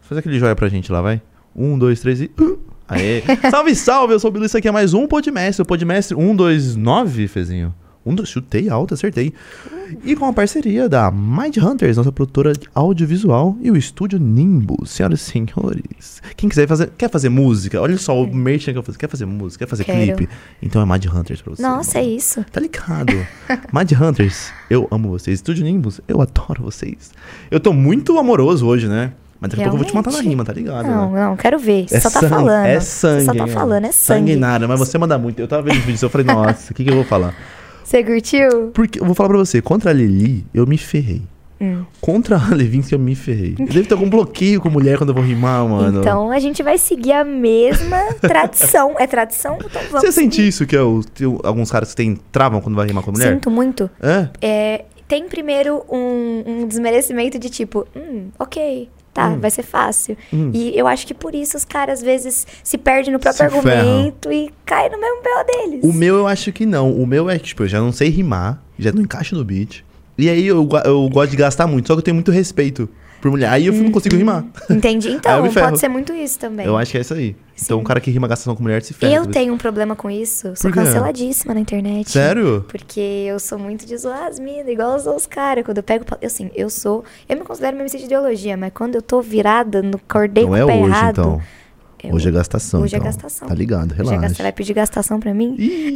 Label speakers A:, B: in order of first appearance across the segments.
A: Faz aquele joia pra gente lá, vai. Um, dois, três e. Aê. salve, salve, eu sou o Bilu, isso aqui é mais um Podmestre. O Podmestre 129, Fezinho. Um, dois, chutei alto, acertei. E com a parceria da Mind Hunters, nossa produtora de audiovisual, e o estúdio Nimbus. Senhoras e senhores, quem quiser fazer, quer fazer música, olha só o merchan que eu faço. Quer fazer música, quer fazer
B: É. Quero.
A: clipe? Então é Mind Hunters pra você.
B: Nossa, é
A: irmão.
B: isso.
A: Tá ligado? Mad Hunters, eu amo vocês. Estúdio Nimbus, eu adoro vocês. Eu tô muito amoroso hoje, né? Mas daqui a pouco eu vou te matar na
B: Realmente.
A: rima, tá ligado?
B: Não,
A: né?
B: não, quero ver. Você só tá
A: sangue,
B: falando.
A: É
B: Você
A: sangue.
B: só tá
A: né?
B: falando, é sangue.
A: Sanguinário, mas você manda muito. Eu tava vendo os vídeos, eu falei, nossa, o que, que eu vou falar?
B: Você curtiu?
A: Porque eu vou falar pra você, contra a Lili, eu me ferrei.
B: Hum.
A: Contra a Levin, que eu me ferrei. Eu devo ter algum bloqueio com mulher quando eu vou rimar, mano.
B: Então a gente vai seguir a mesma tradição. É tradição? Então vamos.
A: você sente isso que é o- tem alguns caras que tem, travam quando vai rimar com a mulher?
B: Sinto muito.
A: Hã?
B: É, tem primeiro um, um desmerecimento de tipo, hum, ok. Tá,
A: Hum.
B: vai ser fácil. E eu acho que por isso os caras às vezes se perdem no próprio
A: Se
B: argumento e caem no mesmo B.O. deles.
A: O meu eu acho que não. O meu é que, tipo, eu já não sei rimar, já não encaixo no beat. E aí eu, go- eu gosto de gastar muito, só que eu tenho muito respeito por mulher. Aí eu não consigo
B: Uhum.
A: rimar.
B: Entendi.
A: Aí eu
B: Então,
A: me ferro.
B: pode ser muito isso também.
A: Eu acho que é isso aí. Então o cara que rima gastação com mulher se ferra.
B: Eu
A: sabe?
B: tenho um problema com isso. Sou
A: Por quê?
B: canceladíssima na internet.
A: Sério?
B: Porque eu sou muito de zoar as minas, igual eu zoo os caras. Quando eu pego. pa- eu, Assim, eu sou. Eu me considero uma MC de ideologia, mas quando eu tô virada, no cordei
A: Não
B: com
A: é
B: o pé
A: hoje,
B: errado.
A: então.
B: eu-
A: Hoje é gastação.
B: hoje é
A: então.
B: gastação.
A: Tá ligado,
B: já
A: relaxa.
B: gasta- Você vai pedir gastação pra mim?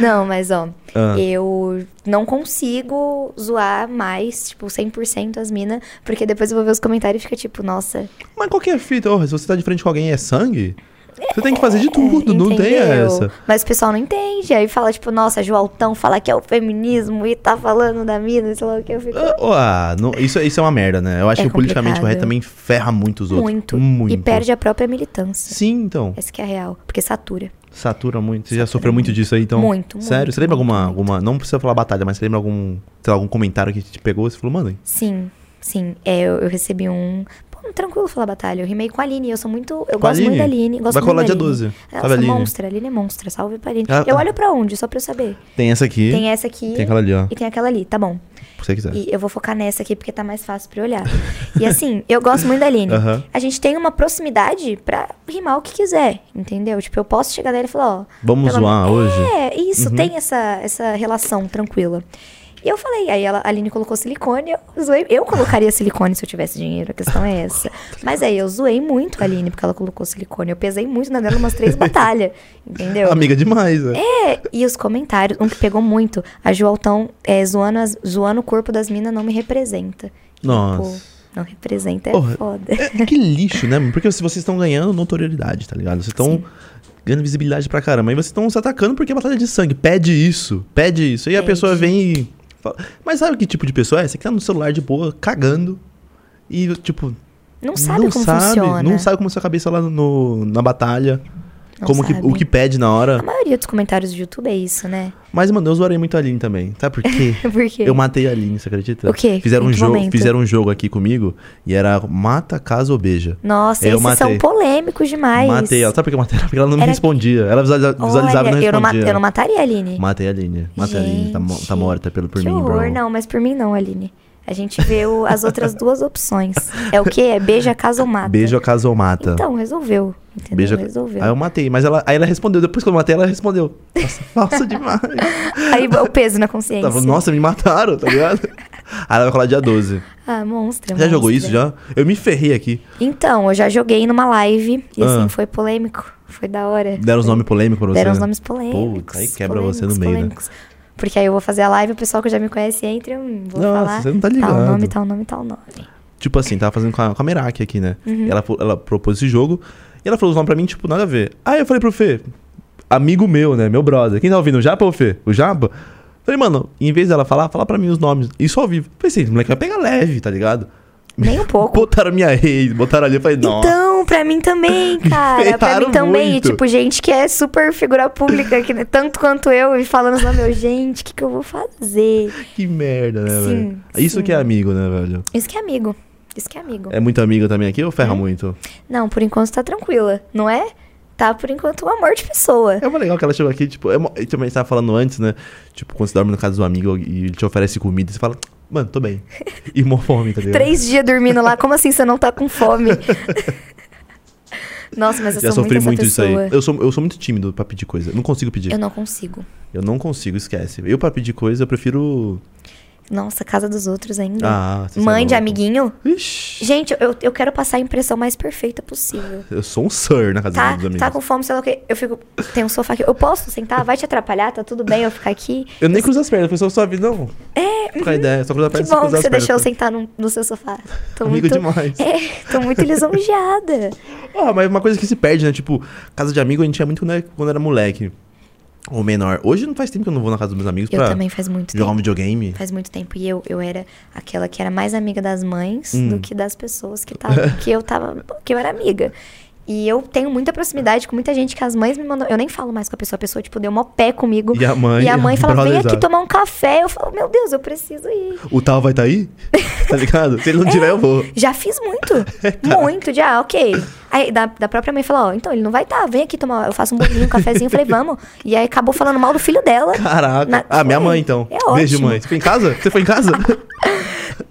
B: Não, mas ó,
A: Ah.
B: eu não consigo zoar mais, tipo, 100% as minas, porque depois eu vou ver os comentários e fica tipo, nossa,
A: Mas qual que é a fita? Ô, se você tá de frente com alguém e é sangue, você tem que fazer de tudo, não tem
B: Entendeu?
A: essa.
B: Mas o pessoal não entende. Aí fala, tipo, nossa, Joaltão fala que é o feminismo e tá falando da mina, sei lá o que. Eu fico
A: Ah, ó, ah, não- isso, isso é uma merda, né? Eu acho
B: É
A: que o politicamente
B: complicado.
A: correto também ferra muito os outros.
B: muito,
A: Muito.
B: E perde a própria militância.
A: Sim, então.
B: Essa que é a real. Porque satura.
A: Satura muito. Você já sofreu muito disso aí, então?
B: Muito, muito,
A: Sério? Você lembra
B: muito,
A: alguma,
B: muito.
A: alguma. Não precisa falar batalha, mas você lembra algum. Sei lá, algum comentário que te pegou? Você falou, mano.
B: Sim, sim. É, eu, eu recebi um. Pô, tranquilo falar batalha. Eu rimei com a Aline. Eu sou muito. Eu
A: Com a
B: gosto muito da
A: Aline?
B: Aline. Gosto
A: Vai
B: muito
A: colar
B: da
A: dia
B: Aline.
A: 12.
B: Ela
A: Salve,
B: é
A: Aline.
B: monstra. A Aline é monstra. Salve pra Aline.
A: Ah,
B: eu
A: ah.
B: olho pra onde? Só pra eu saber.
A: Tem essa aqui.
B: Tem essa aqui.
A: tem aquela ali, ó.
B: E tem aquela ali. Tá bom.
A: Se você quiser.
B: E eu vou focar nessa aqui porque tá mais fácil pra eu olhar. e assim, eu gosto muito da Aline.
A: Aham.
B: A gente tem uma proximidade pra rimar o que quiser, entendeu? Tipo, eu posso chegar nela e falar, ó.
A: Vamos
B: pelo-
A: zoar hoje? Uhum.
B: É, isso, tem essa, essa relação tranquila. E eu falei, aí ela, a Aline colocou silicone, eu zoei. Eu colocaria silicone se eu tivesse dinheiro, a questão é essa. Mas aí eu zoei muito a Aline porque ela colocou silicone. Eu pesei muito na dela umas três batalhas, entendeu?
A: Amiga demais, né?
B: É, e os comentários, um que pegou muito. A Joaltão é, zoando, as- zoando o corpo das minas não me representa. Tipo,
A: Nossa.
B: não representa, é
A: Porra.
B: foda.
A: É, que lixo, né? Porque se vocês estão ganhando notoriedade, tá ligado? Vocês estão ganhando visibilidade pra caramba. E vocês estão se atacando porque é batalha de sangue. Pede isso, pede isso. E a
B: Pede.
A: pessoa vem e. fala- Mas sabe que tipo de pessoa é? Você que tá no celular de boa, cagando. E, tipo,
B: Não sabe como
A: sabe,
B: funciona.
A: Não sabe como é sua cabeça lá no, na batalha.
B: Não
A: como que,
B: sabe.
A: o que pede na
B: A
A: hora.
B: maioria dos comentários do YouTube é isso, né?
A: Mas, mano, eu zoarei muito a Aline também. Sabe por quê?
B: Por quê?
A: Eu matei a Aline, você acredita?
B: O quê?
A: Fizeram
B: Em
A: um,
B: que
A: jogo,
B: momento?
A: fizeram um jogo aqui comigo e era mata, casa ou beija.
B: Nossa,
A: Eu
B: esses
A: matei.
B: são polêmicos demais.
A: Matei ela. Sabe por que eu matei ela? Porque ela não me
B: Era-
A: respondia. Ela visualiza- visualizava
B: Olha,
A: e
B: eu,
A: não
B: não ma-
A: respondia.
B: eu não mataria a Aline.
A: Matei a Aline. Matei a Aline. Tá, mo- tá
B: Gente,
A: morta pelo, por
B: que
A: mim,
B: horror,
A: bro.
B: não, mas por mim não, Aline. A gente vê o- as outras duas opções. É o quê? É beija, casa ou mata.
A: Beijo a casa ou mata.
B: Então, resolveu. Entendeu?
A: Beijo a-
B: Resolveu.
A: Aí eu matei, mas ela, aí ela respondeu. Depois que eu matei, ela respondeu. Nossa, falsa demais.
B: Aí o peso na consciência.
A: Tava, nossa, me mataram, tá ligado? Aí ela vai colar dia 12.
B: Ah, monstro.
A: Já jogou
B: monstro.
A: isso já? Eu me ferrei aqui.
B: Então, eu já joguei numa live e assim
A: Ah.
B: foi polêmico. Foi da hora.
A: Deram os nomes polêmicos pra você.
B: Deram os
A: né?
B: nomes polêmicos.
A: Putz, aí quebra
B: polêmicos,
A: você no meio, né?
B: polêmicos. Porque aí eu vou fazer a live, o pessoal que já me conhece entra, hum, vou
A: Nossa,
B: falar.
A: você não tá
B: Tal
A: ligado.
B: nome, tal nome, tal nome.
A: Tipo assim, tava fazendo com a, com a Meraki aqui, né?
B: Uhum.
A: E Ela, fo- ela propôs esse jogo. E ela falou os nomes pra mim, tipo, nada a ver. Aí eu falei pro Fê, amigo meu, né? Meu brother. Quem tá ouvindo? O Japa ou o Fê? O Japa? Falei, mano, em vez dela falar, fala pra mim os nomes. Isso ao vivo. Falei assim, moleque vai pegar leve, tá ligado?
B: Nem um pouco.
A: Botaram minha rei, botaram ali. Eu falei, nossa.
B: Então, pra mim também, cara. pra
A: Ferraram
B: mim também. E,
A: muito.
B: tipo, gente que é super figura pública, que, né, tanto quanto eu, e falando os nomes, eu, gente, o que, que eu vou fazer?
A: Que merda, né,
B: Sim,
A: velho? Isso
B: sim.
A: que é amigo, né, velho?
B: Isso que é amigo. Isso que é amigo.
A: É muito amigo também aqui ou ferra muito?
B: Não, por enquanto tá tranquila, não é? Tá, por enquanto, um amor de pessoa.
A: É uma legal que ela chegou aqui, tipo, é mó- e também estava falando antes, né? Tipo, quando você dorme na casa do amigo e ele te oferece comida, você fala, Mano, tô bem. E mó fome, tá ligado?
B: Três dias dormindo lá, como assim você não tá com fome? Nossa, mas eu
A: Já
B: sou
A: sofri muito
B: muito essa
A: disso aí.
B: pessoa.
A: Eu sou, eu sou muito tímido pra pedir coisa. Eu não consigo pedir.
B: Eu
A: Eu,
B: não consigo.
A: não consigo, esquece. Eu pra pedir coisa, eu prefiro.
B: Nossa, casa dos outros ainda.
A: Ah, você é
B: Mãe de
A: louco.
B: amiguinho.
A: Ixi.
B: Gente, eu, eu quero passar a impressão mais perfeita possível.
A: Eu sou um sir na casa
B: Tá,
A: dos amigos.
B: tá com fome, sei lá o quê. Eu fico. Tem um sofá aqui. Eu posso sentar? Vai te atrapalhar? Tá tudo bem eu ficar aqui?
A: Eu nem cruzo as pernas, a pessoa sobe, não. É. Com a ideia, só cruza a perna
B: uhum. Que bom que
A: você
B: você
A: cruza as
B: deixou eu
A: pernas.
B: sentar no, no seu sofá. Tô
A: Amigo
B: muito.
A: demais.
B: É, tô muito lisonjeada.
A: Ah, mas uma coisa que se perde, né? Tipo, casa de amigo a gente ia muito né, quando era moleque. Ou menor. Hoje não faz tempo que eu não vou na casa dos meus amigos
B: Eu
A: pra
B: também faz muito
A: jogar um
B: tempo.
A: videogame.
B: Faz muito tempo. E eu, eu era aquela que era mais amiga das mães
A: Hum.
B: do que das pessoas que, tava, que eu tava. que eu era amiga. E eu tenho muita proximidade com muita gente que as mães me mandam. Eu nem falo mais com a pessoa, a pessoa, tipo, deu mó pé comigo.
A: E a mãe-
B: E a mãe fala: vem
A: Brothers
B: aqui
A: up."
B: tomar um café. Eu falo, meu Deus, eu preciso ir.
A: O tal vai tá aí? tá ligado? Se ele não tiver, eu vou.
B: É,
A: Tá.
B: Já fiz muito. muito, já, ok. Aí da, da própria mãe fala, ó, então ele não vai tá, vem aqui tomar, eu faço um bolinho, um cafezinho, eu falei, vamos. E aí acabou falando mal do filho dela.
A: Caraca.
B: Na-
A: Ah, minha
B: Foi.
A: mãe então.
B: É ótimo.
A: Beijo, mãe. Você foi em casa? Você foi em casa?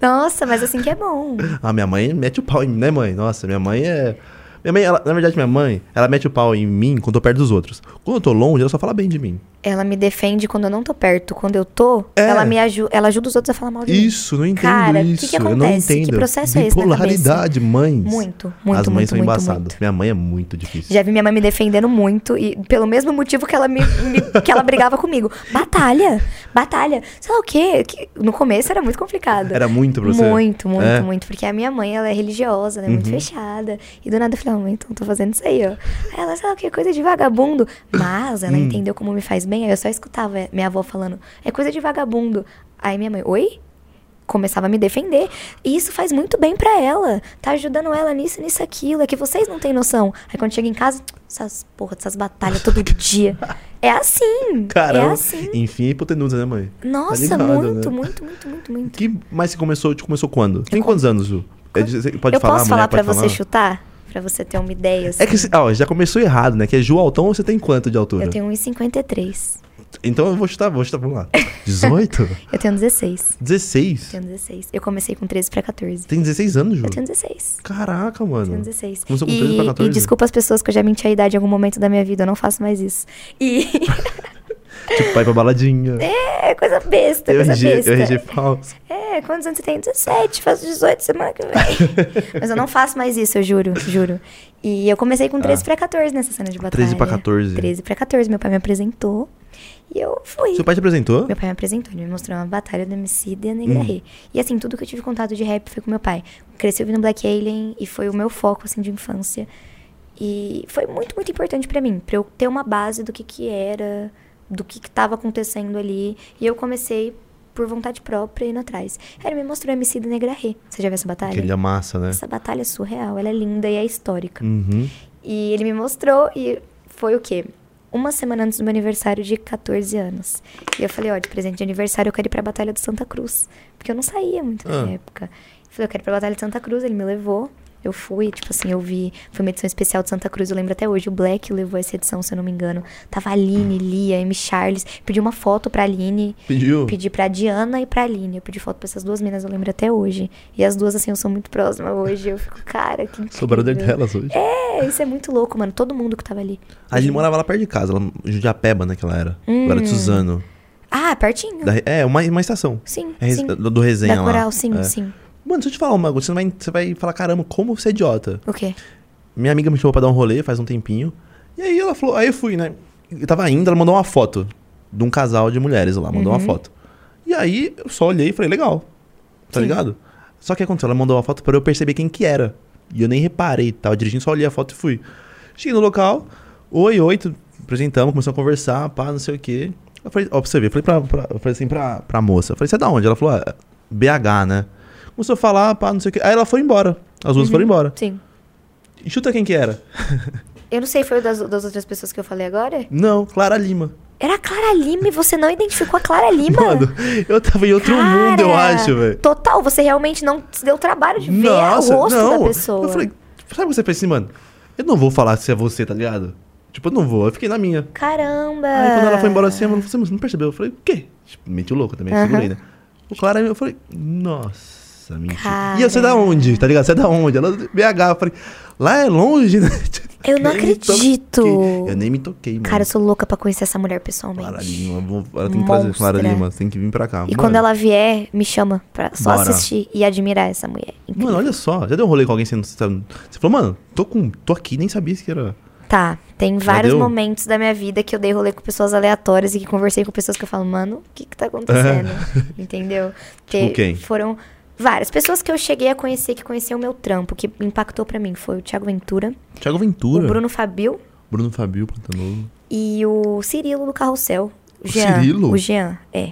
B: Nossa, mas assim que é bom.
A: ah, minha mãe mete o pau em mim, né, mãe? Nossa, minha mãe é. Minha mãe, ela- na verdade, minha mãe, ela mete o pau em mim quando eu tô perto dos outros. Quando eu tô longe, ela só fala bem de mim.
B: Ela me defende quando eu não tô perto. Quando eu tô,
A: É.
B: ela me ajuda, ela ajuda os outros a falar mal de mim.
A: Isso, não entendo
B: Cara, o que
A: isso.
B: que
A: eu não
B: acontece? Que
A: entendo.
B: processo é esse na
A: Bipolaridade, mães.
B: Muito, muito,
A: As mães
B: muito,
A: são
B: muito,
A: embaçadas.
B: muito.
A: Minha mãe é muito difícil.
B: Já vi minha mãe me defendendo muito e pelo mesmo motivo que ela me, me- que ela brigava comigo. Batalha, batalha. Sei lá o quê? que no começo era muito complicado.
A: Era muito pra você?
B: Muito, muito,
A: É? Uhum.
B: muito, porque a minha mãe, ela é religiosa, ela é muito fechada. E do nada eu falei, ah, mãe, então tô fazendo isso aí, ó. Aí Ela, sei lá o que, coisa de vagabundo. Mas
A: Hum.
B: ela entendeu como me faz bem, aí eu só escutava eh, minha avó falando, é coisa de vagabundo. Aí minha mãe, oi? Começava a me defender. E isso faz muito bem pra ela. Tá ajudando ela nisso, nisso, aquilo. É que vocês não têm noção. Aí quando chega em casa, essas porra, essas batalhas todo dia. É assim.
A: Caramba.
B: É assim.
A: Enfim, é hipotenusa, né, mãe?
B: Nossa,
A: ligado,
B: muito,
A: né?
B: muito, muito, muito, muito.
A: Que, mas você começou, te começou quando? Tem quantos anos, Ju? É de- você pode
B: eu
A: falar,
B: posso
A: mulher,
B: falar pra
A: pode
B: você chutar? Pra você ter uma ideia. Assim.
A: É que, é se- ó, já começou errado, né? Que é Ju Altão, você tem quanto de altura?
B: Eu tenho 1,53.
A: Então eu vou chutar, vou chutar, vamos lá. 18?
B: Eu tenho 16.
A: 16?
B: Eu tenho 16. Eu comecei com 13 pra 14.
A: Tem 16 anos, Ju?
B: Eu tenho 16.
A: Caraca, mano.
B: Tenho 16.
A: Começou com
B: e,
A: 13 pra 14?
B: e desculpa as pessoas que eu já menti a idade em algum momento da minha vida. Eu não faço mais isso. E
A: Tipo, pai pra baladinha.
B: é coisa besta,
A: eu,
B: coisa
A: RG,
B: besta.
A: eu RG falso.
B: É, quantos anos você tem? 17, faço 18 semana que vem. Mas eu não faço mais isso, eu juro, juro. E eu comecei com 13 pra 14 nessa cena de batalha.
A: 13 Ah. pra 14.
B: 13 pra 14. Meu pai me apresentou e eu fui.
A: Seu pai te apresentou?
B: Meu pai me apresentou, ele me mostrou uma batalha do MC e Negra Rê. E assim, tudo que eu tive contato de rap foi com meu pai. Cresci ouvindo Black Alien e foi o meu foco, assim, de infância. E foi muito, muito importante pra mim, pra eu ter uma base do que que era, do que que tava acontecendo ali. E eu comecei por vontade própria indo atrás. Aí Ele me mostrou MC da Negra Rê. Você já viu essa batalha?
A: Que ele amassa, né?
B: Essa batalha é surreal, ela é linda e é histórica.
A: Uhum.
B: E ele me mostrou e foi o quê? Uma semana antes do meu aniversário de 14 anos. E eu falei, ó, de presente de aniversário eu quero ir pra Batalha do Santa Cruz. Porque eu não saía muito na
A: Ah.
B: época. Eu falei, eu quero ir pra Batalha de Santa Cruz, ele me levou. Eu fui, tipo assim, eu vi. Foi uma edição especial de Santa Cruz, eu lembro até hoje. O Black levou essa edição, se eu não me engano. Tava a Aline, Lia, M. Charles. Pedi uma foto pra Aline.
A: Pediu?
B: Pedi pra Diana e pra Aline. Eu pedi foto pra essas duas meninas, eu lembro até hoje. E as duas, assim, eu sou muito próxima hoje. Eu fico, cara, que incrível.
A: Sou brother delas hoje.
B: É, isso é muito louco, mano. Todo mundo que tava ali.
A: A gente morava lá perto de casa, lá em Judiapeba, né, que ela era. Agora
B: Hum.
A: de Suzano.
B: Ah, pertinho.
A: Da- é, uma, uma estação.
B: Sim,
A: É,
B: sim.
A: do- Do resenha
B: da
A: lá.
B: Coral, sim,
A: É.
B: sim.
A: Mano, deixa eu te falar uma coisa. Você vai, você vai falar, caramba, como você é idiota.
B: O quê?
A: Minha amiga me chamou pra dar um rolê faz um tempinho. E aí ela falou, aí eu fui, né? Eu tava indo, ela mandou uma foto de um casal de mulheres lá, mandou uma foto. E aí eu só olhei e falei, legal. Tá
B: Sim.
A: ligado? Só que aconteceu, ela mandou uma foto pra eu perceber quem que era. E eu nem reparei, tava dirigindo, só olhei a foto e fui. Cheguei no local, oi, oi, tu- apresentamos, começamos a conversar, pá, não sei o quê. Eu falei, ó, pra você ver, eu falei, pra, pra- eu falei assim pra, pra moça, eu falei, você é da onde? Ela falou, ah, BH, né? Começou a falar, pá, não sei o quê. Aí ela foi embora, as duas foram embora.
B: Sim.
A: E chuta quem que era?
B: Eu não sei, foi o das, das outras pessoas que eu falei agora?
A: Não, Clara Lima.
B: Era a Clara Lima e você não identificou a Clara Lima?
A: Mano, eu tava em outro
B: Cara,
A: mundo, eu acho, velho.
B: Total, você realmente não se deu o trabalho de ver o rosto da pessoa.
A: Eu falei, sabe o que você pensa assim, mano? Eu não vou falar se é você, tá ligado? Tipo, eu não vou, eu fiquei na minha.
B: Caramba.
A: assim, Aí quando ela foi embora assim, eu falei, você não percebeu? Eu falei, o quê? Tipo, meti o louco também,
B: Aham.
A: segurei, né? O Clara, eu falei, nossa, mentira. E você é da onde? Tá ligado? Você é da onde? Ela é do BH. Eu falei, lá é longe, né?
B: Eu
A: Nem
B: não
A: me
B: acredito.
A: toquei. Eu nem me toquei, mano.
B: Cara, eu sou louca pra conhecer essa mulher
A: Clara
B: pessoalmente.
A: Lima, vou- ela tem que trazer Clara
B: Monstra.
A: Lima, tem que vir pra cá.
B: E quando ela vier, me chama pra só
A: Bora.
B: assistir e admirar essa mulher. Incrível.
A: Mano, olha só, já deu um rolê com alguém sem sabe? Você falou, mano, tô com. tô aqui, nem sabia que era.
B: Tá, tem vários
A: deu?
B: momentos da minha vida que eu dei rolê com pessoas aleatórias e que conversei com pessoas que eu falo, mano, o que que tá acontecendo? Entendeu? Te-
A: Tipo quem?
B: Foram várias pessoas que eu cheguei a conhecer, que conheceu o meu trampo, que impactou pra mim. Foi o Thiago Ventura,
A: Thiago Ventura.
B: o Bruno Fabio
A: Bruno Fabio, Pantanoso.
B: e o Cirilo do Carrossel.
A: O Cirilo?
B: O Jean, é.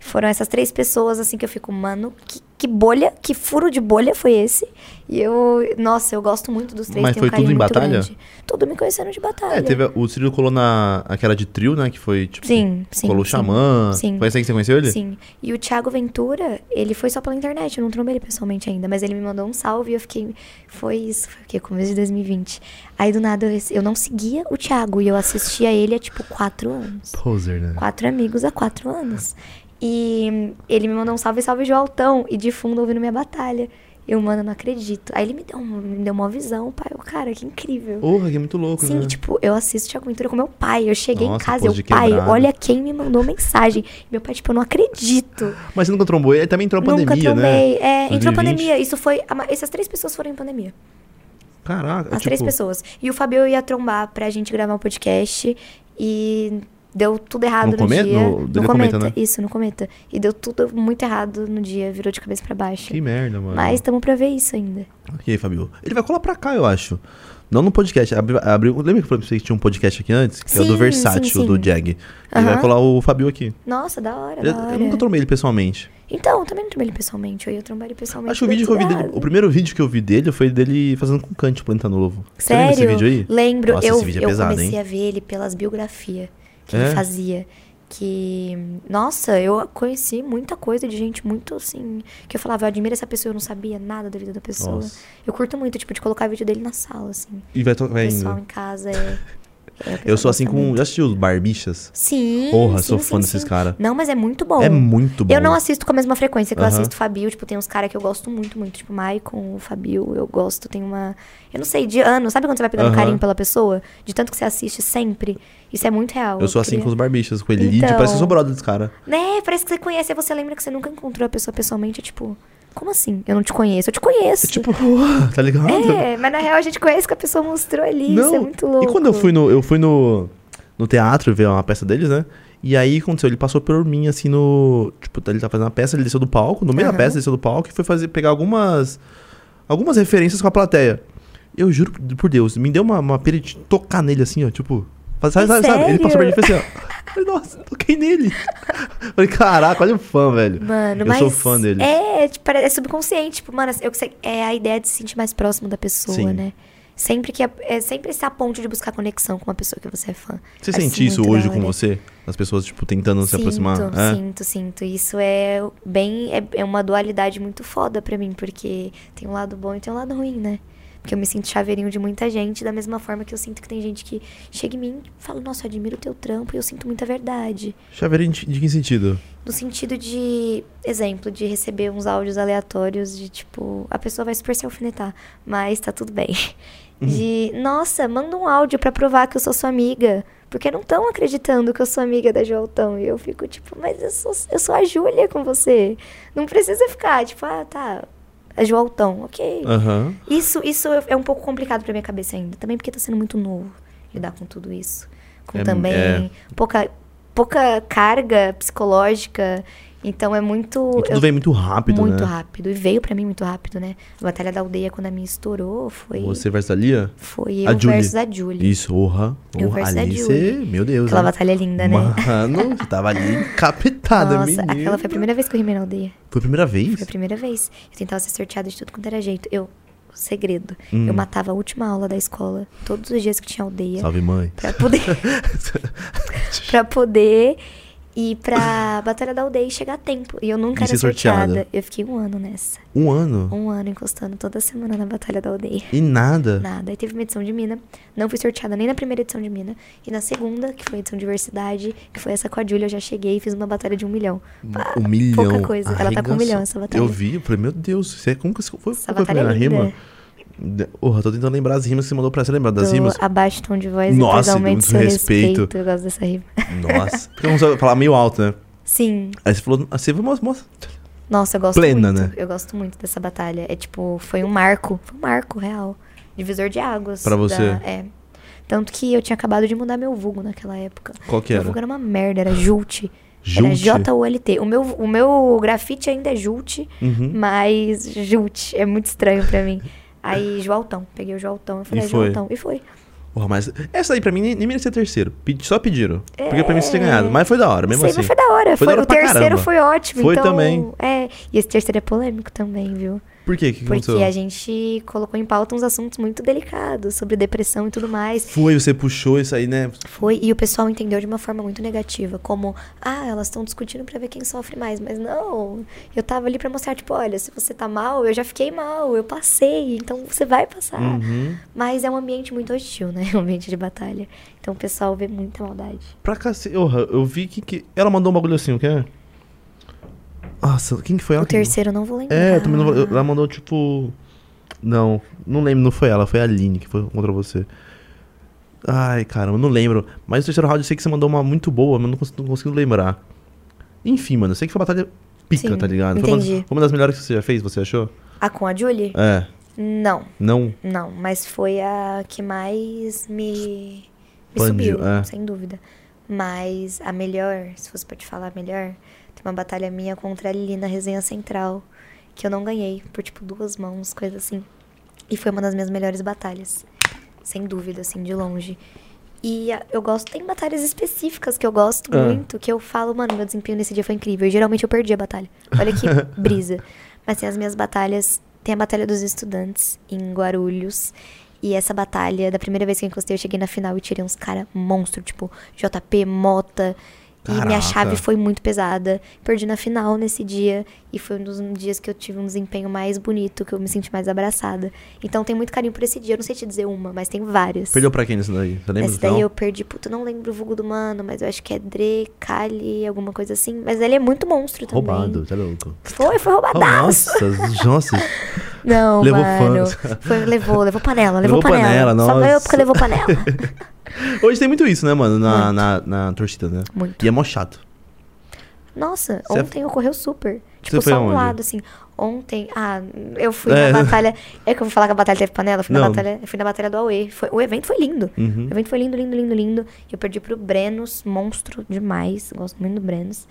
B: Foram essas três pessoas, assim, que eu fico, mano, que, que bolha, que furo de bolha foi esse? E eu, nossa, eu gosto muito dos três.
A: Mas
B: tenho
A: foi tudo
B: um carinho
A: em
B: muito
A: batalha?
B: grande. Tudo me conhecendo de batalha.
A: É, teve. a- O Cirilo colou na. aquela de trio, né? Que foi tipo.
B: Sim, sim.
A: colou o
B: sim.
A: Xamã.
B: Sim.
A: Foi assim que você conheceu ele?
B: Sim. E o Thiago Ventura, ele foi só pela internet, eu não trombei ele pessoalmente ainda, mas ele me mandou um salve e eu fiquei. Foi isso, foi o quê? Começo de 2020. Aí do nada eu, rece- eu não seguia o Thiago e eu assistia ele há tipo quatro anos.
A: Poser, né?
B: Quatro amigos há quatro anos. E hum, ele me mandou um salve, salve Joaltão, e de fundo ouvindo minha batalha. Eu, mano, não acredito. Aí ele me deu, um- me deu uma visão, pai. Eu, cara, que incrível.
A: Porra, que é muito louco,
B: Sim,
A: né?
B: tipo, eu assisto Tiago Ventura com meu pai. Eu cheguei
A: Nossa,
B: em casa,
A: pose
B: eu,
A: de
B: pai,
A: quebrada.
B: olha quem me mandou mensagem. Meu pai, tipo, eu não acredito.
A: Mas você nunca trombou ele? Também entrou a
B: Nunca
A: pandemia,
B: tomei.
A: né?
B: É, entrou a
A: 2020.
B: pandemia. Isso foi. a ma- essas três pessoas foram em pandemia.
A: Caraca,
B: As
A: tipo,
B: três pessoas. E o Fabio ia trombar pra gente gravar um podcast e deu tudo errado
A: No
B: no,
A: Cometa?
B: dia.
A: No- dele Cometa, né?
B: Isso, no cometa. E deu tudo muito errado no dia, virou de cabeça pra baixo.
A: Que merda, mano.
B: Mas tamo pra ver isso ainda.
A: E aí, Fabio? Ele vai colar pra cá, eu acho. Não no podcast. Abri, abri- lembra que eu falei pra você que tinha um podcast aqui antes? Que é o
B: Sim,
A: do Versátil,
B: sim, sim.
A: do Jag. Ele vai
B: Aham.
A: colar o Fabio aqui.
B: Nossa, da hora,
A: Eu,
B: da hora.
A: eu nunca trombei ele pessoalmente.
B: Então, eu também não trombei ele pessoalmente. Eu ia trombar ele pessoalmente.
A: Acho que o
B: deu
A: vídeo que eu
B: tudo
A: vi dele.
B: errado.
A: O primeiro vídeo que eu vi dele foi dele fazendo com Kant o Planeta Novo. Você
B: Sério?
A: lembra esse vídeo aí?
B: Lembro.
A: Nossa,
B: eu
A: esse vídeo é
B: eu
A: pesado,
B: comecei
A: hein?
B: a ver ele pelas biografias que
A: É?
B: ele fazia. Que, nossa, eu conheci muita coisa de gente muito assim. Que eu falava, eu admiro essa pessoa, eu não sabia nada da vida da pessoa.
A: Nossa.
B: Eu curto muito, tipo, de colocar vídeo dele na sala, assim.
A: E vai tocar
B: O pessoal
A: ainda.
B: em casa é. é, o
A: Eu
B: pessoal
A: sou assim
B: gosta
A: com.
B: muito.
A: Já assistiu os Barbichas?
B: Sim.
A: Porra,
B: sim,
A: sou
B: sim,
A: fã desses
B: sim.
A: cara.
B: Não, mas é muito bom.
A: É muito bom.
B: Eu não assisto com a mesma frequência que eu
A: Aham.
B: assisto Fabio. Tipo, tem uns caras que eu gosto muito, muito. Tipo, Maicon, o Fabio, eu gosto. Tem uma. Eu não sei, de ano. Sabe quando você vai pegando
A: Aham.
B: carinho pela pessoa? De tanto que você assiste sempre. Isso é muito real.
A: Eu sou assim com
B: queria-
A: os Barbichas, com o Elide.
B: Então.
A: Parece que eu sou brother dos caras.
B: Né? Parece que você conhece. Aí você lembra que você nunca encontrou a pessoa pessoalmente. É tipo, como assim? Eu não te conheço. Eu te conheço.
A: É tipo, tá ligado?
B: É, mas na real a gente conhece que a pessoa mostrou ali. Isso é muito louco.
A: E quando eu fui no, eu fui no, no teatro ver uma peça deles, né? E aí aconteceu, ele passou por mim assim no. Tipo, ele tá fazendo a peça, ele desceu do palco, no meio da
B: Aham.
A: peça, desceu do palco e foi fazer, pegar algumas. algumas referências com a plateia. Eu juro por Deus, me deu uma, uma pira de tocar nele assim, ó, tipo. Sabe, sabe, sabe? Ele passou por mim e fez assim, ó. Falei, nossa, toquei nele. Falei, caraca, olha o fã, velho.
B: Mano,
A: eu
B: mas.
A: sou fã dele.
B: É, tipo, é subconsciente. Tipo, mano, eu, sei- é a ideia de se sentir mais próximo da pessoa,
A: Sim.
B: né? Sempre que. É, é sempre essa ponte de buscar conexão com uma pessoa que você é fã.
A: Você
B: Acho
A: sente isso
B: muito da
A: hoje com
B: hora.
A: você? As pessoas, tipo, tentando se aproximar?
B: Sinto,
A: É?
B: sinto, sinto. Isso é bem. É, é uma dualidade muito foda pra mim, porque tem um lado bom e tem um lado ruim, né? Porque eu me sinto chaveirinho de muita gente, da mesma forma que eu sinto que tem gente que chega em mim e fala, nossa, eu admiro o teu trampo e eu sinto muita verdade.
A: Chaveirinho de de que sentido?
B: No sentido de, exemplo, de receber uns áudios aleatórios de tipo, a pessoa vai super se alfinetar, mas tá tudo bem. De, nossa, manda um áudio pra provar que eu sou sua amiga. Porque não estão acreditando que eu sou amiga da Joeltão. E eu fico tipo, mas eu sou, eu sou a Júlia com você. Não precisa ficar, tipo, ah, tá. A Joeltão, ok.
A: Aham.
B: Isso, isso é um pouco complicado pra minha cabeça ainda. Também porque tá sendo muito novo lidar com tudo isso. Com
A: É,
B: também
A: é.
B: pouca, pouca carga psicológica. Então é muito.
A: E tudo
B: eu-
A: vem muito rápido,
B: muito
A: né?
B: rápido. E veio pra mim muito rápido, né? A Batalha da Aldeia, quando a minha estourou, foi.
A: Você versus a Lia?
B: Foi
A: A
B: eu
A: Julie.
B: versus a Julie.
A: Isso, orra.
B: Eu
A: Orra.
B: versus a
A: Ali
B: Julie.
A: você, meu Deus.
B: Aquela
A: né?
B: batalha linda, né?
A: Mano, você tava ali captada,
B: Nossa,
A: menina.
B: aquela foi a primeira vez que eu rimei na aldeia.
A: Foi a primeira vez?
B: Foi a primeira vez. Eu tentava ser sorteada de tudo quanto era jeito. Eu, segredo.
A: Hum.
B: Eu matava a última aula da escola, todos os dias que tinha aldeia.
A: Salve, mãe.
B: Pra poder. pra poder e pra Batalha da Aldeia e chegar a tempo. E eu
A: E
B: nunca era
A: ser sorteada.
B: sorteada. Eu fiquei um ano nessa.
A: Um ano
B: Um ano encostando toda semana na Batalha da Aldeia.
A: e nada.
B: Nada. Aí teve uma edição de Mina. Não fui sorteada nem na primeira edição de Mina. E na segunda, que foi a edição Diversidade, que foi essa com a Júlia, eu já cheguei e fiz uma batalha de um milhão. Pá,
A: Um milhão.
B: Pouca coisa. Ela tá com um
A: Arregaçou.
B: milhão essa batalha.
A: Eu vi, eu falei, meu Deus, você, como que você foi?
B: Essa
A: Qual foi a
B: batalha
A: primeira
B: é
A: rima?
B: linda.
A: De- Porra, tô tentando lembrar as rimas que você mandou pra você lembrar das
B: Do
A: rimas.
B: Abaixa o tom de voz
A: Nossa,
B: e depois aumente
A: muito
B: seu
A: respeito.
B: respeito. Eu gosto dessa rima.
A: Nossa. Porque eu não sabe falar meio alto, né?
B: Sim.
A: Aí você falou, ah, você foi moça, moça.
B: Nossa, eu gosto
A: Plena,
B: muito.
A: né?
B: Eu gosto muito dessa batalha. É tipo, foi um marco. Foi um marco real. Divisor de águas.
A: Pra
B: da-
A: você?
B: é. Tanto que eu tinha acabado de mudar meu vulgo naquela época.
A: Qual que
B: meu
A: era?
B: vulgo era uma merda, era Jult. Era
A: Jult?
B: J-U-L-T. O meu, o meu grafite ainda é Jult,
A: Uhum.
B: mas Jult é muito estranho pra mim. Aí, Joaltão. Peguei o Joaltão. Eu falei,
A: E foi?
B: Joaltão. E foi.
A: Porra, mas essa aí pra mim nem, nem merecia terceiro. Pe- Só pediram. Porque pra mim você tinha ganhado. Mas foi da hora, mesmo
B: Sei,
A: assim.
B: É. mas foi da hora.
A: Foi da hora
B: o
A: pra
B: terceiro
A: caramba.
B: foi ótimo.
A: Foi
B: então,
A: também.
B: É. E esse terceiro é polêmico também, viu?
A: Por quê? O que, que
B: Porque
A: aconteceu?
B: a gente colocou em pauta uns assuntos muito delicados sobre depressão e tudo mais.
A: Foi, você puxou isso aí, né?
B: Foi, e o pessoal entendeu de uma forma muito negativa, como, ah, elas estão discutindo pra ver quem sofre mais, mas não. Eu tava ali pra mostrar, tipo, olha, se você tá mal, eu já fiquei mal, eu passei, então você vai passar.
A: Uhum.
B: Mas é um ambiente muito hostil, né? Um ambiente de batalha. Então o pessoal vê muita maldade.
A: Pra cacete. Porra, eu vi que, que. Ela mandou um bagulho assim, o que é? Nossa, quem que foi ela?
B: O
A: que mandou?
B: terceiro eu não vou lembrar.
A: É, eu também não vou- eu- Ela mandou tipo. Não, não lembro, não foi ela, foi a Aline que foi contra você. Ai, caramba, não lembro. Mas o terceiro round eu sei que você mandou uma muito boa, mas eu não consigo, não consigo lembrar. Enfim, mano, eu sei que foi uma batalha pica,
B: Sim,
A: tá ligado? Foi uma,
B: entendi.
A: foi uma das melhores que você já fez, você achou?
B: A com a Julie?
A: É.
B: Não.
A: Não.
B: Não, mas foi a que mais me, me
A: Expandiu,
B: subiu,
A: é.
B: sem dúvida. Mas a melhor, se fosse pra te falar a melhor, tem uma batalha minha contra a Lili na resenha central, que eu não ganhei, por tipo duas mãos, coisa assim. E foi uma das minhas melhores batalhas, sem dúvida, assim, de longe. E a- eu gosto, tem batalhas específicas que eu gosto
A: Ah.
B: muito, que eu falo, mano, meu desempenho nesse dia foi incrível. E geralmente eu perdi a batalha. Olha que brisa. Mas tem as minhas batalhas. Tem a Batalha dos Estudantes em Guarulhos. E essa batalha, da primeira vez que eu encostei, eu cheguei na final e tirei uns caras monstro, tipo JP, Mota. E
A: Caraca.
B: minha chave foi muito pesada. Perdi na final nesse dia. E foi um dos dias que eu tive um desempenho mais bonito, que eu me senti mais abraçada. Então tem muito carinho por esse dia. Eu não sei te dizer uma, mas tem várias.
A: Perdeu pra quem nesse daí? Você lembra?
B: Esse
A: do final?
B: daí eu perdi, puta, eu não lembro o vulgo do mano, mas eu acho que é Dre, Kali, alguma coisa assim. Mas ele é muito monstro também.
A: Roubado, tá louco.
B: Foi, foi
A: Oh,
B: roubadaço.
A: nossa, nossa.
B: Não,
A: Levou
B: mano.
A: fãs.
B: Foi, levou, levou panela,
A: Levou
B: levou, panela.
A: panela,
B: Só
A: nossa.
B: ganhou porque levou panela.
A: Hoje tem muito isso, né, mano? Na,
B: Muito.
A: na, na torcida, né?
B: Muito.
A: E é mó chato.
B: Nossa,
A: Você- é
B: ontem ocorreu super.
A: Você
B: Tipo,
A: foi
B: só um
A: aonde?
B: lado, assim. Ontem, ah, eu fui
A: É.
B: na batalha. É que eu vou falar que a batalha teve panela? Eu fui, na
A: Não.
B: batalha, eu fui na batalha do Aue. Foi, o evento foi lindo.
A: Uhum.
B: O evento foi lindo, lindo, lindo, lindo. Eu perdi pro Brenos, monstro demais. Gosto muito do Brenos.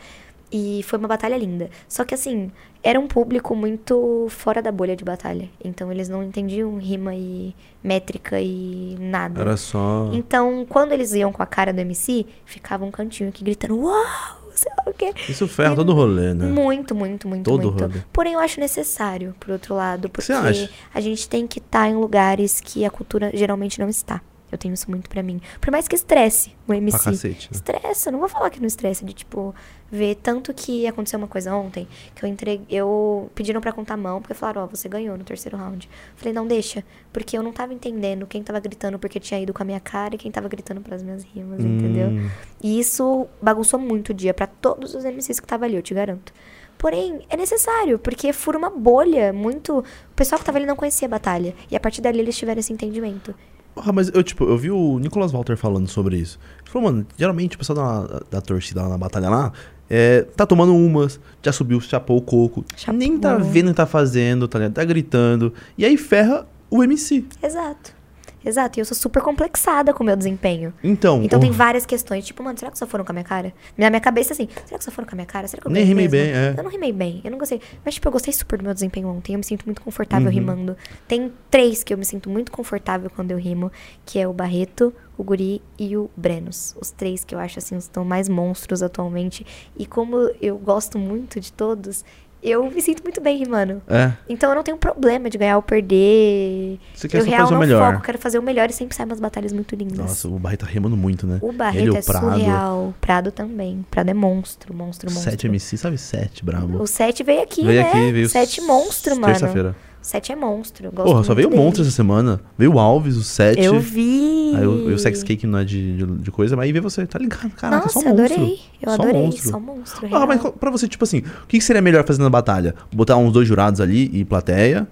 B: E foi uma batalha linda. Só que assim, era um público muito fora da bolha de batalha. Então eles não entendiam rima e métrica e nada.
A: Era só.
B: Então, quando eles iam com a cara do MC, ficava um cantinho aqui gritando, uau, sei lá o quê.
A: Isso ferra todo o rolê, né?
B: Muito, muito, muito,
A: Todo
B: muito.
A: rolê.
B: Porém, eu acho necessário, por outro lado, porque
A: você acha?
B: a gente tem que estar em lugares que a cultura geralmente não está. Eu tenho isso muito pra mim. Por mais que estresse o MC.
A: cacete, né?
B: Estressa, não vou falar que não estressa, de tipo, ver tanto que aconteceu uma coisa ontem, que eu entreguei, eu pediram pra contar a mão, porque falaram, ó, você ganhou no terceiro round. Eu Falei, não, deixa, porque eu não tava entendendo quem tava gritando porque tinha ido com a minha cara e quem tava gritando pras minhas rimas, entendeu?
A: Hum.
B: E isso bagunçou muito o dia pra todos os MCs que tava ali, eu te garanto. Porém, é necessário, porque fura uma bolha muito. O pessoal que tava ali não conhecia a batalha. E a partir dali eles tiveram esse entendimento.
A: Ah, mas eu, tipo, eu vi o Nicolas Walter falando sobre isso. Ele falou, mano, geralmente o pessoal da, da torcida lá na batalha lá é, tá tomando umas, já subiu, chapou o coco.
B: Chapou.
A: Nem tá vendo o que tá fazendo, tá ligado? Tá gritando. E aí ferra o MC.
B: Exato. Exato. E eu sou super complexada com o meu desempenho.
A: Então,
B: Então
A: o-
B: tem várias questões, tipo, mano, será que só foram com a minha cara? Na minha cabeça, assim, será que só foram com a minha cara? Será que eu
A: Nem
B: ganhei
A: rimei
B: mesmo?
A: bem, é.
B: Eu não rimei bem, eu não gostei. Mas, tipo, eu gostei super do meu desempenho ontem, eu me sinto muito confortável
A: Uhum.
B: rimando. Tem três que eu me sinto muito confortável quando eu rimo, que é o Barreto, o Guri e o Brenos. Os três que eu acho, assim, os estão mais monstros atualmente. E como eu gosto muito de todos, eu me sinto muito bem rimando.
A: É.
B: Então eu não tenho problema de ganhar ou perder.
A: Você quer
B: eu
A: só
B: real
A: fazer o
B: não
A: melhor.
B: foco, quero fazer o melhor e sempre saem umas batalhas muito lindas.
A: Nossa, o Barreto tá remando muito, né?
B: o
A: Ele,
B: Barreto
A: o
B: é
A: Prado.
B: surreal. Prado também. Prado é monstro, monstro, monstro.
A: 7 MC, sabe 7, brabo.
B: O Sete veio aqui,
A: veio
B: né?
A: aqui, veio.
B: Sete
A: s-
B: monstro, mano.
A: Terça-feira.
B: Sete é monstro. eu Gosto
A: Porra, só
B: muito
A: veio
B: dele.
A: monstro essa semana. Veio o Alves, o 7.
B: Eu vi.
A: Aí o, e o Sex Cake não é de, de, de coisa, mas aí vê você, tá ligado? Caraca,
B: Nossa,
A: só monstro.
B: adorei. Eu
A: Só
B: adorei.
A: monstro.
B: Só monstro.
A: Ah,
B: real.
A: mas qual- pra você, tipo assim, o que que seria melhor fazer na batalha? Botar uns dois jurados ali e plateia?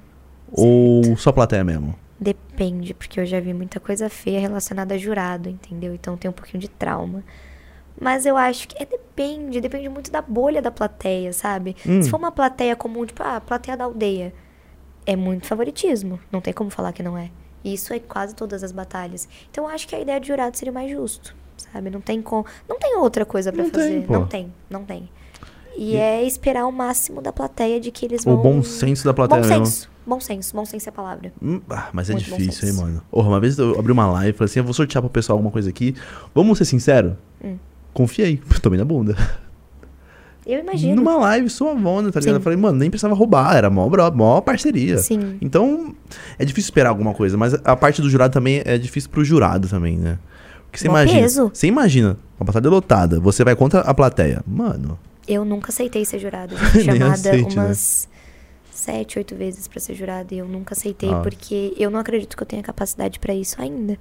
A: Ou só plateia mesmo?
B: Depende, porque eu já vi muita coisa feia relacionada a jurado, entendeu? Então tem um pouquinho de trauma. Mas eu acho que é depende, depende muito da bolha da plateia, sabe?
A: Hum.
B: Se for uma plateia comum, tipo, ah, a plateia da aldeia, é muito favoritismo, não tem como falar que não é. E Isso é quase todas as batalhas. Então eu acho que a ideia de jurado seria mais justo, sabe? Não tem com, não tem outra coisa pra
A: Não tem,
B: fazer,
A: pô.
B: não tem, não tem. E,
A: E-
B: é esperar o máximo da plateia de que eles
A: O
B: vão
A: bom senso da plateia
B: um
A: né?
B: Bom
A: mesmo.
B: senso, bom senso, bom senso é a palavra.
A: Hum, ah, mas é
B: Muito bom
A: difícil, hein,
B: senso.
A: mano. Porra, uma vez eu abri uma live e falei assim: eu vou sortear pro pessoal alguma coisa aqui. Vamos ser sincero?
B: Hum.
A: Confiei. Tomei na bunda.
B: Eu imagino.
A: Numa live suavona, tá ligado?
B: Sim.
A: Eu falei, mano, nem precisava roubar, era mó, bro, mó parceria.
B: Sim.
A: Então, é difícil esperar alguma coisa, mas a parte do jurado também é difícil pro jurado também, né? Porque você
B: Mó
A: imagina.
B: peso.
A: Você imagina, uma batalha lotada, você vai contra a plateia. Mano,
B: Eu nunca aceitei ser jurada. Eu já fui
A: Nem
B: chamada
A: aceite, né?
B: umas sete, oito vezes pra ser jurada e eu nunca aceitei
A: Nossa.
B: porque eu não acredito que eu tenha capacidade pra isso ainda.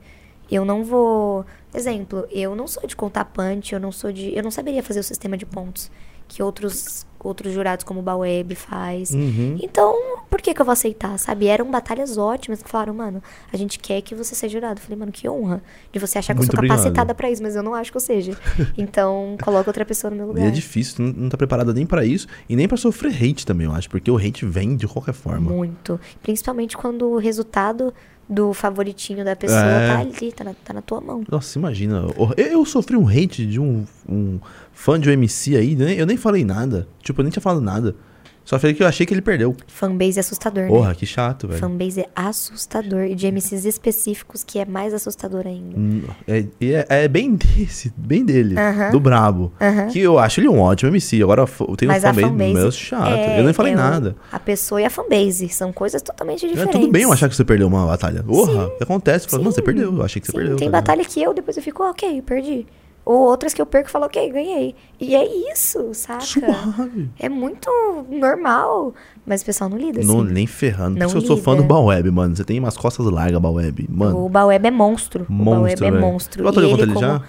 B: Eu não vou, exemplo, eu não sou de contar punch, eu não sou de, eu não saberia fazer o sistema de pontos que outros outros jurados como o Baweb faz.
A: Uhum.
B: Então, por que que eu vou aceitar, sabe? Eram batalhas ótimas que falaram, mano, a gente quer que você seja jurado. Eu falei, mano, que honra de você achar que
A: Muito
B: eu sou
A: obrigado.
B: capacitada pra isso, mas eu não acho que eu seja. Então, coloca outra pessoa no meu
A: e
B: lugar.
A: é difícil, tu não, não tá preparada nem pra isso e nem pra sofrer hate também, eu acho, porque o hate vem de qualquer forma.
B: Muito. Principalmente quando o resultado do favoritinho da pessoa
A: É.
B: tá ali, tá na, tá na tua mão.
A: Nossa, imagina. o- Eu, eu sofri um hate de um, um fã de um MC aí, né? eu nem falei nada. Tipo, eu nem tinha falado nada. Só falei que eu achei que ele perdeu.
B: Fanbase é assustador, né?
A: Porra, que chato, velho.
B: Fanbase é assustador. E de MCs específicos que é mais assustador ainda.
A: Hum, É, e é, é bem desse, bem dele,
B: Aham.
A: do Brabo.
B: Aham.
A: Que eu acho ele um ótimo MC. Agora fo- eu tenho
B: Mas
A: um
B: a
A: fanbase,
B: fanbase
A: meu chato.
B: é-
A: eu nem falei
B: é o-
A: nada.
B: A pessoa e a fanbase são coisas totalmente
A: É,
B: diferentes.
A: tudo bem eu achar que você perdeu uma batalha. Porra, o que acontece. Fala, mano, você perdeu. Eu achei que você
B: Sim,
A: perdeu.
B: Tem
A: tá ligado?
B: batalha que eu depois eu fico, ok, perdi. Ou outras que eu perco e falo, ok, ganhei. E é isso, saca?
A: Suave.
B: É muito normal. Mas o pessoal não lida
A: Não,
B: assim.
A: nem ferrando. Por
B: Não
A: isso eu sou fã do
B: liga.
A: Baweb, mano. Você tem umas costas largas, Baweb. Mano,
B: O Baweb é monstro. o Baweb
A: monstro,
B: é
A: velho.
B: monstro.
A: Já
B: E
A: batalhou
B: ele
A: contra ele
B: como...
A: já?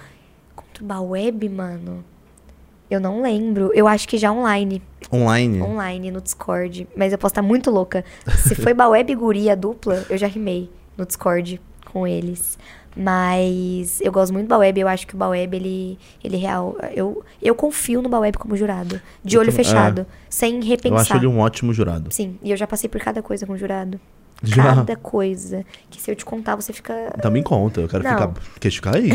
B: Contra o Baweb, mano. Eu não lembro. Eu acho que já online.
A: Online.
B: Online, no Discord. Mas eu posso estar muito louca. Se foi Baweb e Guria dupla, eu já rimei no Discord com eles. Mas eu gosto muito do Baweb. Eu acho que o Baweb, ele, ele é real. Eu, eu confio no Baweb como jurado. De
A: Eu
B: olho
A: também- É.
B: fechado. Sem repensar.
A: Eu acho ele um ótimo jurado.
B: Sim, e eu já passei por cada coisa com o jurado.
A: Já?
B: Cada coisa. Que se eu te contar, você fica.
A: Também conta. Eu quero
B: Não.
A: ficar queixo caído.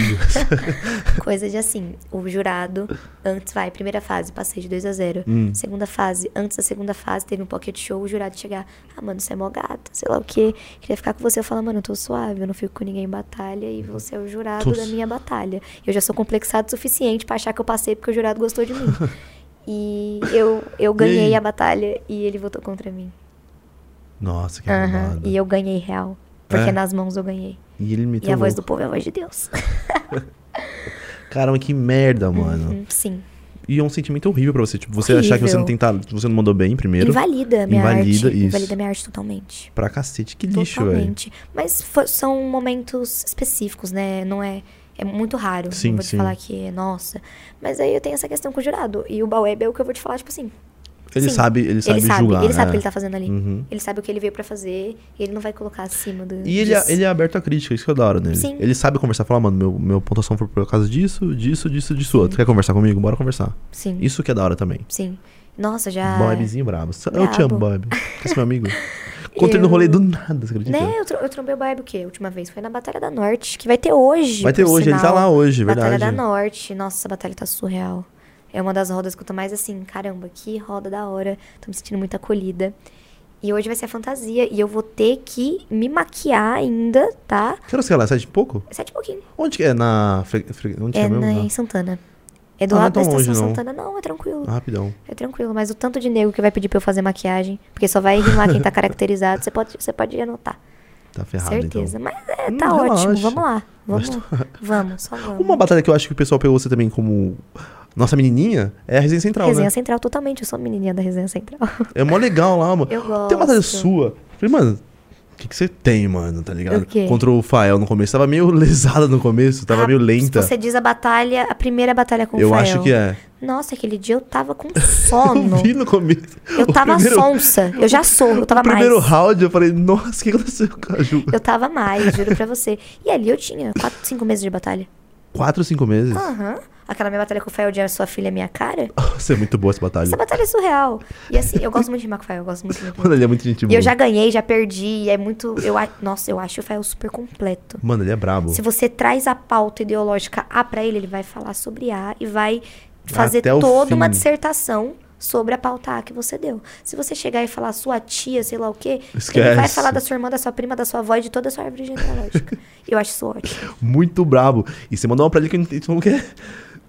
B: Coisa de assim, o jurado antes vai, primeira fase, passei de 2 a 0.
A: Hum.
B: Segunda fase, antes da segunda fase teve um pocket show, o jurado chegar, ah, mano, você é mó gata, sei lá o quê. Queria ficar com você, eu falo, mano, eu tô suave, eu não fico com ninguém em batalha e você é o jurado
A: Tô
B: da
A: su-
B: minha batalha. Eu já sou complexado o suficiente pra achar que eu passei porque o jurado gostou de mim. e eu, eu ganhei
A: aí?
B: a batalha e ele votou contra mim.
A: Nossa, que
B: Aham,
A: arrombado.
B: E eu ganhei real. Porque
A: É?
B: nas mãos eu ganhei.
A: E ele me
B: e a voz do povo é a voz de Deus.
A: Caramba, que merda, mano.
B: Hum, Sim.
A: E é um sentimento horrível pra você. Tipo, você achar que
B: Horrível.
A: você não tem talento, você não mandou bem primeiro.
B: Invalida a minha
A: Invalida,
B: arte.
A: isso.
B: Invalida a minha arte totalmente.
A: Pra cacete, que lixo, velho.
B: totalmente. Mas fo- são momentos específicos, né? Não é. É muito raro.
A: Sim,
B: não vou te
A: sim.
B: falar que é nossa. Mas aí eu tenho essa questão com o jurado. E o Baweb é o que eu vou te falar, tipo assim.
A: Ele
B: sim,
A: sabe, ele sabe
B: ele sabe,
A: julgar.
B: ele sabe o
A: é.
B: que ele tá fazendo ali.
A: Uhum.
B: Ele sabe o que ele veio pra fazer. E ele não vai colocar acima do.
A: E ele, é-
B: disso.
A: ele é aberto à crítica, isso que eu da hora nele.
B: Sim.
A: Ele sabe conversar, falar, mano, meu, meu pontuação foi por causa disso, disso, disso, disso outro. Quer conversar comigo? Bora conversar.
B: Sim.
A: Isso é que é da hora também.
B: Sim. Nossa, já. né?
A: Bobzinho brabo. Eu te
B: Ah, Brabo.
A: amo, Bob. Esse é meu amigo. Encontrei no
B: Eu-
A: rolê do nada, você acredita?
B: Né? Eu, tro eu trombei o Barb o quê? A última vez? Foi na Batalha da Norte, que vai ter hoje.
A: Vai ter
B: por
A: hoje, ele tá
B: sinal.
A: lá hoje,
B: Batalha
A: verdade.
B: da Norte. Nossa, essa batalha tá surreal. É uma das rodas que eu tô mais assim, caramba, que roda da hora. Tô me sentindo muito acolhida. E hoje vai ser a fantasia. E eu vou ter que me maquiar ainda, tá?
A: Quero sei lá, sete e pouco?
B: Sete e pouquinho.
A: Onde que é? Na. fre- fre- Onde que
B: É
A: é mesmo?
B: na,
A: Na-
B: em Santana. É
A: Ah,
B: do
A: não é
B: lado da
A: tão
B: Estação
A: longe, não.
B: Santana. Não, é tranquilo.
A: Ah, Rapidão.
B: É tranquilo. Mas o tanto de nego que vai pedir pra eu fazer maquiagem, porque só vai rimar quem tá caracterizado, você pode, você pode anotar.
A: Tá ferrado,
B: certeza. Mas é,
A: Hum,
B: tá
A: relaxa.
B: ótimo. Vamos lá. Vamos. Vamos, só
A: então.
B: vamos.
A: Uma batalha que eu acho que o pessoal pegou você também como nossa menininha é a Resenha Central,
B: Resenha
A: né?
B: Central, totalmente. Eu sou a menininha da Resenha Central.
A: É mó legal lá, mano.
B: Eu
A: Tem uma batalha
B: gosto.
A: sua. Eu Falei, mano, o que, que você tem, mano, tá ligado?
B: O quê?
A: Contra o Fael no começo. Tava meio lesada no começo, tava
B: Ah,
A: meio lenta.
B: Se você diz a batalha, a primeira batalha com
A: Eu
B: o Fael.
A: acho que é.
B: Nossa, aquele dia eu tava com sono.
A: Eu vi no começo.
B: Eu
A: O
B: tava
A: primeiro-
B: sonsa. Eu já sou, eu tava
A: no primeiro
B: mais.
A: round eu falei, nossa, o que aconteceu com a Ju?
B: Eu tava mais, juro pra você. E ali eu tinha 4, 5 meses de batalha.
A: Quatro, cinco meses?
B: Aham. Aquela minha batalha com o Fael de Sua Filha é Minha Cara.
A: Nossa, é muito boa essa batalha.
B: Essa batalha é surreal. E assim, eu gosto muito de rimar com o Fael, eu gosto muito de rimar.
A: Mano, ele é muito gente
B: E
A: boa.
B: eu já ganhei, já perdi. e É muito. Eu, a- nossa, eu acho o Fael super completo.
A: Mano, ele é brabo.
B: Se você traz a pauta ideológica A pra ele, ele vai falar sobre A e vai fazer
A: Até o
B: toda uma
A: fim.
B: dissertação sobre a pauta A que você deu. Se você chegar e falar sua tia, sei lá o quê, ele
A: Esquece.
B: vai falar da sua irmã, da sua prima, da sua avó e de toda a sua árvore genealógica. eu acho isso ótimo.
A: Muito brabo. E você mandou uma pra ele que eu não entendi como que é.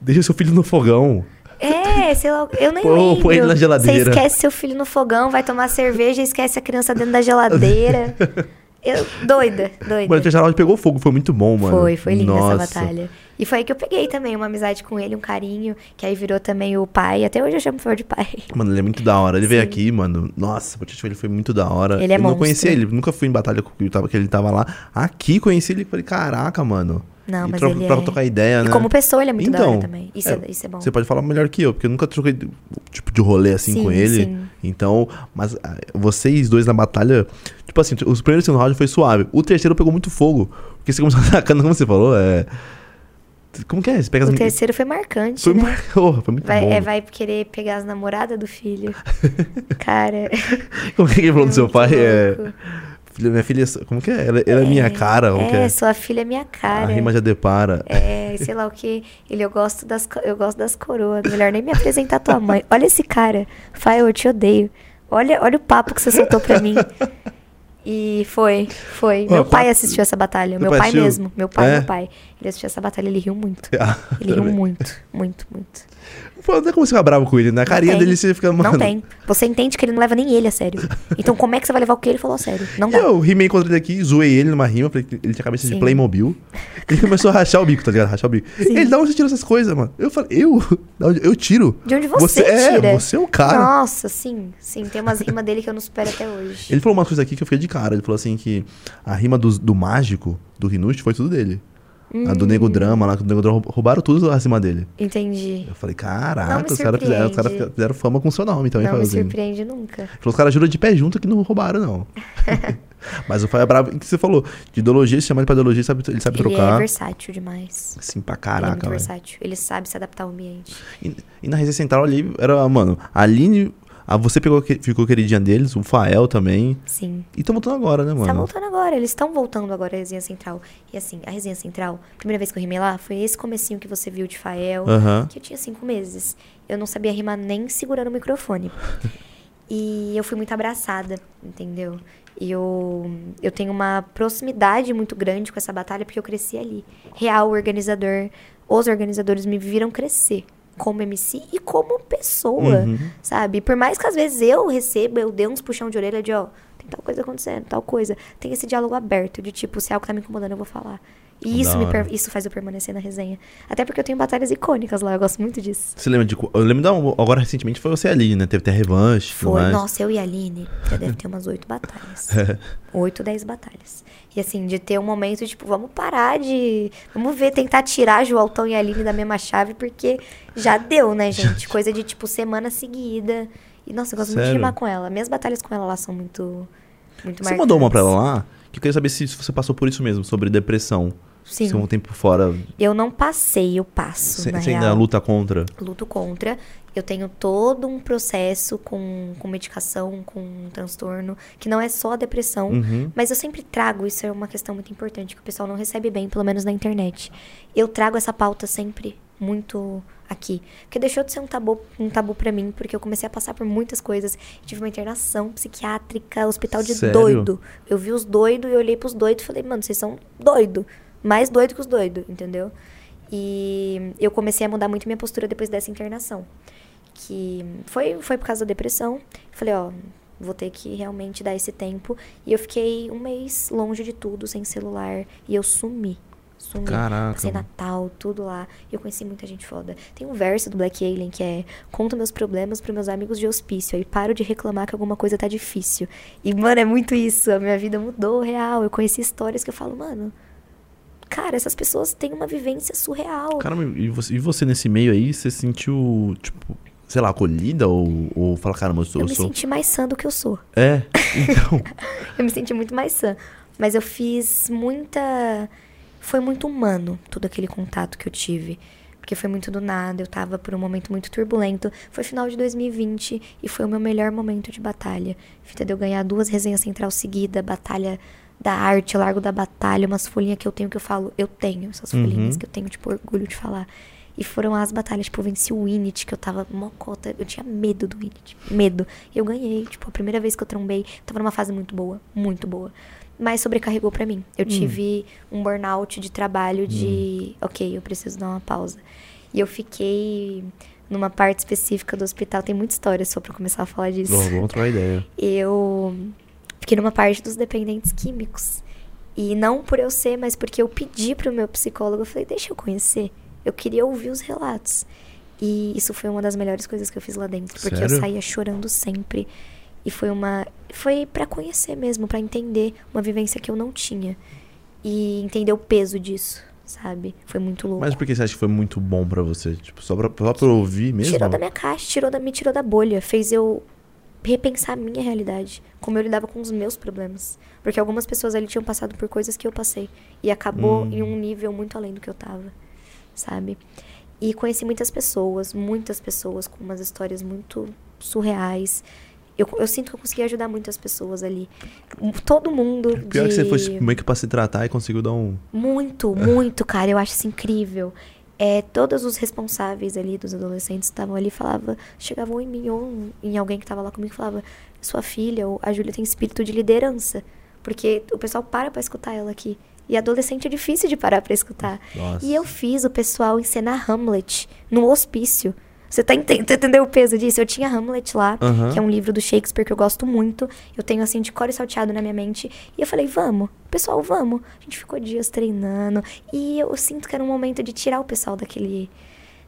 A: Deixa seu filho no fogão.
B: É, sei lá, eu nem
A: Pô,
B: lembro.
A: põe ele na geladeira.
B: Você esquece seu filho no fogão, vai tomar cerveja, esquece a criança dentro da geladeira. Eu, doida, doida.
A: Mano, o Geraldo pegou fogo, foi muito bom, mano.
B: Foi, foi linda
A: Nossa.
B: essa batalha. E foi aí que eu peguei também uma amizade com ele, um carinho, que aí virou também o pai. Até hoje eu chamo o Fer de pai.
A: Mano, ele é muito da hora. Ele veio
B: Sim.
A: aqui, mano. Nossa, vou te dizer, ele foi muito da hora.
B: Ele é
A: eu não
B: monstro.
A: conhecia ele, nunca fui em batalha com- que eu tava- que ele tava lá. Aqui conheci ele e falei, caraca, mano.
B: Não,
A: E
B: mas
A: tro-
B: ele
A: pra
B: é-
A: trocar ideia,
B: E
A: né?
B: como pessoa, ele é muito da
A: Então,
B: hora também. Isso é, isso é bom.
A: Você pode falar melhor que eu, porque eu nunca troquei tipo de rolê assim
B: Sim,
A: com ele.
B: sim.
A: Então, mas ah, vocês dois na batalha, tipo assim, os primeiros segundo round foi suave. O terceiro pegou muito fogo, porque você começou atacando, como você falou, é Como que é? Você pega as
B: O
A: mi-
B: terceiro foi marcante,
A: foi,
B: né?
A: mar- Oh, foi muito
B: Vai,
A: bom.
B: é, vai querer pegar as namoradas do filho. Cara.
A: Como que ele falou do seu
B: muito
A: pai? É,
B: louco.
A: filha- minha filha, como que é? Ela, ela é, minha cara, como que
B: é,
A: é?
B: sua filha é minha
A: A
B: cara.
A: rima já depara.
B: É, sei lá o que. Ele, eu gosto das, co- eu gosto das coroas. Melhor nem me apresentar à tua mãe. Olha esse cara. Fael, eu te odeio. Olha, olha o papo que você soltou pra mim. E foi, foi.
A: Ó,
B: Meu
A: pa-
B: pai assistiu essa batalha.
A: Teu
B: Meu
A: pai
B: pai
A: assistiu?
B: mesmo. Meu pai,
A: É?
B: meu pai. Ele assistiu essa batalha, ele riu muito.
A: Ah,
B: Ele riu
A: também.
B: muito, muito, muito.
A: Pô, não tem como você ficar bravo com ele, né? A carinha
B: tem.
A: dele você fica, mano.
B: Não tem. Você entende que ele não leva nem ele a sério. Então como é que você vai levar o que ele falou a sério? Não
A: E
B: dá.
A: eu rimei contra ele aqui, zoei ele numa rima, falei que ele tinha cabeça de
B: Sim.
A: Playmobil. Ele começou a rachar o bico, tá ligado? Rachar o bico. Ele, dá onde você tira essas coisas, mano? Eu falei, eu? Da onde- Eu tiro.
B: De onde você, tira?
A: É, você é o cara.
B: Nossa, sim, sim. Tem umas rimas dele que eu não supero até hoje.
A: Ele falou uma coisa aqui que eu fiquei de cara. Ele falou assim que a rima dos- do, mágico, do Rinush, foi tudo dele. A
B: Hum.
A: do Nego Drama lá, que o Nego Drama roub- roubaram tudo acima dele.
B: Entendi.
A: Eu falei,
B: Não me
A: caraca, os caras fizeram, os caras
B: surpreende.
A: fizeram fama com o seu nome também.
B: Não me
A: famosinho.
B: surpreende nunca.
A: Falou, os caras juram de pé junto que não roubaram, não. Mas o Faia é brabo. O que você falou? De ideologia, se chamar ele pra ideologia, ele sabe, ele sabe
B: Ele é
A: trocar.
B: versátil demais.
A: Assim, pra
B: ele é muito
A: caraca, velho.
B: versátil. Ele sabe se adaptar ao ambiente.
A: E, e na Rede Central ali era, mano, a Aline. A você pegou, que- ficou queridinha deles, o Fael também.
B: Sim.
A: E tão voltando agora, né,
B: Tá
A: mano?
B: voltando agora, eles estão voltando agora à resenha central. E assim, a resenha central, a primeira vez que eu rimei lá, foi esse comecinho que você viu de Fael,
A: Aham.
B: que eu tinha cinco meses. Eu não sabia rimar nem segurando o microfone. e eu fui muito abraçada, entendeu? E eu, eu tenho uma proximidade muito grande com essa batalha, porque eu cresci ali. Real, o organizador, os organizadores me viram crescer. Como MC e como pessoa, sabe? Por mais que às vezes eu receba, eu dê uns puxão de orelha de, ó, tem tal coisa acontecendo, tal coisa. Tem esse diálogo aberto de, tipo, se algo tá me incomodando, eu vou falar. E isso,
A: Da
B: me
A: hora.
B: per- isso faz eu permanecer na resenha. Até porque eu tenho batalhas icônicas lá, eu gosto muito disso.
A: Você lembra de. qu- Eu lembro da. Agora recentemente foi você e a Aline, né? Teve até revanche. tudo
B: Foi,
A: mais.
B: nossa, eu e a Aline, já deve ter umas oito batalhas. Oito, dez batalhas. E assim, de ter um momento, tipo, vamos parar de. Vamos ver, tentar tirar Joaltão e a Aline da mesma chave, porque já deu, né, gente? Coisa de, tipo, semana seguida. E, nossa, eu gosto muito de
A: Sério?
B: rimar com ela. Minhas batalhas com ela lá são muito. Muito
A: Você mandou uma pra
B: marcantes.
A: ela lá? Que eu queria saber se você passou por isso mesmo, sobre depressão.
B: Sim.
A: Se um tempo fora.
B: Eu não passei, eu passo,
A: Você
B: na
A: você ainda
B: real.
A: luta contra.
B: Luto contra. Eu tenho todo um processo com, com medicação, com um transtorno, que não é só a depressão.
A: Uhum.
B: Mas eu sempre trago, isso é uma questão muito importante, que o pessoal não recebe bem, pelo menos na internet. Eu trago essa pauta sempre muito aqui. Porque deixou de ser um tabu, um tabu para mim, porque eu comecei a passar por muitas coisas. Tive uma internação psiquiátrica, hospital de
A: Sério?
B: doido. Eu vi os doidos e olhei pros doidos e falei, mano, vocês são doido. Mais doido que os doidos, entendeu? E eu comecei a mudar muito minha postura depois dessa internação. Que foi, foi por causa da depressão. Falei, ó, vou ter que realmente dar esse tempo. E eu fiquei um mês longe de tudo, sem celular. E eu sumi. Sumi.
A: Caraca,
B: Passei
A: mano.
B: Natal, tudo lá. E eu conheci muita gente foda. Tem um verso do Black Alien que é: Conto meus problemas pros meus amigos de hospício. Aí paro de reclamar que alguma coisa tá difícil. E, mano, é muito isso. A minha vida mudou, real. Eu conheci histórias que eu falo, mano. Cara, essas pessoas têm uma vivência surreal.
A: Caramba, e você, e você nesse meio aí, você se sentiu, tipo, sei lá, acolhida ou, ou fala, caramba, eu sou.
B: eu
A: Eu
B: me
A: sou...
B: senti mais sã do que eu sou.
A: É, então.
B: Eu me senti muito mais sã. Mas eu fiz muita. Foi muito humano todo aquele contato que eu tive. Porque foi muito do nada, eu tava por um momento muito turbulento. Foi final de 2020 e foi o meu melhor momento de batalha. Fita de eu ganhar duas resenhas central seguida, batalha da arte, largo da batalha, umas folhinhas que eu tenho que eu falo, eu tenho essas folhinhas
A: Uhum.
B: que eu tenho, tipo, orgulho de falar. E foram as batalhas, tipo, eu venci o Init, que eu tava mocota, eu tinha medo do Init, medo. E eu ganhei, tipo, a primeira vez que eu trombei, eu tava numa fase muito boa, muito boa. Mas sobrecarregou pra mim. Eu tive um burnout de trabalho de, ok, eu preciso dar uma pausa. E eu fiquei numa parte específica do hospital, tem muita história só pra começar a falar disso.
A: Bom, vamos trocar ideia.
B: Eu fiquei numa parte dos dependentes químicos. E não por eu ser, mas porque eu pedi pro meu psicólogo, eu falei, deixa eu conhecer. Eu queria ouvir os relatos. E isso foi uma das melhores coisas que eu fiz lá dentro, porque eu
A: Sério?
B: saía chorando sempre. E foi uma foi pra conhecer mesmo, pra entender uma vivência que eu não tinha e entender o peso disso, sabe? Foi muito louco.
A: Mas por que você acha que foi muito bom pra você? Tipo, só pra, só pra eu ouvir mesmo?
B: Tirou da minha caixa, tirou da, me tirou da bolha, fez eu repensar a minha realidade, como eu lidava com os meus problemas. Porque algumas pessoas ali tinham passado por coisas que eu passei. E acabou
A: Hum.
B: em um nível muito além do que eu tava, sabe? E conheci muitas pessoas, muitas pessoas com umas histórias muito surreais. Eu, eu sinto que eu consegui ajudar muitas pessoas ali. Todo mundo.
A: Pior que você
B: de-
A: foi tipo, meio que pra se tratar e conseguiu dar um.
B: muito, muito, cara. Eu acho isso incrível. É, todos os responsáveis ali dos adolescentes estavam ali e falava, chegavam em mim ou um em alguém que estava lá comigo e falava, sua filha ou a Júlia tem espírito de liderança, porque o pessoal para pra escutar ela aqui. E adolescente é difícil de parar pra escutar.
A: Nossa.
B: E eu fiz o pessoal encenar Hamlet no hospício. Você tá enten- tá entendeu o peso disso? Eu tinha Hamlet lá,
A: Aham.
B: que é um livro do Shakespeare que eu gosto muito. Eu tenho assim de core salteado na minha mente. E eu falei, vamos, pessoal, vamos. A gente ficou dias treinando. E eu sinto que era um momento de tirar o pessoal daquele.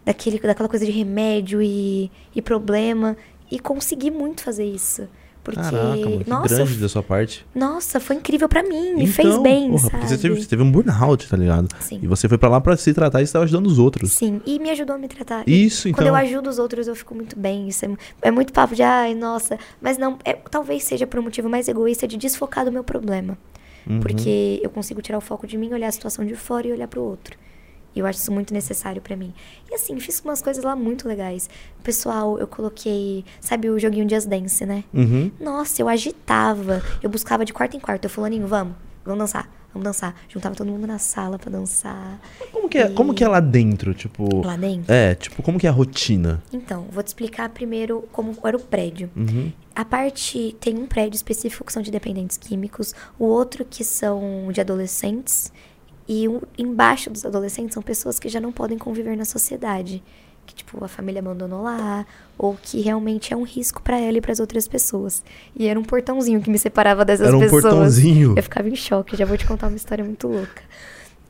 B: daquele daquela coisa de remédio e, e problema. E consegui muito fazer isso. Porque.
A: Caraca, mano, que
B: nossa,
A: grande
B: eu-
A: da sua parte.
B: nossa, foi incrível pra mim. Me
A: Então,
B: fez bem.
A: porra,
B: sabe?
A: Porque você teve, você teve um burnout, tá ligado?
B: Sim.
A: E você foi pra lá pra se tratar e você tava ajudando os outros.
B: Sim, e me ajudou a me tratar. E
A: Isso, então.
B: Quando eu ajudo os outros, eu fico muito bem. Isso é, mu- é muito papo de, ai, nossa. Mas não, é- talvez seja por um motivo mais egoísta de desfocar do meu problema.
A: Uhum.
B: Porque eu consigo tirar o foco de mim, olhar a situação de fora e olhar pro outro. E eu acho isso muito necessário pra mim. E assim, fiz umas coisas lá muito legais. Pessoal, eu coloquei. Sabe o joguinho Just Dance, né?
A: Uhum.
B: Nossa, eu agitava. Eu buscava de quarto em quarto. Eu, Fulaninho, vamos, vamos dançar, vamos dançar. Juntava todo mundo na sala pra dançar.
A: Como que, é, como que é lá dentro, tipo...
B: Lá dentro?
A: É, tipo, como que é a rotina?
B: Então, vou te explicar primeiro como era o prédio.
A: Uhum.
B: A parte. Tem um prédio específico que são de dependentes químicos, o outro que são de adolescentes, e o- embaixo dos adolescentes são pessoas que já não podem conviver na sociedade. Que, tipo, a família abandonou lá, ou que realmente é um risco pra ela e pras outras pessoas. E era um portãozinho que me separava dessas
A: Era um
B: pessoas.
A: portãozinho.
B: Eu ficava em choque, já vou te contar uma história muito louca.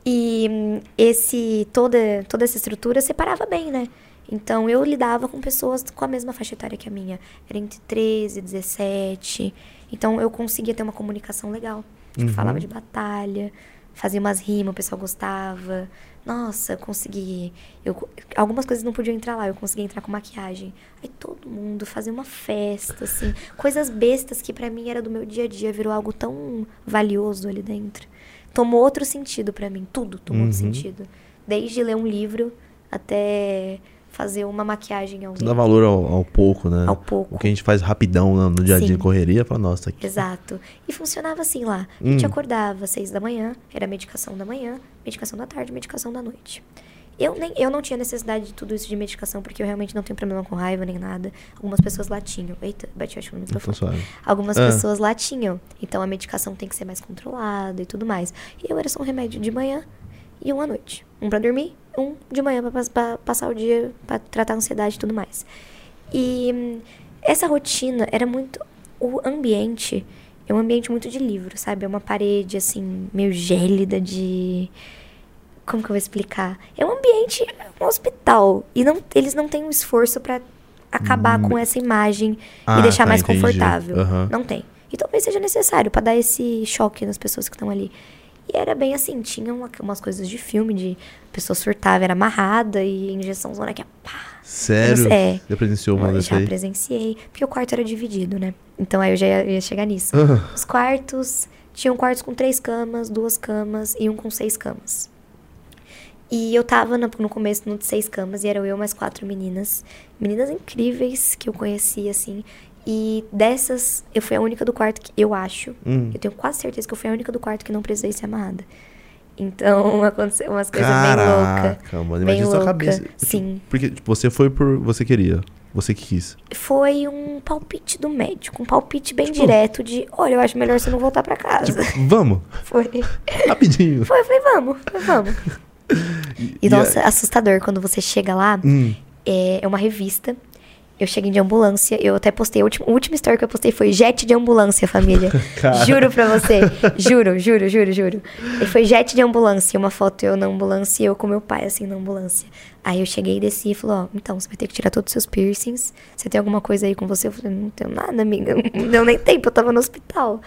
B: E hum, esse toda toda essa estrutura separava bem, né? Então eu lidava com pessoas com a mesma faixa etária que a minha, era entre 13 e 17. Então eu conseguia ter uma comunicação legal. Tipo, falava de batalha, fazia umas rimas, o pessoal gostava. Nossa, eu consegui. Eu, co- algumas coisas não podiam entrar lá, eu consegui entrar com maquiagem. Aí todo mundo fazia uma festa, assim. Coisas bestas que pra mim era do meu dia a dia, virou algo tão valioso ali dentro. Tomou outro sentido pra mim, tudo tomou outro sentido. Desde ler um livro até fazer uma maquiagem em
A: Você
B: alguém.
A: dá valor ao, ao pouco, né?
B: Ao pouco.
A: O que a gente faz rapidão né, no dia a dia
B: Sim.
A: em correria, fala, nossa, aqui.
B: Exato. E funcionava assim lá. A gente
A: Hum.
B: acordava às seis da manhã, era medicação da manhã, medicação da tarde, medicação da noite. Eu, nem, eu não tinha necessidade de tudo isso de medicação, porque eu realmente não tenho problema com raiva nem nada. Algumas pessoas lá tinham. Eita, bati acho que no
A: Então,
B: microfone.
A: suave.
B: Algumas
A: Ah.
B: pessoas lá tinham. Então a medicação tem que ser mais controlada e tudo mais. E eu era só um remédio de manhã e um à noite. Um pra dormir, um de manhã pra, pas- pra passar o dia, pra tratar a ansiedade e tudo mais. E hum, essa rotina era muito. O ambiente é um ambiente muito de livro, sabe? É uma parede, assim, meio gélida de. Como que eu vou explicar? É um ambiente, é um hospital. E não, eles não têm um esforço pra acabar com essa imagem
A: Hum. Ah,
B: e deixar
A: tá,
B: mais
A: entendi.
B: confortável.
A: Aham.
B: Não tem. E talvez seja necessário pra dar esse choque nas pessoas que estão ali. E era bem assim, tinha uma- umas coisas de filme, de pessoa surtava, era amarrada e injeção zona que é pá.
A: Sério?
B: É.
A: Você presenciou uma dessa
B: já
A: aí?
B: presenciei. Porque o quarto era dividido, né? Então aí eu já ia, ia chegar nisso.
A: Ah,
B: Os quartos. Tinham quartos com três camas, duas camas e um com seis camas. E eu tava na- no começo no de seis camas e eram eu mais quatro meninas. Meninas incríveis que eu conheci, assim. E dessas, eu fui a única do quarto que eu acho.
A: hum.
B: Eu tenho quase certeza que eu fui a única do quarto que não precisei ser amarrada. Então aconteceu umas coisas bem loucas.
A: Caraca, mano,
B: bem
A: imagina sua
B: louca,
A: cabeça.
B: sim.
A: Tipo, Porque tipo, você foi por. Você queria. Você que quis.
B: Foi um palpite do médico, um palpite bem
A: Tipo-
B: direto de, olha, eu acho melhor você não voltar pra casa.
A: Tipo, vamos!
B: Foi.
A: Rapidinho.
B: Foi, eu falei, vamos, vamos. E
A: a-
B: nossa, assustador quando você chega lá,
A: Hum.
B: é é uma revista. Eu cheguei de ambulância, eu até postei, o último, o último story que eu postei foi jet de ambulância, família.
A: Cara.
B: Juro pra você. Juro, juro, juro, juro. E foi jet de ambulância, uma foto eu na ambulância e eu com meu pai, assim, na ambulância. Aí eu cheguei e desci e falou, ó, então, você vai ter que tirar todos os seus piercings. Você tem alguma coisa aí com você? Eu falei, não tenho nada, amiga. Não deu nem tempo, eu tava no hospital.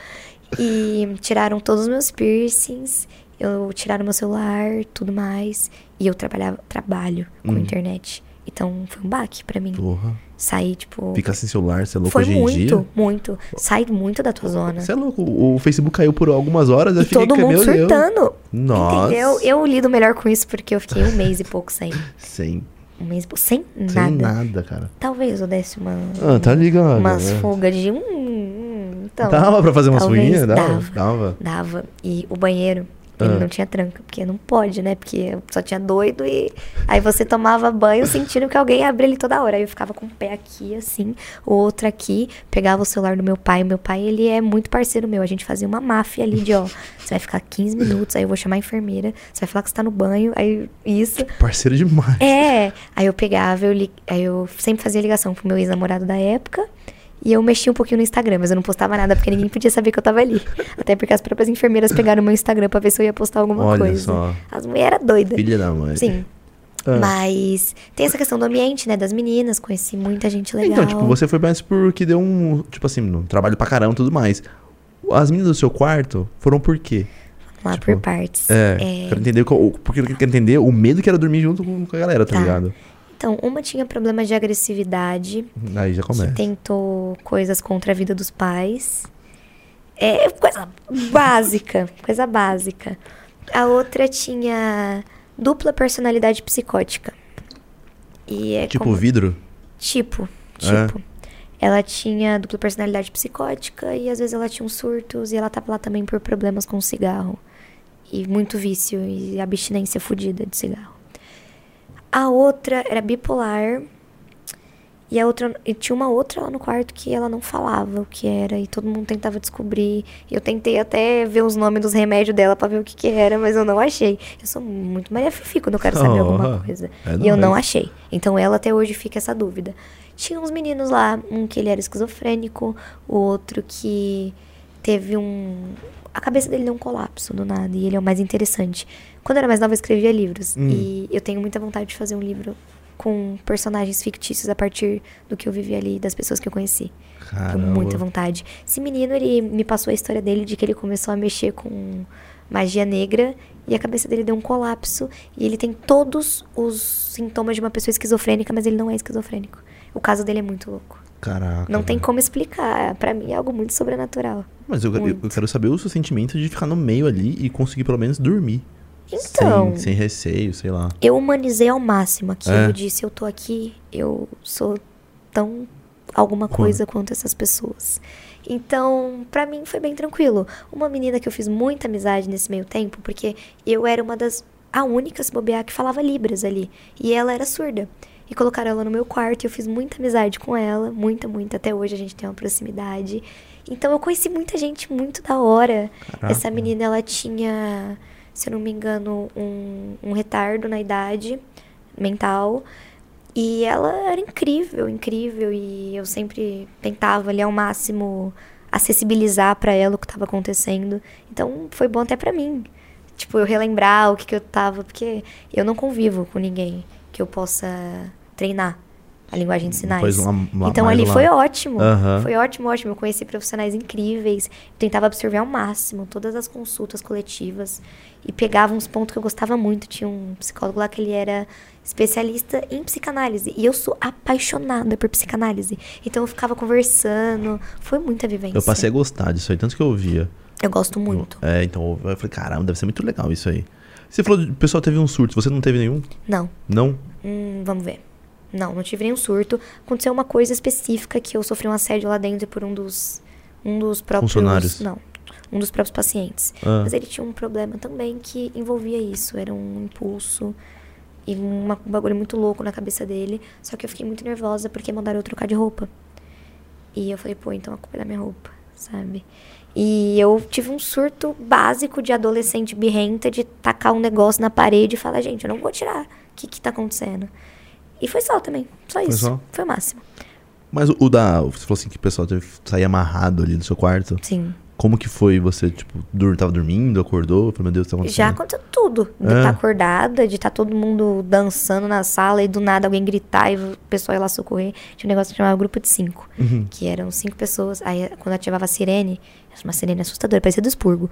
B: E tiraram todos os meus piercings, eu tiraram meu celular, tudo mais. E eu trabalhava, trabalho com
A: Uhum.
B: internet. Então foi um baque pra mim.
A: Porra.
B: Sair, tipo.
A: Ficar sem celular, você é louco
B: foi
A: hoje em
B: muito,
A: dia.
B: muito. Sai muito da tua zona.
A: Você é louco. O o Facebook caiu por algumas horas, eu
B: E
A: fiquei
B: todo mundo
A: meu Deus.
B: surtando.
A: Nossa.
B: Entendeu? Eu lido melhor com isso porque eu fiquei um mês e pouco sem.
A: Sem,
B: Um mês e pouco. Sem nada.
A: sem nada, cara.
B: Talvez eu desse uma.
A: Ah, tá ligado.
B: umas
A: né?
B: fugas de. Hum, hum, então.
A: dava pra fazer umas
B: talvez
A: ruinhas? Dava.
B: dava.
A: Dava.
B: Dava. E o banheiro, ele
A: Ah.
B: não tinha tranca, porque não pode, né? Porque só tinha doido e aí você tomava banho sentindo que alguém abria ele toda hora. Aí eu ficava com o pé aqui, assim, o outro aqui, pegava o celular do meu pai. O meu pai, ele é muito parceiro meu. A gente fazia uma máfia ali de, ó, você vai ficar 15 minutos, aí eu vou chamar a enfermeira, você vai falar que você tá no banho, aí isso.
A: Parceiro demais.
B: É. Aí eu pegava, eu li... aí eu sempre fazia ligação pro meu ex-namorado da época. E eu mexia um pouquinho no Instagram, mas eu não postava nada, porque ninguém podia saber que eu tava ali. Até porque as próprias enfermeiras pegaram meu Instagram pra ver se eu ia postar alguma
A: Olha
B: É coisa.
A: só.
B: As mulheres eram doidas.
A: Filha da mãe.
B: Sim.
A: Ah.
B: Mas tem essa questão do ambiente, né? Das meninas, conheci muita gente legal.
A: Então, tipo, você foi mais porque deu um, tipo assim, um trabalho pra caramba e tudo mais. As meninas do seu quarto foram por quê?
B: Lá
A: tipo,
B: por partes.
A: É, quero entender qual- o- porque eu quero entender o medo que era dormir junto com com a galera, tá,
B: Tá.
A: ligado?
B: Então, uma tinha problema de agressividade.
A: Aí já começa.
B: que tentou coisas contra a vida dos pais. É coisa básica, coisa básica. A outra tinha dupla personalidade psicótica. E é
A: Tipo
B: como-
A: vidro?
B: tipo,
A: É.
B: tipo. Ela tinha dupla personalidade psicótica e às vezes ela tinha uns surtos e ela tava lá também por problemas com cigarro. E muito vício e abstinência fodida de cigarro. A outra era bipolar. E a outra, e tinha uma outra lá no quarto que ela não falava o que era e todo mundo tentava descobrir. Eu tentei até ver os nomes dos remédios dela pra ver o que que era, mas eu não achei. Eu sou muito Maria Fifi quando eu quero saber alguma
A: Oh,
B: coisa.
A: é
B: e eu não
A: nóis.
B: achei. Então ela até hoje fica essa dúvida. Tinha uns meninos lá, um que ele era esquizofrênico, o outro que teve um. A cabeça dele deu um colapso do nada, e ele é o mais interessante. Quando eu era mais nova, eu escrevia livros.
A: Hum.
B: E eu tenho muita vontade de fazer um livro com personagens fictícios a partir do que eu vivi ali, das pessoas que eu conheci. Tenho
A: Caramba.
B: muita vontade. Esse menino, ele me passou a história dele de que ele começou a mexer com magia negra e a cabeça dele deu um colapso e ele tem todos os sintomas de uma pessoa esquizofrênica, mas ele não é esquizofrênico. O caso dele é muito louco.
A: Caraca.
B: Não tem
A: velho.
B: como explicar. Pra mim é algo muito sobrenatural.
A: Mas eu, eu- eu
B: Muito.
A: quero saber o seu sentimento de ficar no meio ali e conseguir pelo menos dormir.
B: Então,
A: Sem, sem receio, sei lá.
B: eu humanizei ao máximo aqui.
A: É.
B: Eu disse, eu tô aqui, eu sou tão alguma coisa quanto essas pessoas. Então, pra mim foi bem tranquilo. Uma menina que eu fiz muita amizade nesse meio tempo, porque eu era uma das a única se bobear que falava libras ali, e ela era surda. E colocaram ela no meu quarto e eu fiz muita amizade com ela, muita, muita. Até hoje a gente tem uma proximidade. Então eu conheci muita gente muito da hora.
A: Caraca.
B: Essa menina ela tinha se eu não me engano, um, um retardo na idade mental. E ela era incrível, incrível. E eu sempre tentava ali ao máximo acessibilizar pra ela o que tava acontecendo. Então foi bom até pra mim. Tipo, eu relembrar o que, que eu tava, porque eu não convivo com ninguém que eu possa treinar a linguagem de sinais.
A: Pois uma- uma-
B: então
A: mais
B: ali
A: uma-
B: foi ótimo.
A: Aham.
B: Foi ótimo, ótimo. Eu conheci profissionais incríveis. Tentava absorver ao máximo todas as consultas coletivas. E pegava uns pontos que eu gostava muito. Tinha um psicólogo lá que ele era especialista em psicanálise. E eu sou apaixonada por psicanálise. Então eu ficava conversando. Foi muita vivência.
A: Eu passei a gostar disso aí, tanto que eu ouvia.
B: Eu gosto muito.
A: É, então eu falei, caramba, deve ser muito legal isso aí. Você falou, que o pessoal teve um surto, você não teve nenhum?
B: Não.
A: Não?
B: Hum, vamos ver. Não, não tive nenhum surto. Aconteceu uma coisa específica que eu sofri um assédio lá dentro por um dos um dos próprios
A: Funcionários.
B: não, um dos próprios pacientes.
A: Ah.
B: Mas ele tinha um problema também que envolvia isso, era um impulso e uma- um bagulho muito louco na cabeça dele. Só que eu fiquei muito nervosa porque mandaram eu trocar de roupa. E eu falei, pô, então a culpa é da minha roupa, sabe? E eu tive um surto básico de adolescente birrenta de tacar um negócio na parede e falar, gente, eu não vou tirar. O que que tá acontecendo? E foi só também, só isso.
A: só?
B: Foi o máximo.
A: Mas o, o da. Você falou assim que o pessoal teve que sair amarrado ali do seu quarto.
B: Sim.
A: Como que foi? Você, tipo, dur, tava dormindo, acordou? Falei, meu Deus, tá acontecendo?
B: Já aconteceu tudo. De
A: É.
B: estar acordada, de estar todo mundo dançando na sala e do nada alguém gritar e o pessoal ir lá socorrer. Tinha um negócio que chamava grupo de cinco.
A: Uhum.
B: Que eram cinco pessoas. Aí quando ativava a sirene, era uma sirene assustadora, parecia do expurgo.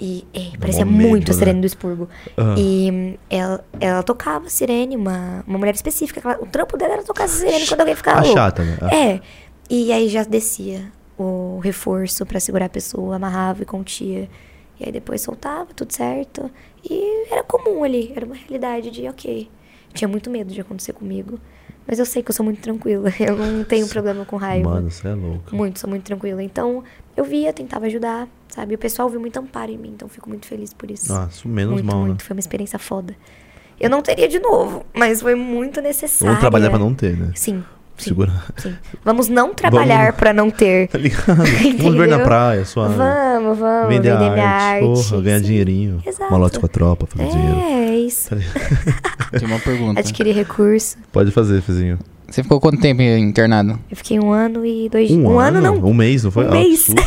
B: E é, parecia
A: mó medo,
B: muito a
A: né?
B: sirene do expurgo.
A: Ah.
B: E hum, ela, ela tocava a sirene, uma, uma mulher específica. que ela- o trampo dela era tocar a sirene quando alguém ficava
A: A
B: louco.
A: chata, né? A-
B: É. E aí já descia o reforço pra segurar a pessoa, amarrava e contia. E aí depois soltava, tudo certo. E era comum ali, era uma realidade de ok. Tinha muito medo de acontecer comigo. Mas eu sei que eu sou muito tranquila. Eu não tenho problema com raiva.
A: Mano, você é louco.
B: Muito, sou muito tranquila. Então, eu via, tentava ajudar, sabe? O pessoal viu muito amparo em mim, então fico muito feliz por isso.
A: Nossa, menos
B: muito,
A: mal, né?
B: muito. Foi uma experiência foda. Eu não teria de novo, mas foi muito necessário.
A: Vamos trabalhar pra não ter, né?
B: Sim. sim.
A: Segura.
B: Sim. Vamos não trabalhar pra não ter.
A: Tá ligado? Vamos
B: Entendeu?
A: viver na praia, suave.
B: Vamos, vamos.
A: Vender, a arte, porra,
B: arte,
A: ganhar
B: sim.
A: dinheirinho.
B: Exato.
A: Malote com a tropa, fazer dinheiro.
B: É, isso.
C: Tem uma pergunta.
B: Adquirir recurso.
A: Pode fazer, Fezinho.
C: Você ficou quanto tempo internado?
B: Eu fiquei um ano e dois dias. Um, ano, não.
A: Um mês, não foi?
B: Um
A: Ah,
B: mês.
A: absurdo.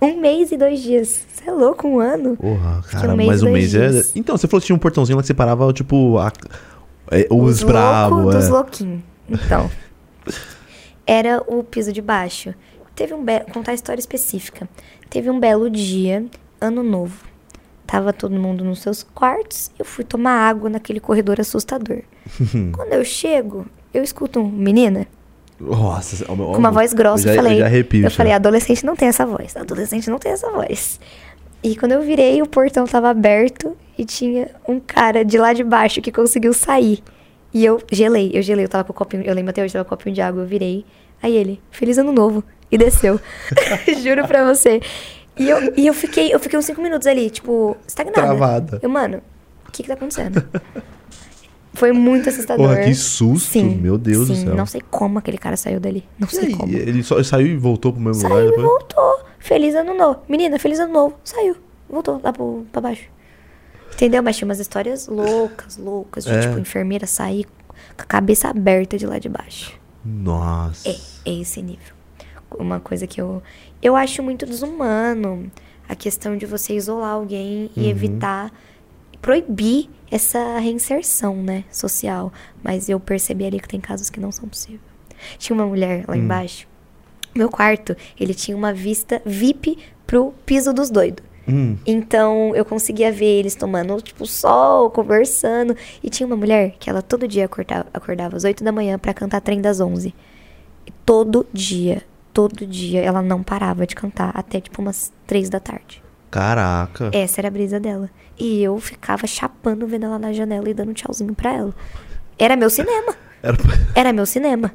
B: Um mês e dois dias. Você é louco, um ano?
A: Porra, cara,
B: um mês,
A: mais um mês.
B: dois
A: é-
B: dias.
A: Então, você falou que tinha um portãozinho lá que separava, tipo, a- é,
B: Os
A: os
B: louco
A: bravos.
B: dos
A: é.
B: louquinhos. Então. Era o piso de baixo. Teve um be... contar a história específica. Teve um belo dia, ano novo. Tava todo mundo nos seus quartos. Eu fui tomar água naquele corredor assustador. Quando eu chego, eu escuto um menina
A: Nossa, com
B: com uma voz grossa.
A: já,
B: eu falei,
A: já arrepio.
B: eu
A: já.
B: falei, ah, adolescente não tem essa voz. Adolescente não tem essa voz. E quando eu virei, o portão tava aberto e tinha um cara de lá de baixo que conseguiu sair. E eu gelei, eu gelei, eu tava com o copinho, eu lembro até hoje, tava com o copinho de água, eu virei. Aí ele, feliz ano novo, e desceu. Juro pra você. E eu, e eu fiquei, eu fiquei uns cinco minutos ali, tipo, estagnada.
A: Travada.
B: Eu, mano, o que que tá acontecendo? Foi muito assustador.
A: Porra, que susto,
B: Sim,
A: meu Deus do
B: sim.
A: céu.
B: Não sei como aquele cara saiu dali. Não
A: E
B: sei
A: aí,
B: como.
A: ele só, saiu e voltou pro mesmo lugar né?
B: Saiu e
A: depois?
B: voltou. Feliz ano novo. Menina, feliz ano novo. Saiu. Voltou lá pro, pra baixo. Entendeu? Mas tinha umas histórias loucas, loucas. De,
A: É.
B: Tipo, enfermeira sair com a cabeça aberta de lá de baixo.
A: Nossa.
B: É, é esse nível. Uma coisa que eu... Eu acho muito desumano a questão de você isolar alguém e evitar... Proibir essa reinserção, né? Social. Mas eu percebi ali que tem casos que não são possíveis. Tinha uma mulher lá embaixo meu quarto, ele tinha uma vista VIP pro piso dos doidos.
A: Hum.
B: Então eu conseguia ver eles tomando, tipo, sol, conversando. E tinha uma mulher que ela todo dia acordava, acordava às 8 da manhã pra cantar trem das 11. E todo dia, todo dia ela não parava de cantar até tipo umas 3 da tarde.
A: Caraca.
B: Essa era a brisa dela. E eu ficava chapando vendo ela na janela e dando um tchauzinho pra ela. Era meu cinema.
A: Era pra
B: Era meu cinema.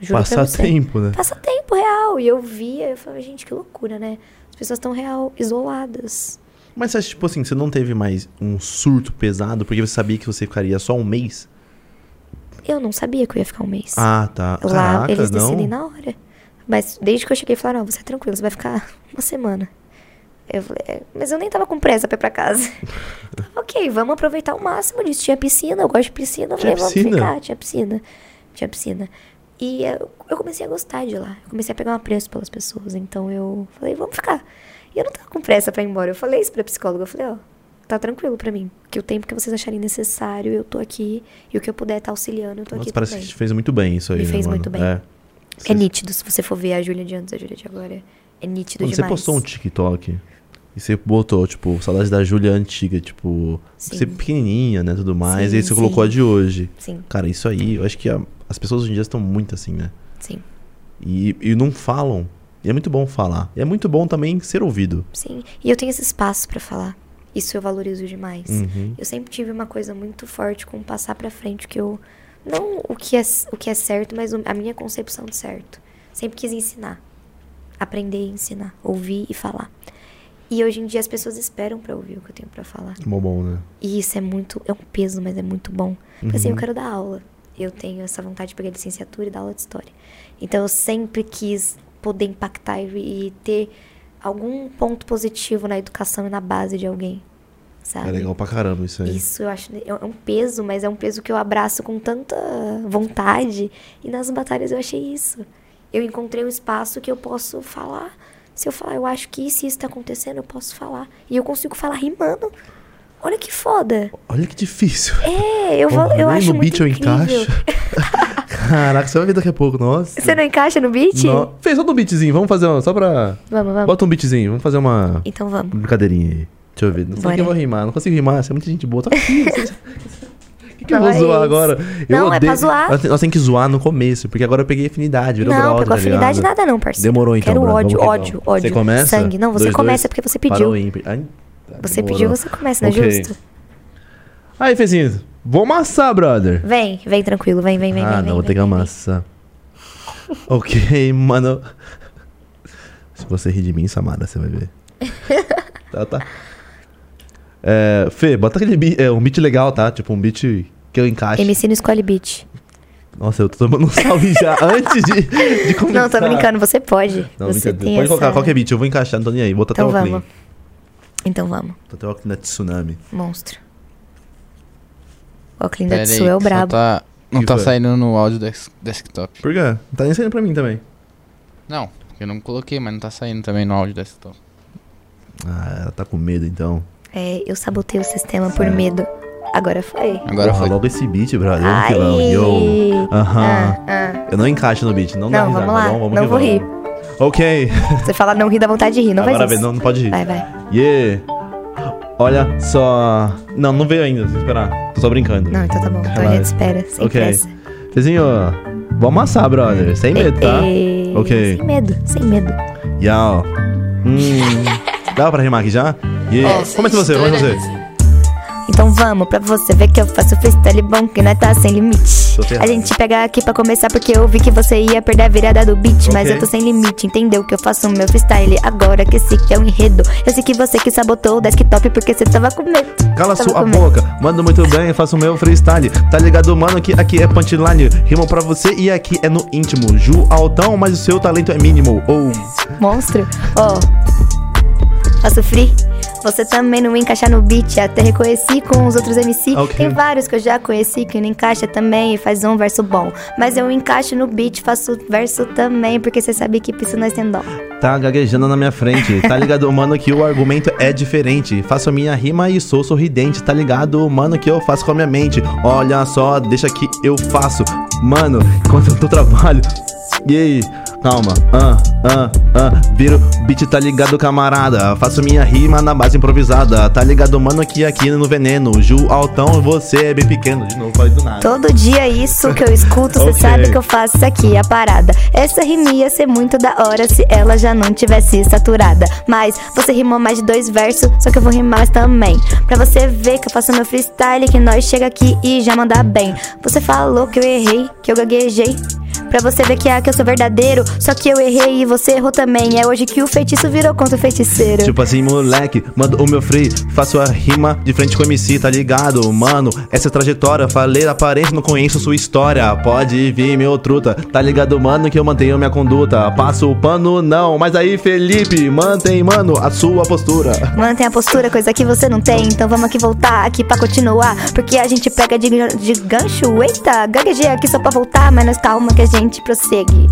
B: Juro pra
A: passar
B: você Tá.
A: tempo, né?
B: passatempo real. E eu via, eu falava, gente, que loucura, né? As pessoas estão real, isoladas.
A: Mas você acha, tipo assim, você não teve mais um surto pesado porque você sabia que você ficaria só um mês?
B: Eu não sabia que eu ia ficar um mês.
A: Ah, tá.
B: Lá
A: Caraca,
B: eles
A: não.
B: decidem na hora. Mas desde que eu cheguei, falaram, não, você é tranquilo, você vai ficar uma semana. Eu falei, "É, mas eu nem tava com pressa pra ir pra casa. ok, vamos aproveitar o máximo disso. Tinha piscina, eu gosto de piscina. Eu
A: Tinha
B: falei, vamos
A: piscina?
B: ficar. Tinha piscina. Tinha piscina. E eu, eu comecei a gostar de lá. Eu comecei a pegar um apreço pelas pessoas. Então eu falei, vamos ficar. E eu não tava com pressa pra ir embora. Eu falei isso pra psicóloga. Eu falei, ó, tá tranquilo pra mim. Que o tempo que vocês acharem necessário, eu tô aqui. E o que eu puder tá auxiliando, eu tô
A: Nossa,
B: aqui
A: parece
B: também.
A: que te fez muito bem isso aí,
B: Me
A: né,
B: fez
A: mano?
B: muito bem.
A: É.
B: É
A: Você-
B: nítido, se você for ver a Júlia de antes e a Júlia de agora. É nítido
A: Quando
B: demais.
A: você postou um TikTok e você botou, tipo, saudade da Júlia antiga, tipo,
B: Sim.
A: você pequenininha, né, tudo mais,
B: Sim,
A: e aí você
B: sim.
A: colocou a de hoje.
B: Sim,
A: Cara, isso aí, eu acho que a- as pessoas hoje em dia estão muito assim, né?
B: sim,
A: E, e não falam. E é muito bom falar. E é muito bom também ser ouvido.
B: sim. E eu tenho esse espaço pra falar. Isso eu valorizo demais.
A: Uhum.
B: Eu sempre tive uma coisa muito forte com passar pra frente o que eu não o que é o que é certo, mas o- a minha concepção de certo. Sempre quis ensinar, aprender e ensinar, ouvir e falar. E hoje em dia as pessoas esperam pra ouvir o que eu tenho pra falar.
A: Bom, bom, né?
B: E isso é muito, é um peso, mas é muito bom. Porque assim, eu
A: Uhum.
B: quero dar aula. Eu tenho essa vontade de pegar licenciatura e dar aula de história. Então eu sempre quis poder impactar e, e ter algum ponto positivo na educação e na base de alguém. Sabe?
A: É legal pra caramba isso aí.
B: Isso eu acho é é um peso, mas é um peso que eu abraço com tanta vontade. E nas batalhas eu achei isso. Eu encontrei um espaço que eu posso falar. Se eu falar, eu acho que isso e isso tá acontecendo, eu posso falar. E eu consigo falar rimando. Olha que foda.
A: Olha que difícil.
B: É, eu, vou,
A: Porra,
B: eu
A: nem
B: acho
A: no
B: muito
A: beat eu
B: incrível.
A: encaixo. Caraca, você vai ver daqui a pouco, nossa.
B: Você não encaixa no beat?
A: No- Fez só um beatzinho, vamos fazer uma, só pra...
B: Vamos, vamos.
A: Bota um beatzinho, vamos fazer uma
B: Então vamos.
A: brincadeirinha aí. Deixa eu ver, não sei o
B: Bora.
A: que eu vou rimar, não consigo rimar, você é muita gente boa. Tá aqui, O que, que eu
B: Não
A: vou
B: é
A: zoar
B: isso.
A: agora? Eu
B: Não, é pra zoar.
A: Nós, te- nós temos que zoar no começo, porque agora eu peguei afinidade, virou
B: não,
A: brother,
B: pegou
A: tá
B: afinidade
A: ligado?
B: nada não, parceiro.
A: Demorou então,
B: Quero
A: Brad,
B: ódio,
A: vamos que
B: ódio,
A: vamos.
B: ódio.
A: Você começa?
B: Sangue. Não, você
A: Dois, dois.
B: começa porque você
A: Para o
B: pediu.
A: ímpar. Ai, tá,
B: Você
A: demorou.
B: pediu, você começa, não é
A: Ok.
B: justo?
A: Aí, Fezinho, vou amassar, brother.
B: Vem, vem tranquilo, vem, vem, vem.
A: ah,
B: vem,
A: não,
B: vem,
A: vou
B: vem,
A: ter que
B: vem,
A: amassar. ok, mano. Se você rir de mim, Samara, você vai ver. tá, tá. É, Fê, bota aquele beat, é, um beat legal, tá? Tipo, um beat que eu encaixo.
B: vem. MC não escolhe beat.
A: Nossa, eu tô tomando um salve já antes de, de começar.
B: Não, tô brincando, você pode.
A: Não,
B: você
A: brincadeira.
B: tem
A: Pode colocar
B: essa-
A: qualquer beat, eu vou encaixar, não tô nem aí. Vou até
B: Então
A: o
B: vamos.
A: clean.
B: Então vamos,
A: Tô até o clean da Tsunami.
B: monstro. O Clean da
C: Pera aí,
B: Tsu é o
C: só
B: brabo.
C: tá- não
A: Que
C: tá
A: foi?
C: saindo no áudio des- desktop.
A: Por quê? Não tá nem saindo pra mim também.
C: Não, eu não coloquei, mas não tá saindo também no áudio desktop.
A: Ah, ela tá com medo então.
B: É, eu sabotei o sistema
A: É.
B: por medo. Agora foi.
C: Agora
A: Porra,
C: foi.
A: logo esse beat, brother. Vamos que
B: Ai.
A: vamos. Yo. Aham.
B: Ah, ah.
A: Eu não encaixo no beat, não, dá
B: Não,
A: risada,
B: vamos lá.
A: tá bom? Vamos
B: Não
A: que
B: vou
A: vamos.
B: rir.
A: Ok.
B: Você fala não ri, dá vontade de rir, não
A: Agora
B: faz
A: vem,
B: isso.
A: não, não pode rir.
B: Vai, vai.
A: Yeah. Olha só. Não, não veio ainda, tem que esperar. Tô só brincando.
B: Não, então tá bom. Então a
A: Relaxa.
B: gente espera, sem
A: Ok.
B: pressa.
A: Fezinho, vamos amassar, brother. Sem medo, tá?
B: Ei,
A: Ok.
B: É, Sem medo, sem medo.
A: Yao. Hum. Dá pra rimar aqui já? Yeah. Começa é você, começa você.
B: Então vamos pra você ver que eu faço freestyle bom que nós tá sem limite.
A: Tô ferrado.
B: A gente pega aqui pra começar porque eu vi que você ia perder a virada do beat. Mas
A: Ok.
B: eu tô sem limite, entendeu que eu faço meu freestyle agora que esse que é o enredo. Eu sei que você que sabotou o desktop porque você tava com medo.
A: Cala
B: Tava
A: sua
B: com medo.
A: boca, mando muito bem, faço meu freestyle. Tá ligado, mano, que aqui é punchline. Rimo pra você e aqui é no íntimo. Ju altão, mas o seu talento é mínimo. Ou.
B: Monstro, ó. Faço free. Você também não encaixa no beat, até reconheci com os outros MC.
A: Ok.
B: Tem vários que eu já conheci que não encaixa também e faz um verso bom. Mas eu encaixo no beat, faço verso também, porque você sabe que isso nós tem dó.
A: Tá gaguejando na minha frente. Tá ligado, mano, que o argumento é diferente. Faço a minha rima e sou sorridente. Tá ligado, mano, que eu faço com a minha mente. Olha só, deixa que eu faço. Mano, enquanto eu tô trabalho. E aí? Calma, ah, ah, ah, viro beat, tá ligado, camarada? Faço minha rima na base improvisada. Tá ligado, mano, que aqui no veneno. Ju altão, você é bem pequeno. De novo, falei do nada.
B: Todo dia é isso que eu escuto, cê
A: Ok.
B: sabe que eu faço isso aqui, a parada. Essa rima ia ser muito da hora se ela já não tivesse saturada. Mas você rimou mais de dois versos, só que eu vou rimar mais também. Pra você ver que eu faço meu freestyle, que nós chega aqui e já mandar bem. Você falou que eu errei, que eu gaguejei. Pra você ver que, ah, que eu sou verdadeiro. Só que eu errei e você errou também. É hoje que o feitiço virou contra o feiticeiro.
A: Tipo assim, moleque, manda o meu free, faço a rima de frente com o MC, tá ligado? Mano, essa é a trajetória, falei da aparência, não conheço sua história. Pode vir, meu truta, tá ligado, mano, que eu mantenho minha conduta. Passo o pano, não, mas aí, Felipe, mantém, mano, a sua postura.
B: Mantém a postura, coisa que você não tem. Então vamos aqui voltar aqui pra continuar. Porque a gente pega de, gan- de gancho. Eita, gaguejei aqui só pra voltar, mas nós calma que a gente prossegue.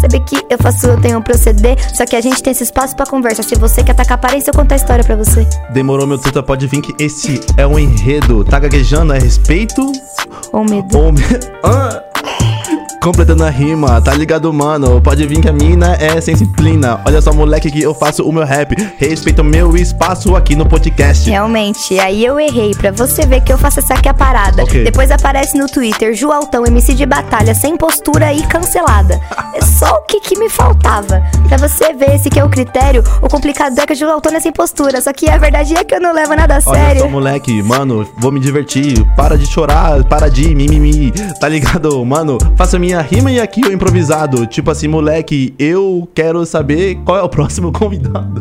B: Sabe que eu faço, eu tenho um proceder. Só que a gente tem esse espaço pra conversa. Se você quer atacar a aparência, eu conto a história pra você.
A: Demorou, meu truta, pode vir que esse é um enredo. Tá gaguejando, é respeito?
B: Ou medo.
A: Ou me- Ah! Completando a rima, tá ligado, mano? Pode vir que a mina é sem disciplina. Olha só, moleque, que eu faço o meu rap. Respeita o meu espaço aqui no
B: É,
A: podcast.
B: Realmente, aí eu errei, pra você ver que eu faço essa aqui a parada.
A: Ok.
B: Depois aparece no Twitter, Joaltão, MC de batalha, sem postura e cancelada. É só o que, que me faltava. Pra você ver esse que é o critério, o complicado é que o Joaltão é sem postura, só que a verdade é que eu não levo nada a
A: Olha
B: sério.
A: só, moleque, mano, vou me divertir. Para de chorar, para de mimimi. Tá ligado, mano? Faça minha rima e aqui eu improvisado. Tipo assim, moleque, eu quero saber qual é o próximo convidado.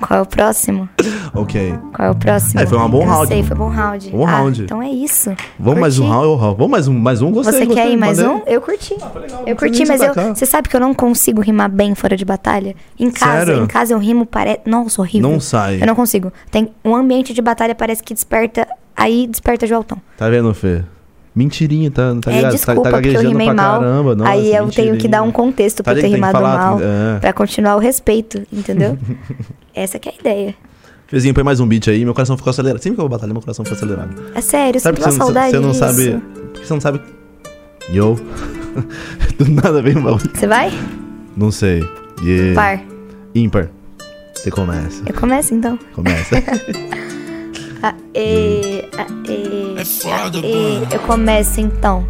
B: Qual é o próximo?
A: ok.
B: Qual é o próximo?
A: É, foi um bom
B: Eu não
A: round.
B: sei, foi bom round.
A: Bom
B: Ah,
A: round.
B: Então é isso.
A: Vamos mais um
B: Curti.
A: round, round. Vamos mais um, mais um. Gostei,
B: Você
A: gostei, Ah,
B: quer ir mais
A: mandei.
B: um? Eu curti.
A: legal, não
B: eu
A: precisa
B: curti,
A: nem
B: mas eu.
A: destacar.
B: Você sabe que eu não consigo rimar bem fora de batalha? Em casa,
A: Sério?
B: em casa eu rimo, parece. Nossa, horrível.
A: Não sai.
B: Eu não consigo. Tem um ambiente de batalha, parece que desperta. Aí desperta Joeltão.
A: Tá vendo, Fê? Mentirinha, tá, tá
B: É,
A: ligado?
B: desculpa,
A: tá, tá
B: porque eu
A: gaguejando
B: rimei
A: pra
B: mal.
A: caramba. Nossa,
B: aí eu tenho que
A: mentirinha.
B: dar um contexto
A: Tá
B: pra eu ter
A: ligado, tem que
B: rimado
A: falar,
B: mal.
A: é.
B: Pra continuar o respeito, entendeu? Essa que é a ideia.
A: Fezinho, põe mais um beat aí, meu coração ficou acelerado. Sempre que eu vou batalhar, meu coração fica acelerado.
B: É sério, eu sinto
A: que
B: uma saudade
A: você não
B: disso.
A: sabe. Por que você não sabe. Yo. Do nada vem um bagulho.
B: Você vai?
A: Não sei. Yeah.
B: Par.
A: Ímpar. Você começa.
B: Eu começo então.
A: Começa.
B: Aê, aê, aê. Eu começo então.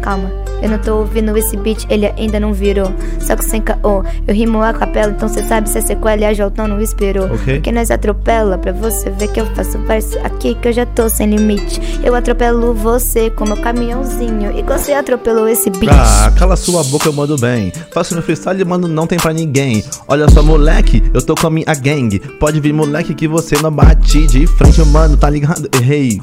B: Calma, eu não tô ouvindo esse beat, ele ainda não virou. Só que sem caô, eu rimo a capela, então cê sabe se é sequela e a Joltão não esperou.
A: Ok.
B: Porque nós atropela, pra você ver que eu faço verso aqui que eu já tô sem limite. Eu atropelo você com meu caminhãozinho, e você atropelou esse beat.
A: Ah, cala sua boca, eu mando bem. Faço meu freestyle, mano, não tem pra ninguém. Olha só, moleque, eu tô com a minha gang. Pode vir, moleque, que você não bate de frente, mano, tá ligado? Errei.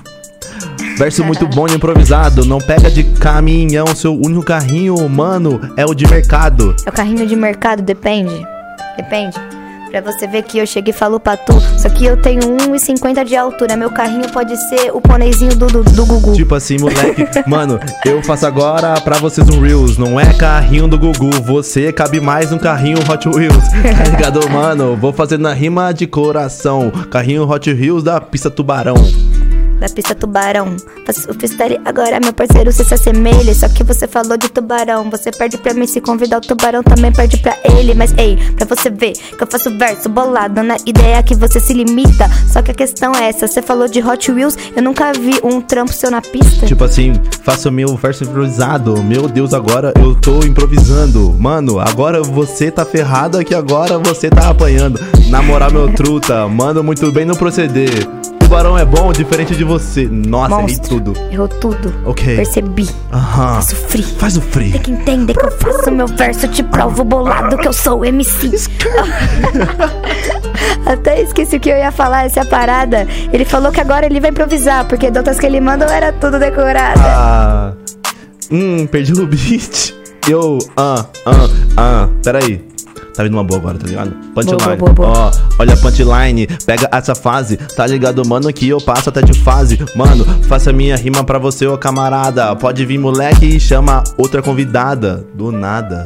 A: Verso muito bom e improvisado. Não pega de caminhão, seu único carrinho, mano, é o de mercado.
B: É o carrinho de mercado, depende. Depende. Pra você ver que eu cheguei e falo pra tu. Só que eu tenho 1,50 de altura. Meu carrinho pode ser o pôneizinho do, do, do Gugu.
A: Tipo assim, moleque, mano, eu faço agora pra vocês um Reels. Não é carrinho do Gugu, você cabe mais um carrinho Hot Wheels. Tá ligado, mano? Vou fazer na rima de coração. Carrinho Hot Wheels da pista Tubarão.
B: Da pista tubarão. Faço o freestyle agora, meu parceiro, você se assemelha. Só que você falou de tubarão. Você perde pra mim, se convidar o tubarão também perde pra ele. Mas ei, pra você ver que eu faço verso bolado na ideia é que você se limita. Só que a questão é essa: você falou de Hot Wheels, eu nunca vi um trampo seu na pista.
A: Tipo assim, faço meu verso improvisado. Meu Deus, agora eu tô improvisando. Mano, agora você tá ferrado que agora você tá apanhando. Na moral, meu truta, mando muito bem no proceder. Tubarão é bom, diferente de você. Nossa, errei
B: Monstro.
A: tudo.
B: Errou tudo.
A: Ok.
B: Percebi.
A: Aham.
B: Sofri.
A: Faz o free.
B: Tem que entender que eu faço meu verso, te provo bolado que eu sou MC. Até esqueci o que eu ia falar, essa é a parada. Ele falou que agora ele vai improvisar, porque notas que ele mandou era tudo decorado.
A: Ah. Hum, perdi o beat. Eu, ah, ah, ah, peraí. Tá vindo uma boa agora, tá ligado? Punchline.
B: boa, boa.
A: Ó, olha a punchline, pega essa fase, tá ligado, mano? Que eu passo até de fase. Mano, faça minha rima pra você, ô camarada. Pode vir, moleque, e chama outra convidada. Do nada.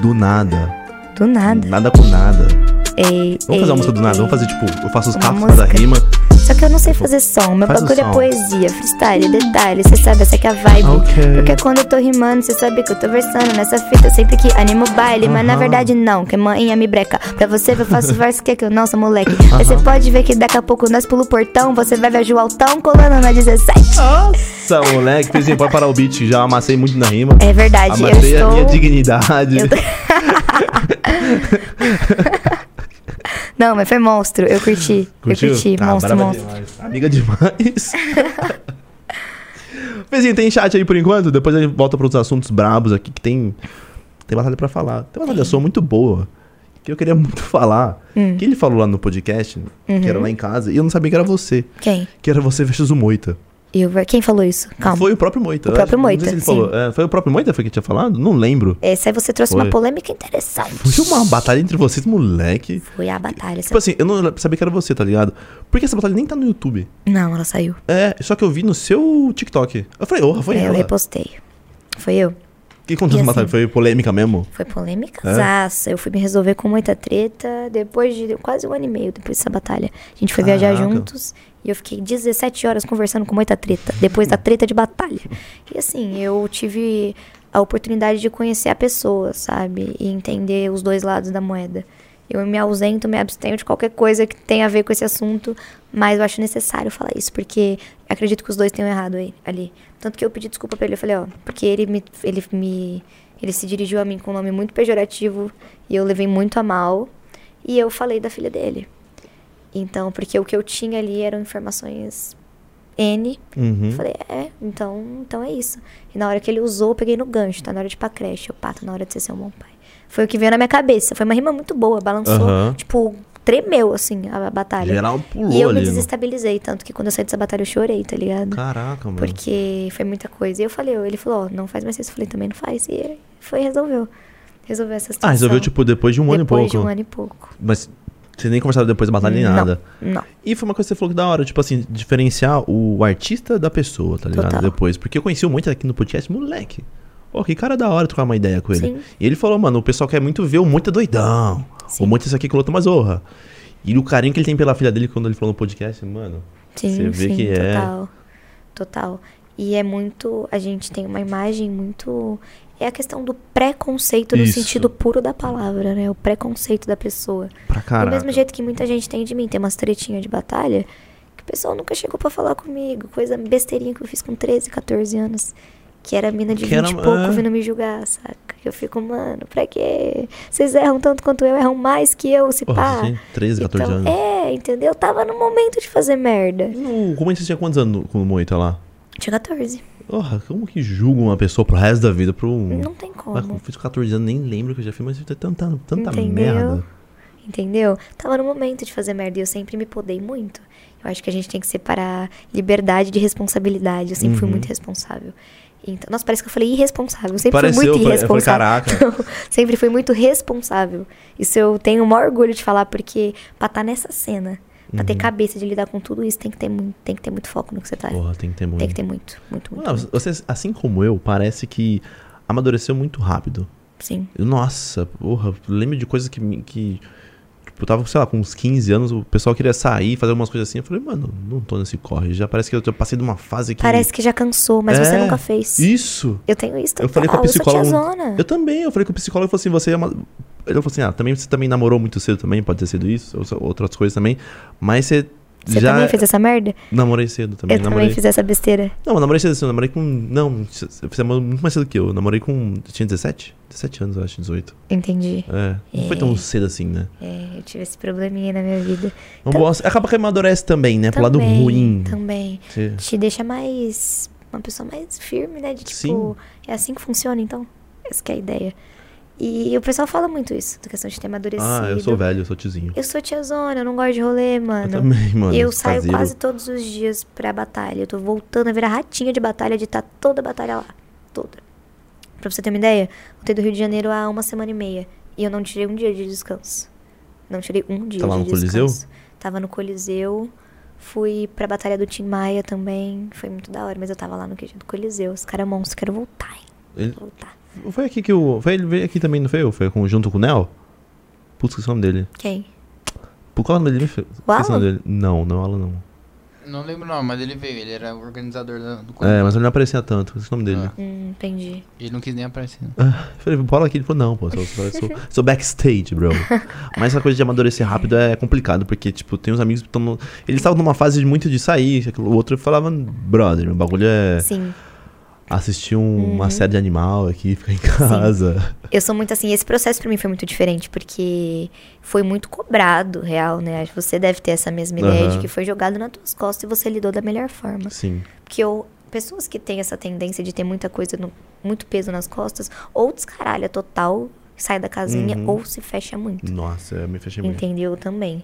A: Do nada.
B: Do nada.
A: Nada com nada.
B: Ei,
A: Vamos fazer
B: ei,
A: uma música do nada.
B: ei.
A: Vamos fazer, tipo, eu faço os
B: Uma
A: capos da
B: música.
A: rima.
B: Só que eu não sei fazer som, meu
A: Faz o
B: bagulho
A: som. Ah,
B: é poesia, freestyle, detalhe, cê sabe, essa que é a vibe.
A: Ok.
B: Porque quando eu tô rimando, cê sabe que eu tô versando nessa fita, sempre que animo o baile, mas na
A: Aham.
B: verdade não, que manhinha me breca. Pra você ver, eu faço verso que é que eu não sou moleque. Mas cê pode ver que daqui a pouco nós pula o portão, você vai ver o altão colando na 17.
A: Ah, Nossa, moleque. Fizinho, pode parar o beat. Já amassei muito na rima.
B: É verdade, eu
A: Amatei a minha
B: estou.
A: dignidade.
B: eu tô- Não, mas foi monstro, eu curti. Eu curti,
A: Ah,
B: monstro,
A: brava
B: monstro.
A: demais. Amiga demais. Fezinho, tem chat aí por enquanto? Depois a gente volta para os assuntos brabos aqui que tem. Tem batalha pra falar. Tem batalha sua muito boa. Que eu queria muito falar.
B: Hum.
A: Que ele falou lá no podcast, que
B: Uhum.
A: era lá em casa, e eu não sabia que era você.
B: Quem?
A: Que era você versus o Moita.
B: Eu, quem falou isso? Calma.
A: Foi o próprio Moita.
B: O
A: eu
B: próprio
A: acho. Não sei
B: Moita,
A: se ele
B: sim.
A: falou. É, foi o próprio Moita foi que tinha falado? Não lembro.
B: Essa aí você trouxe
A: Foi.
B: uma polêmica interessante.
A: Foi uma batalha entre vocês, moleque.
B: Foi a batalha.
A: Tipo
B: sabe?
A: assim, eu não sabia que era você, tá ligado? Porque essa batalha nem tá no YouTube.
B: Não, ela saiu.
A: É, só que eu vi no seu TikTok. Eu falei, oh, foi
B: É, eu
A: ela.
B: repostei. Foi eu.
A: O que aconteceu
B: E
A: na batalha?
B: assim-
A: Foi polêmica mesmo?
B: Foi polêmica zaça. Eu fui me resolver com muita treta depois de quase um ano e meio depois dessa batalha. A gente foi viajar
A: Caraca.
B: juntos e eu fiquei 17 horas conversando com muita treta, depois da treta de batalha. E assim, eu tive a oportunidade de conhecer a pessoa, sabe? E entender os dois lados da moeda. Eu me ausento, me abstenho de qualquer coisa que tenha a ver com esse assunto, mas eu acho necessário falar isso, porque acredito que os dois tenham errado aí, ali. Tanto que eu pedi desculpa pra ele, eu falei, ó, porque ele me, ele me ele se dirigiu a mim com um nome muito pejorativo e eu levei muito a mal. E eu falei da filha dele. Então, porque o que eu tinha ali eram informações N.
A: Uhum.
B: Eu falei, é, então, então é isso. E na hora que ele usou, eu peguei no gancho, tá na hora de ir pra creche, eu pato, na hora de você ser um bom pai. Foi o que veio na minha cabeça. Foi uma rima muito boa, balançou,
A: Aham.
B: tipo, tremeu assim a a batalha.
A: Geral pulou
B: e eu
A: ali.
B: me
A: né?
B: desestabilizei, tanto que quando eu saí dessa batalha eu chorei, tá ligado?
A: Caraca, mano.
B: Porque foi muita coisa. E eu falei, ele falou, ó, não faz mais isso. Eu falei, também não faz. E foi, resolveu. Resolveu essa situação.
A: Ah, resolveu, tipo, depois de um ano e pouco.
B: Depois de um ano e pouco.
A: Mas vocês nem conversaram depois da batalha nem
B: Não,
A: nada.
B: Não.
A: E foi uma coisa que você falou que da hora, tipo assim, diferenciar o artista da pessoa, tá ligado?
B: Total.
A: Depois. Porque eu conheci muito aqui no podcast, moleque. Ó, que cara da hora trocar uma ideia com ele.
B: Sim.
A: E ele falou, mano, o pessoal quer muito ver o muito doidão.
B: Sim.
A: O muito isso aqui que o outro mas orra. E o carinho que ele tem pela filha dele quando ele falou no podcast, mano.
B: Sim,
A: Você vê
B: sim,
A: que é.
B: total. Total. E é muito. A gente tem uma imagem muito. É a questão do preconceito no
A: Isso.
B: sentido puro da palavra, né? O preconceito da pessoa.
A: Pra
B: Do
A: caralho.
B: mesmo jeito que muita gente tem de mim, tem umas tretinhas de batalha que o pessoal nunca chegou pra falar comigo. Coisa besteirinha que eu fiz com 13, 14 anos. Que era mina de
A: Que
B: 20
A: era-
B: e pouco
A: é.
B: vindo me julgar, saca? Eu fico, mano, pra quê? Vocês erram tanto quanto eu, erram mais que eu, se pá.
A: Porra, você tinha 13, 14
B: Tá. então,
A: anos.
B: É, entendeu? Eu tava no momento de fazer merda.
A: E no- como é que você tinha quantos anos com o Moita lá?
B: Tinha 14.
A: Porra, como que julga uma pessoa pro resto da vida pro.
B: Não tem
A: Ah, como
B: como.
A: eu fiz 14 anos, nem lembro que eu já fiz, mas tem tanta, tanta
B: Entendeu?
A: merda.
B: Entendeu? Tava no momento de fazer merda e eu sempre me podei muito. Eu acho que a gente tem que separar liberdade de responsabilidade. Eu sempre fui
A: Uhum.
B: muito responsável. Então, nossa, parece que eu falei irresponsável. Eu sempre fui
A: Pareceu,
B: muito
A: eu falei- eu falei,
B: irresponsável.
A: "Caraca."
B: Então, sempre fui muito responsável. Isso eu tenho o maior orgulho de falar, porque pra estar nessa cena, pra
A: Uhum.
B: ter cabeça de lidar com tudo isso, tem que ter muito, tem que ter muito foco no que você tá.
A: Porra, tem que ter muito.
B: Tem que ter muito, muito, muito.
A: Mano, vocês, assim como eu, parece que amadureceu muito rápido.
B: Sim.
A: Eu, Nossa, porra, eu lembro de coisas que, me- que. Tipo, eu tava, sei lá, com uns 15 anos, o pessoal queria sair, fazer algumas coisas assim. Eu falei, mano, não tô nesse corre. Já parece que eu já passei de uma fase que.
B: Parece que já cansou, mas você
A: É,
B: nunca fez.
A: Isso!
B: Eu tenho isso total.
A: Eu falei com a psicóloga. um
B: Eu sou tiazona.
A: Eu também, eu falei com o psicólogo e falou assim, você é uma... Ele falou assim, ah, também você também namorou muito cedo também, pode ter sido isso, ou so- outras coisas também. Mas você,
B: Você
A: já
B: também fez essa merda?
A: namorei cedo também.
B: eu
A: namorei...
B: também fiz essa besteira.
A: Não, eu namorei cedo, assim, eu namorei com... Não, você você é muito mais cedo que eu. Eu namorei com... Eu tinha 17? 17 anos, eu acho, 18.
B: Entendi.
A: É, não foi tão cedo assim, né?
B: É, eu tive esse probleminha aí na minha vida.
A: Não gosto- Acaba que amadurece também, né? Pro lado
B: Também,
A: ruim.
B: Também.
A: Você-
B: Te deixa mais. Uma pessoa mais firme, né? De tipo,
A: Sim.
B: é assim que funciona, então. Essa que é a ideia. E o pessoal fala muito isso, da questão de ter amadurecido.
A: Ah, eu sou velho, eu sou tiozinho.
B: Eu sou tiazona, eu não gosto de rolê, mano.
A: também, mano,
B: Eu saio
A: caseiro.
B: quase todos os dias pra batalha. Eu tô voltando a virar ratinha de batalha, de estar toda a batalha lá. Toda. Pra você ter uma ideia, voltei do Rio de Janeiro há uma semana e meia. E eu não tirei um dia de descanso. Não tirei um dia
A: Tava
B: de
A: no Coliseu?
B: descanso. Tava no Coliseu. Fui pra batalha do Tim Maia também. Foi muito da hora, mas eu tava lá no QG do Coliseu. Os caras monstros, quero voltar, hein?
A: Ele-
B: Voltar.
A: Foi aqui que eu... Foi ele veio aqui também, não foi eu? Foi com- junto com o Nel? Putz, esqueci o nome dele.
B: Quem?
A: Por qual o nome dele? Esqueci
B: Alan?
A: nome dele. Não, não é o Alan, não.
C: Não lembro o nome, mas ele veio, ele era organizador da- do
A: É,
C: concurso.
A: mas ele não aparecia tanto, esqueci o nome dele.
C: Ah.
B: Hum, entendi.
C: Ele não quis nem aparecer. né?
B: Ah.
A: Eu Falei, bola aqui, ele falou, não, pô, sou, sou, sou, sou backstage, bro. Mas essa coisa de amadurecer rápido é complicado, porque, tipo, tem uns amigos que estão. no- Eles estavam numa fase de muito de sair, aquilo- o outro falava, brother, o bagulho é
B: Sim.
A: assistir um-
B: Uhum.
A: uma série de animal aqui, ficar em casa.
B: Eu sou muito assim, esse processo pra mim foi muito diferente, porque foi muito cobrado, real, né? Acho que Você deve ter essa mesma ideia
A: Aham.
B: de que foi jogado nas tuas costas e você lidou da melhor forma.
A: Sim.
B: Porque eu pessoas que têm essa tendência de ter muita coisa, no- muito peso nas costas, ou descaralha total, sai da casinha, ou se fecha muito.
A: Nossa, eu me fechei muito.
B: Entendeu também.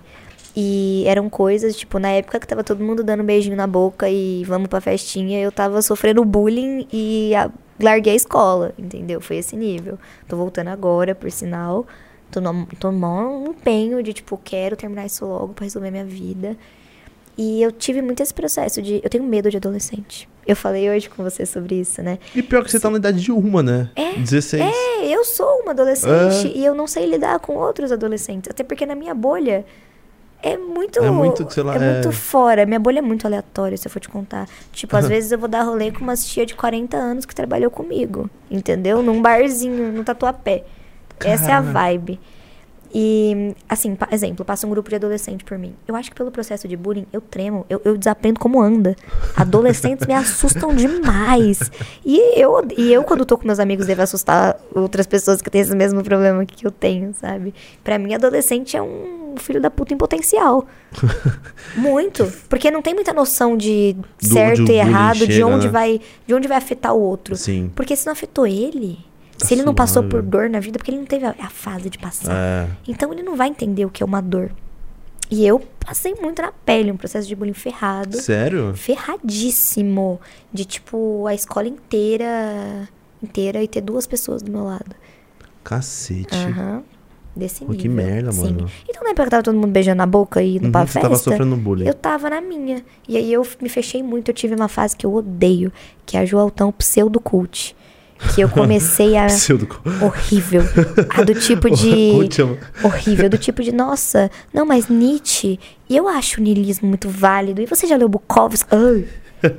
B: E eram coisas, tipo, na época que tava todo mundo dando beijinho na boca e vamos pra festinha, eu tava sofrendo bullying e a- larguei a escola, entendeu? Foi esse nível. Tô voltando agora, por sinal. Tô, no, tô mó empenho de, tipo, quero terminar isso logo pra resolver minha vida. E eu tive muito esse processo de. Eu tenho medo de adolescente. Eu falei hoje com você sobre isso, né?
A: E pior que você tá na idade de uma, né? É. 16.
B: É, eu sou uma adolescente
A: É.
B: e eu não sei lidar com outros adolescentes. Até porque na minha bolha é muito.
A: É muito, sei lá,
B: é
A: é-
B: muito fora. Minha bolha é muito aleatória, se eu for te contar. Tipo, às vezes eu vou dar rolê com umas tia de 40 anos que trabalhou comigo. Entendeu? Num barzinho, no tatuapé. Essa é a
A: Caraca.
B: vibe. E, assim, pa- exemplo, passa um grupo de adolescente por mim. Eu acho que pelo processo de bullying, eu tremo, eu, eu desaprendo como anda. Adolescentes me assustam demais. E eu, e eu, quando tô com meus amigos, devo assustar outras pessoas que têm esse mesmo problema que eu tenho, sabe? Pra mim, adolescente é um filho da puta em potencial. Muito. Porque não tem muita noção de
A: Do onde
B: certo e
A: o bullying
B: errado, de
A: chega,
B: onde
A: né?
B: vai de onde vai afetar o outro.
A: Sim.
B: Porque se não afetou ele,
A: Tá
B: se ele não passou
A: suave.
B: por dor na vida, porque ele não teve a, a fase de passar.
A: É.
B: Então ele não vai entender o que é uma dor. E eu passei muito na pele um processo de bullying ferrado.
A: Sério?
B: Ferradíssimo. De tipo, a escola inteira. Inteira e ter duas pessoas do meu lado.
A: Cacete.
B: Aham. Desse
A: Pô,
B: nível.
A: que merda,
B: sim.
A: mano.
B: Então na época que tava todo mundo beijando a boca e indo
A: Uhum,
B: pra
A: você
B: festa.
A: tava sofrendo bullying.
B: Eu tava na minha. E aí eu me fechei muito. Eu tive uma fase que eu odeio, que é a Joaltão pseudocult. Que eu comecei a.
A: Pseudo.
B: Horrível. A do tipo de.
A: Cult chama.
B: horrível. Do tipo de, nossa, não, mas Nietzsche. E eu acho o niilismo muito válido. E você já leu Bukowski? Ai,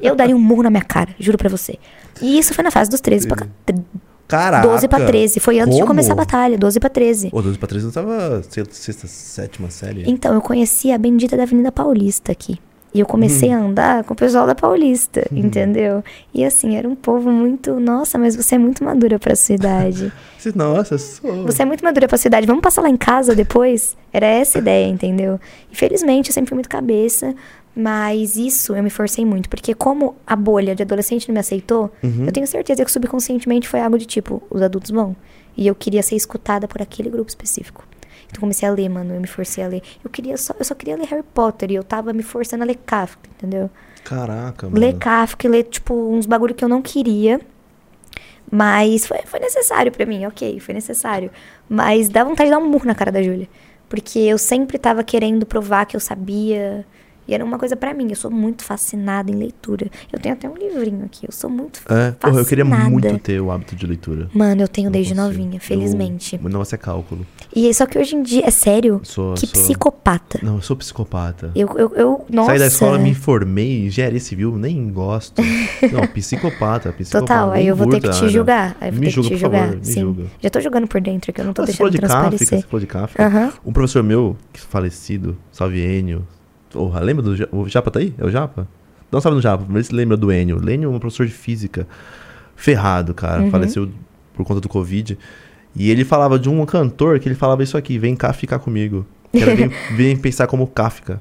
B: eu daria um murro na minha cara, juro pra você. E isso foi na fase dos 13 pra, 12 pra 13. Foi antes de começar a batalha, 12 pra 13.
A: Ô, 12 pra 13 eu tava sexta, sexta, sétima série.
B: Então, eu conheci a bendita da Avenida Paulista aqui. E eu comecei a andar com o pessoal da Paulista, entendeu? E assim, era um povo muito. Nossa, mas você é muito madura pra sua idade.
A: Você- Nossa, sou...
B: Você é muito madura pra sua idade, vamos passar lá em casa depois? Era essa a ideia, entendeu? Infelizmente, eu sempre fui muito cabeça, mas isso eu me forcei muito, porque como a bolha de adolescente não me aceitou,
A: Uhum. Hum?
B: eu tenho certeza que subconscientemente foi algo de tipo, os adultos vão. E eu queria ser escutada por aquele grupo específico. Então eu comecei a ler, mano, eu me forcei a ler. Eu queria só, eu só queria ler Harry Potter e eu tava me forçando a ler Kafka, entendeu?
A: Caraca, mano.
B: Ler Kafka, e ler, tipo, uns bagulho que eu não queria. Mas foi, foi necessário pra mim, ok, foi necessário. Mas dá vontade de dar um murro na cara da Júlia. Porque eu sempre tava querendo provar que eu sabia. E era uma coisa pra mim. Eu sou muito fascinada em leitura. Eu tenho até um livrinho aqui. Eu sou muito
A: É,
B: fascinada.
A: porra, eu queria muito ter o hábito de leitura.
B: Mano, eu tenho
A: Não
B: desde
A: consigo.
B: novinha, felizmente.
A: Eu... Nossa, é cálculo.
B: E só que hoje em dia, é sério?
A: Sou-
B: que
A: sou-
B: psicopata.
A: Não, eu sou psicopata.
B: Eu, eu, eu, nossa.
A: Saí da escola, me formei, engenharia civil, nem gosto. Não, psicopata, psicopata.
B: Total, aí
A: nem
B: eu vou ter
A: curto
B: que
A: a
B: te
A: área.
B: julgar. Aí eu vou
A: me
B: ter
A: julga,
B: que te
A: por
B: julgar.
A: favor, me
B: Sim.
A: julga.
B: Já tô jogando por dentro aqui, eu não tô
A: Ah, você falou
B: deixando
A: de Kafka,
B: transparecer.
A: você falou de Kafka.
B: Aham.
A: Um professor meu, que falecido, salve Enio. Porra, lembra do... Ja- O Japa tá aí? É o Japa? Não sabe do Japa, mas se lembra do Enio. O Enio é um professor de física ferrado, cara. Faleceu por conta do Covid. E ele falava de um cantor que ele falava isso aqui, vem cá ficar comigo. Que era vem, vem pensar como Kafka.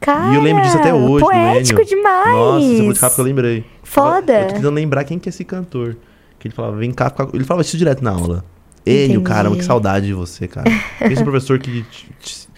B: Cara,
A: e eu lembro disso até hoje, do Enio.
B: poético demais.
A: Nossa, você falou de Kafka, eu lembrei.
B: Foda.
A: Eu tô tentando lembrar quem que é esse cantor. Que ele falava, vem cá ficar... Ele falava isso direto na aula. Enio,
B: Entendi.
A: caramba, que saudade de você, cara. Esse é professor que te, te-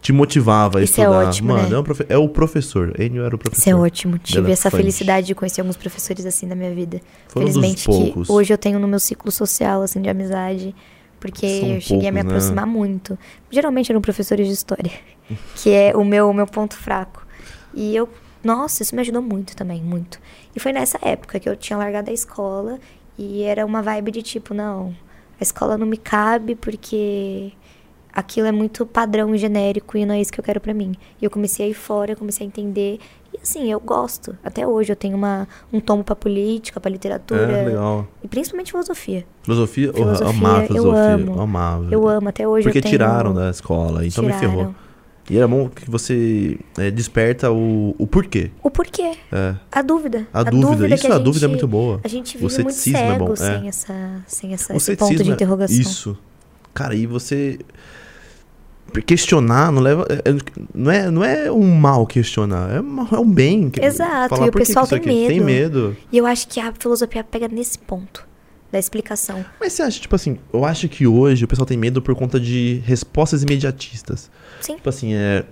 A: te motivava a
B: Isso é
A: estudar.
B: ótimo,
A: Mano,
B: né?
A: é, um profe- é o professor. Enio era o professor.
B: Isso é ótimo. Tive
A: Dela
B: essa
A: Fante.
B: felicidade de conhecer alguns professores assim na minha vida.
A: Foi um dos
B: Felizmente
A: poucos.
B: que hoje eu tenho no meu ciclo social, assim, de amizade. Porque
A: São
B: eu cheguei a
A: poucos,
B: me
A: né?
B: aproximar muito. Geralmente eram professores de história, que é o meu, o meu ponto fraco. E eu, nossa, isso me ajudou muito também, muito. E foi nessa época que eu tinha largado a escola e era uma vibe de tipo, não, a escola não me cabe porque aquilo é muito padrão e genérico e não é isso que eu quero pra mim. E eu comecei a ir fora, eu comecei a entender. E assim, eu gosto. Até hoje eu tenho uma, um tomo pra política, pra literatura.
A: É, legal.
B: E principalmente filosofia.
A: Filosofia, eu
B: né? Filosofia,
A: amava
B: eu
A: filosofia.
B: amo.
A: amava.
B: Eu amo, até hoje
A: Uhum. Porque
B: eu tenho...
A: tiraram da escola, então me
B: Tiraram.
A: ferrou. E era bom que você é, desperta o, o porquê.
B: O porquê,
A: É,
B: a dúvida.
A: a, dúvida. Isso,
B: que
A: a, dúvida é
B: gente-
A: muito boa.
B: A gente
A: O
B: vive muito
A: ceticismo é
B: cego
A: bom, é.
B: sem, essa, sem essa,
A: O
B: esse ponto de
A: ceticismo é-
B: interrogação.
A: Isso. Cara, e você. questionar não leva. é- é- Não é, não é um mal questionar, é, uma- é um bem. que-
B: Exato,
A: falar,
B: e o
A: "Por que que
B: pessoal
A: isso
B: tem
A: aqui?" Tem
B: medo.
A: medo.
B: E eu acho que a filosofia pega nesse ponto da explicação.
A: Mas você acha, tipo assim, eu acho que hoje o pessoal tem medo por conta de respostas imediatistas.
B: Sim.
A: Tipo assim, é.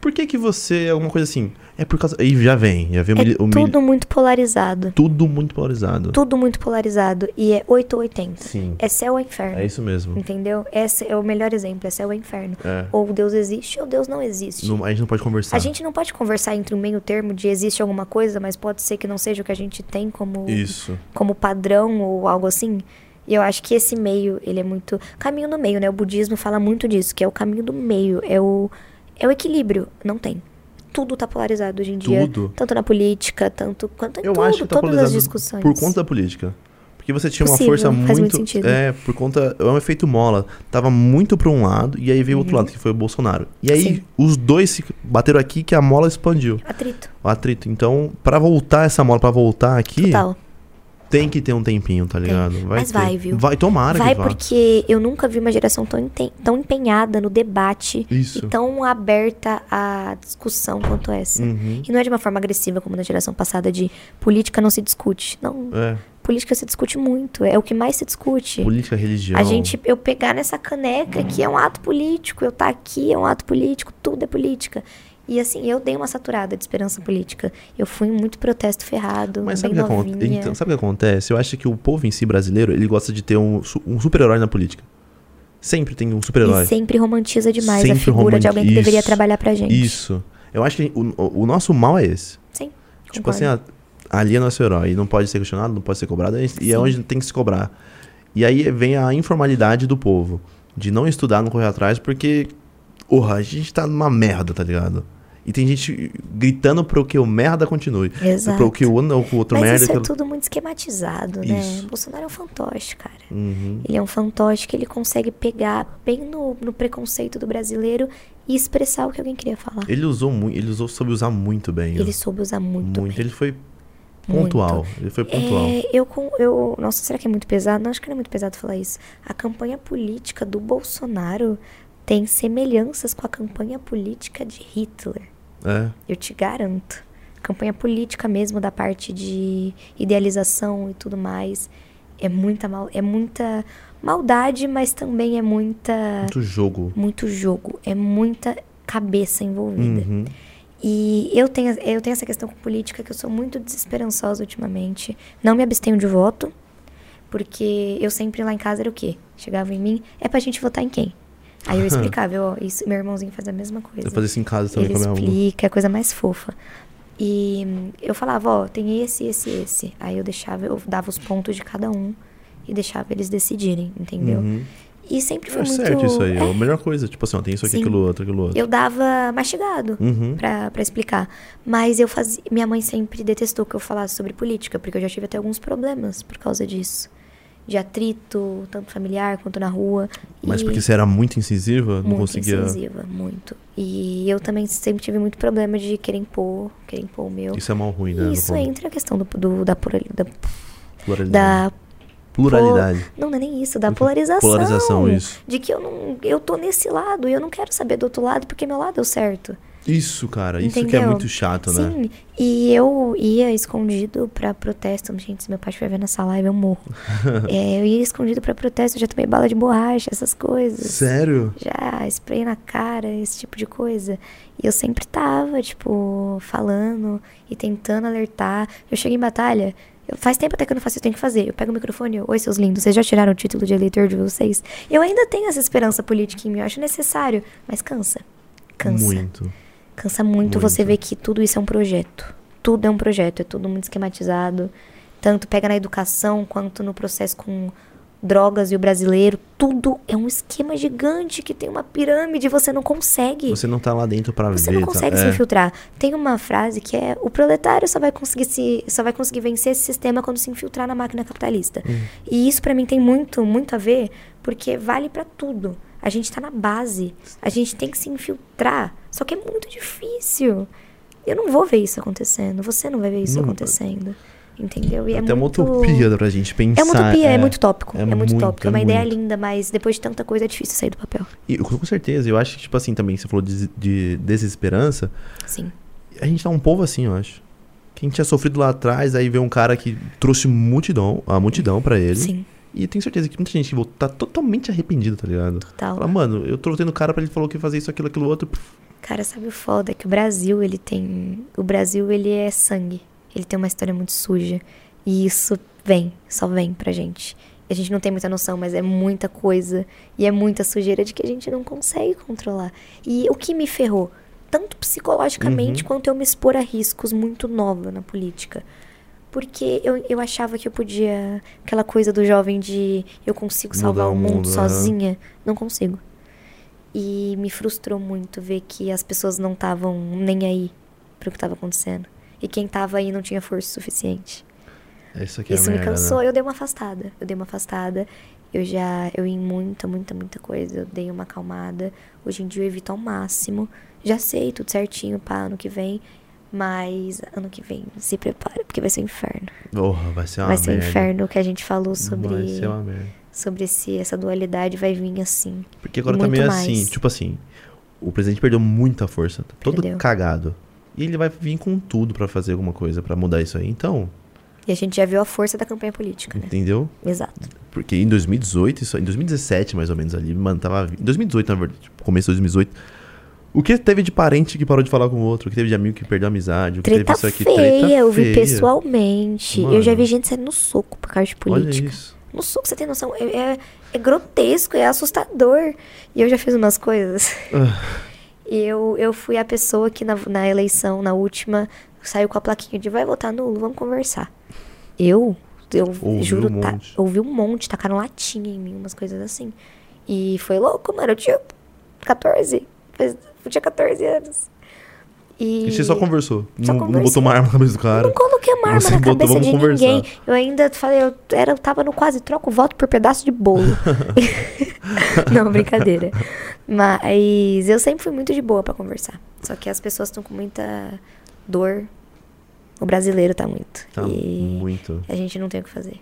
A: Por que que você. Alguma coisa assim. É por causa. E já vem, já vem o
B: É
A: mili- o mili-
B: tudo muito polarizado.
A: tudo muito polarizado.
B: Tudo muito polarizado. E é 880.
A: Sim.
B: É Então, céu ou inferno.
A: É isso mesmo.
B: Entendeu? Esse é o melhor exemplo. É céu ou inferno.
A: É.
B: Ou Deus existe ou Deus não existe.
A: Não- a gente não pode conversar.
B: A gente não pode conversar entre um meio termo de existe alguma coisa, mas pode ser que não seja o que a gente tem como,
A: Isso.
B: como padrão ou algo assim. E eu acho que esse meio, ele é muito. Caminho no meio, né? O budismo fala muito disso, que é o caminho do meio, é o, é o equilíbrio. Não tem. Tudo tá polarizado hoje em dia.
A: Tudo.
B: Tanto na política, tanto quanto em
A: Eu
B: tudo,
A: acho que tá
B: todas as
A: polarizado
B: discussões.
A: por conta da política. Porque você tinha uma
B: Possível,
A: força
B: faz
A: muito.
B: muito sentido.
A: É, por conta. É um efeito mola. Tava muito pra um lado, e aí veio o outro lado, que foi o Bolsonaro. E aí
B: Uhum. Sim.
A: os dois se bateram aqui que a mola expandiu.
B: Atrito,
A: O atrito. Então, pra voltar essa mola, pra voltar aqui,
B: total.
A: tem que ter um tempinho, tá ligado?
B: Mas
A: ter.
B: vai, viu?
A: Vai, tomara
B: Vai
A: que vá.
B: porque eu nunca vi uma geração tão, inten- tão empenhada no debate
A: Isso.
B: e tão aberta à discussão quanto essa.
A: Uhum.
B: E não é de uma forma agressiva como na geração passada de política não se discute. Não,
A: É,
B: política se discute muito, é o que mais se discute.
A: política, religião.
B: A gente, é eu pegar nessa caneca aqui é um ato político, eu tá aqui é um ato político, tudo é política. E assim, eu dei uma saturada de esperança política. Eu fui em muito protesto ferrado,
A: Mas
B: bem
A: sabe o que aconte-
B: novinha.
A: então, sabe o que acontece? Eu acho que o povo em si brasileiro, ele gosta de ter um, su- um super-herói na política. Sempre tem um
B: e
A: super-herói.
B: sempre romantiza demais a
A: Sempre
B: figura de
A: romanti-
B: alguém que deveria
A: Isso,
B: trabalhar pra gente.
A: Isso. Eu acho que o, o- o nosso mal é esse.
B: Sim.
A: Tipo
B: concordo.
A: assim, ah, ali é nosso herói. e Não pode ser questionado, não pode ser cobrado. e- E é onde tem que se cobrar. E aí vem a informalidade do povo. De não estudar, não correr atrás, porque... Porra, a gente tá numa merda, tá ligado? E tem gente gritando pro que o merda continue.
B: Exato.
A: Pro que o ano- o ah, outro
B: Mas
A: merda...
B: isso
A: aquilo-
B: é tudo muito esquematizado,
A: Isso.
B: né? Bolsonaro é um fantoche, cara.
A: Uhum.
B: Ele é um fantoche que ele consegue pegar bem no, no preconceito do brasileiro e expressar o que alguém queria falar.
A: Ele usou muito, ele usou, soube usar muito bem.
B: Ele
A: ó.
B: soube usar muito.
A: muito,
B: bem.
A: ele foi pontual, ele foi pontual.
B: É, eu com eu, nossa, será que é muito pesado? Não, acho que não é muito pesado falar isso. A campanha política do Bolsonaro tem semelhanças com a campanha política de Hitler.
A: É,
B: Eu te garanto. Campanha política mesmo da parte de idealização e tudo mais. É muita mal, é muita maldade, mas também é muita
A: muito jogo.
B: muito jogo, é muita cabeça envolvida.
A: Uhum.
B: E eu tenho, eu tenho essa questão com política que eu sou muito desesperançosa ultimamente. Não me abstenho de voto, porque eu sempre lá em casa era o quê? Chegava em mim, é pra gente votar em quem? Aí eu explicava, eu, ó, isso, meu irmãozinho faz a mesma coisa.
A: Eu fazia isso em casa também
B: Ele
A: com a minha avó.
B: explica, é a coisa mais fofa. E hum, eu falava, ó, tem esse, esse, esse. Aí eu deixava, eu dava os pontos de cada um e deixava eles decidirem, entendeu?
A: Uhum.
B: E sempre foi
A: É
B: muito...
A: certo isso aí, é
B: É,
A: a melhor coisa. Tipo assim, ó, tem isso aqui,
B: Sim.
A: aquilo outro, aquilo outro.
B: eu dava mastigado
A: Uhum.
B: pra, pra explicar. Mas eu fazia. Minha mãe sempre detestou que eu falasse sobre política, porque eu já tive até alguns problemas por causa disso. De atrito, tanto familiar quanto na rua.
A: Mas
B: e
A: porque você era muito incisiva, não
B: muito
A: conseguia.
B: incisiva, muito. E eu também sempre tive muito problema de querer impor, querer impor o meu.
A: Isso é mal ruim, né?
B: e isso
A: no- Uhum.
B: entra a questão do, do- da, plural, da,
A: Pluralidade.
B: da
A: Pluralidade.
B: Pô, Não, não é nem isso, da polarização.
A: Uhum. Polarização, isso.
B: De que eu não. Eu tô nesse lado e eu não quero saber do outro lado, porque meu lado é o certo.
A: Isso, cara, isso que é
B: Entendeu?
A: muito chato, né?
B: Sim, e eu ia escondido pra protesto. Gente, se meu pai estiver vendo essa live, eu morro. É, eu ia escondido pra protesto, eu já tomei bala de borracha, essas coisas.
A: Sério?
B: Já spray na cara, esse tipo de coisa. E eu sempre tava, tipo, falando e tentando alertar. Eu cheguei em batalha. eu- faz tempo até que eu não faço, eu tenho que fazer. Eu pego o microfone, eu, oi, seus lindos, vocês já tiraram o título de eleitor de vocês? Eu ainda tenho essa esperança política em mim, eu acho necessário, mas cansa. Cansa.
A: Muito.
B: Cansa muito,
A: Muito.
B: você ver que tudo isso é um projeto. Tudo é um projeto, é tudo muito esquematizado. Tanto pega na educação quanto no processo com drogas e o brasileiro. Tudo é um esquema gigante que tem uma pirâmide e você não consegue.
A: Você não tá lá dentro pra
B: Você
A: ver.
B: não
A: tá-
B: consegue se
A: é.
B: infiltrar. Tem uma frase que é: o proletário só vai conseguir se, só vai conseguir vencer esse sistema quando se infiltrar na máquina capitalista.
A: Hum.
B: E isso pra mim tem muito, muito a ver, porque vale pra tudo. A gente tá na base, a gente tem que se infiltrar. Só que é muito difícil. Eu não vou ver isso acontecendo. Você não vai ver isso
A: Não-
B: acontecendo. Entendeu? E é
A: Até uma
B: muito-
A: utopia pra gente pensar.
B: É uma utopia, é, muito tópico.
A: é
B: É, muito
A: muito,
B: tópico. É
A: é
B: uma ideia
A: muito.
B: linda, mas depois de tanta coisa é difícil sair do papel.
A: E, com certeza, eu acho que, tipo assim, também, você falou de, de desesperança.
B: Sim.
A: A gente tá um povo assim, eu acho. Quem tinha sofrido lá atrás, aí vê um cara que trouxe multidão, a multidão pra ele.
B: Sim,
A: E tenho certeza que muita gente que voltou tá totalmente arrependido, tá ligado?
B: total.
A: Fala, mano, eu trotei no cara pra ele falou que ia fazer isso, aquilo, aquilo outro.
B: Cara, sabe o foda? É que o Brasil, ele tem. O Brasil, ele é sangue. Ele tem uma história muito suja. E isso vem, só vem pra gente. A gente não tem muita noção, mas é muita coisa. E é muita sujeira de que a gente não consegue controlar. E o que me ferrou? Tanto psicologicamente quanto eu me expor a riscos muito nova na política. Porque eu, eu achava que eu podia. Aquela coisa do jovem de eu consigo salvar
A: Mudar o
B: o mundo,
A: mundo, é." aham.
B: sozinha. Não consigo. E me frustrou muito ver que as pessoas não estavam nem aí pro que tava acontecendo. E quem tava aí não tinha força suficiente.
A: É Isso aqui é
B: Isso
A: a
B: me
A: merda, né?
B: cansou, eu dei uma afastada. Eu dei uma afastada. Eu já. Eu ia em muita, muita, muita coisa. Eu dei uma acalmada. Hoje em dia eu evito ao máximo. Já sei, tudo certinho pra ano que vem. Mas ano que vem, se prepara, porque vai ser um inferno.
A: Porra, vai ser uma
B: vai ser um
A: merda.
B: inferno o que a gente
A: Vai
B: falou sobre,
A: ser uma merda.
B: sobre esse, essa dualidade vai vir assim.
A: Porque agora tá
B: Muito
A: meio
B: mais.
A: assim, tipo assim, o presidente perdeu muita força, tá todo
B: Perdeu.
A: cagado. E ele vai vir com tudo pra fazer alguma coisa, pra mudar isso aí. Então,
B: E a gente já viu a força da campanha política, né?
A: entendeu?
B: Exato.
A: Porque em 2018, isso, em 2017 mais ou menos ali, mano, tava. Em 2018, na verdade, tipo, começo de 2018. O que teve de parente que parou de falar com o outro? O que teve de amigo que perdeu a amizade? O que
B: Treta
A: teve isso aqui?
B: feia, eu vi
A: feia.
B: pessoalmente. Eu
A: Mano.
B: já vi gente saindo no soco por causa de
A: Olha
B: política.
A: isso.
B: No soco, você tem noção? É, é- é grotesco, é assustador. E eu já fiz umas coisas.
A: Ah.
B: E eu, eu fui a pessoa que na, na eleição, na última, saiu com a plaquinha de vai votar nulo, vamos conversar. Eu, eu
A: Ouviu
B: juro,
A: um
B: tá-
A: monte.
B: ouvi um monte, tacaram latinha em mim, umas coisas assim. E foi louco, mano. Eu tinha 14. fez- Eu tinha 14 anos. E,
A: E você só conversou.
B: Só
A: não, não
B: conversei.
A: botou uma arma na cabeça do cara.
B: não coloquei uma arma
A: Você
B: na
A: botou,
B: cabeça
A: "Vamos
B: de
A: conversar."
B: ninguém. Eu ainda falei, eu, era, eu tava no quase troco voto por pedaço de bolo. não, brincadeira. Mas eu sempre fui muito de boa pra conversar. Só que as pessoas estão com muita dor. O brasileiro tá muito.
A: Tá
B: e
A: muito.
B: a gente não tem o que fazer.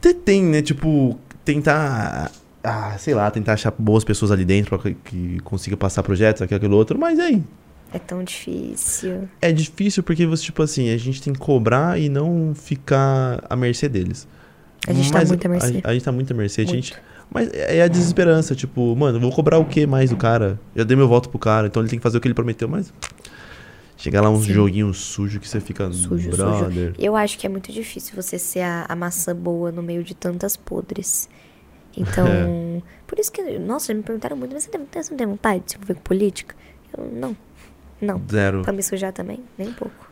A: Te- Tem, né? Tipo, tentar. Ah, sei lá, tentar achar boas pessoas ali dentro pra que, que consiga passar projetos, aquilo, aquilo outro. Mas aí,
B: É tão difícil.
A: é difícil porque você, tipo assim, a gente tem que cobrar e não ficar à mercê deles.
B: A gente tá
A: Mas
B: muito à mercê.
A: A, a gente tá muito à mercê. a
B: Muito.
A: gente- mas é a desesperança, tipo, mano, vou cobrar o que mais do cara? Já dei meu voto pro cara, então ele tem que fazer o que ele prometeu, mas. Chegar lá um
B: Sim.
A: joguinho sujo que você fica
B: Sujo, sujo.
A: brother.
B: Eu acho que é muito difícil você ser a, a maçã boa no meio de tantas podres. Então,
A: É.
B: por isso que, nossa, já me perguntaram muito, mas você, tem- você não tem vontade de se envolver com política? Eu, não, não.
A: Zero.
B: Pra me sujar também? Nem um pouco.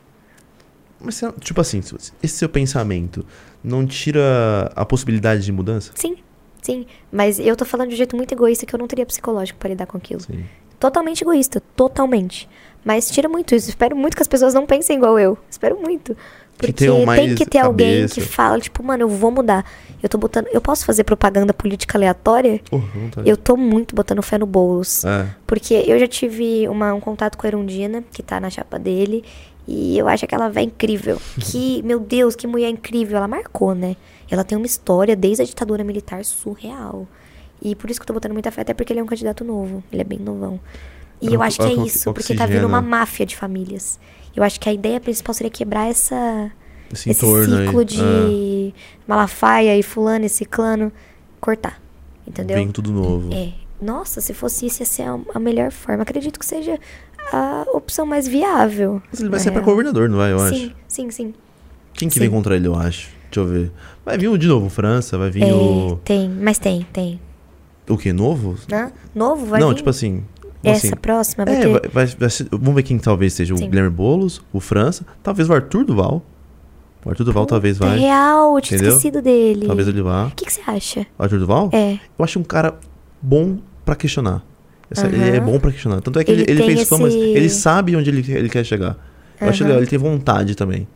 A: Mas, você- tipo assim, se você- esse seu pensamento não tira a possibilidade de mudança?
B: Sim, sim. Mas eu tô falando de um jeito muito egoísta que eu não teria psicológico pra lidar com aquilo.
A: Sim.
B: Totalmente egoísta, totalmente. Mas tira muito isso. Espero muito que as pessoas não pensem igual eu. Espero muito. Porque
A: tenham
B: tem
A: mais
B: que ter alguém que
A: cabeça.
B: fala, tipo, mano, eu vou mudar. Eu tô botando. Eu posso fazer propaganda política aleatória?
A: Porra, vontade.
B: Eu tô muito botando fé no Boulos.
A: É.
B: Porque eu já tive uma- um contato com a Erundina, que tá na chapa dele, e eu acho que ela é incrível. Que, meu Deus, que mulher incrível. Ela marcou, né? Ela tem uma história desde a ditadura militar surreal. E por isso que eu tô botando muita fé, até porque ele é um candidato novo. Ele é bem novão. E
A: Ela
B: eu
A: co-
B: acho que é
A: ela co-
B: isso, porque tá vindo
A: oxigena.
B: uma máfia de famílias. Eu acho que a ideia principal seria quebrar essa,
A: Esse
B: esse
A: entorno aí.
B: ciclo
A: Ah,
B: de Malafaia e fulano e ciclano. Cortar, entendeu?
A: Vem tudo novo.
B: É. Nossa, se fosse isso, ia ser a, a melhor forma. Acredito que seja a opção mais viável.
A: Mas ele vai
B: na
A: ser pra
B: real.
A: governador, não vai, eu
B: É. Sim,
A: acho.
B: sim, sim.
A: Quem que
B: sim.
A: vem contra ele, eu acho? Deixa eu ver. Vai vir o de novo, França, vai vir
B: É,
A: o.
B: Tem, mas tem, tem.
A: O que? Novo?
B: Hã? Novo vai
A: não,
B: vir
A: tipo assim.
B: essa
A: assim,
B: próxima?
A: é,
B: Porque
A: vai, vai- vai ser- vamos ver quem talvez seja
B: Sim.
A: o Guilherme Boulos, o França, talvez o Arthur Duval. O Arthur Duval talvez
B: é
A: vai.
B: real, eu tinha
A: Entendeu?
B: esquecido dele.
A: Talvez ele vá.
B: O que, que você acha?
A: O Arthur Duval?
B: É,
A: Eu acho um cara bom pra questionar. Essa-
B: Aham.
A: Ele é bom pra questionar. Tanto é que
B: Ele
A: ele, ele
B: tem
A: fez fama, mas
B: esse-
A: ele sabe onde ele, ele quer chegar. Eu acho
B: Aham.
A: legal, ele tem vontade também.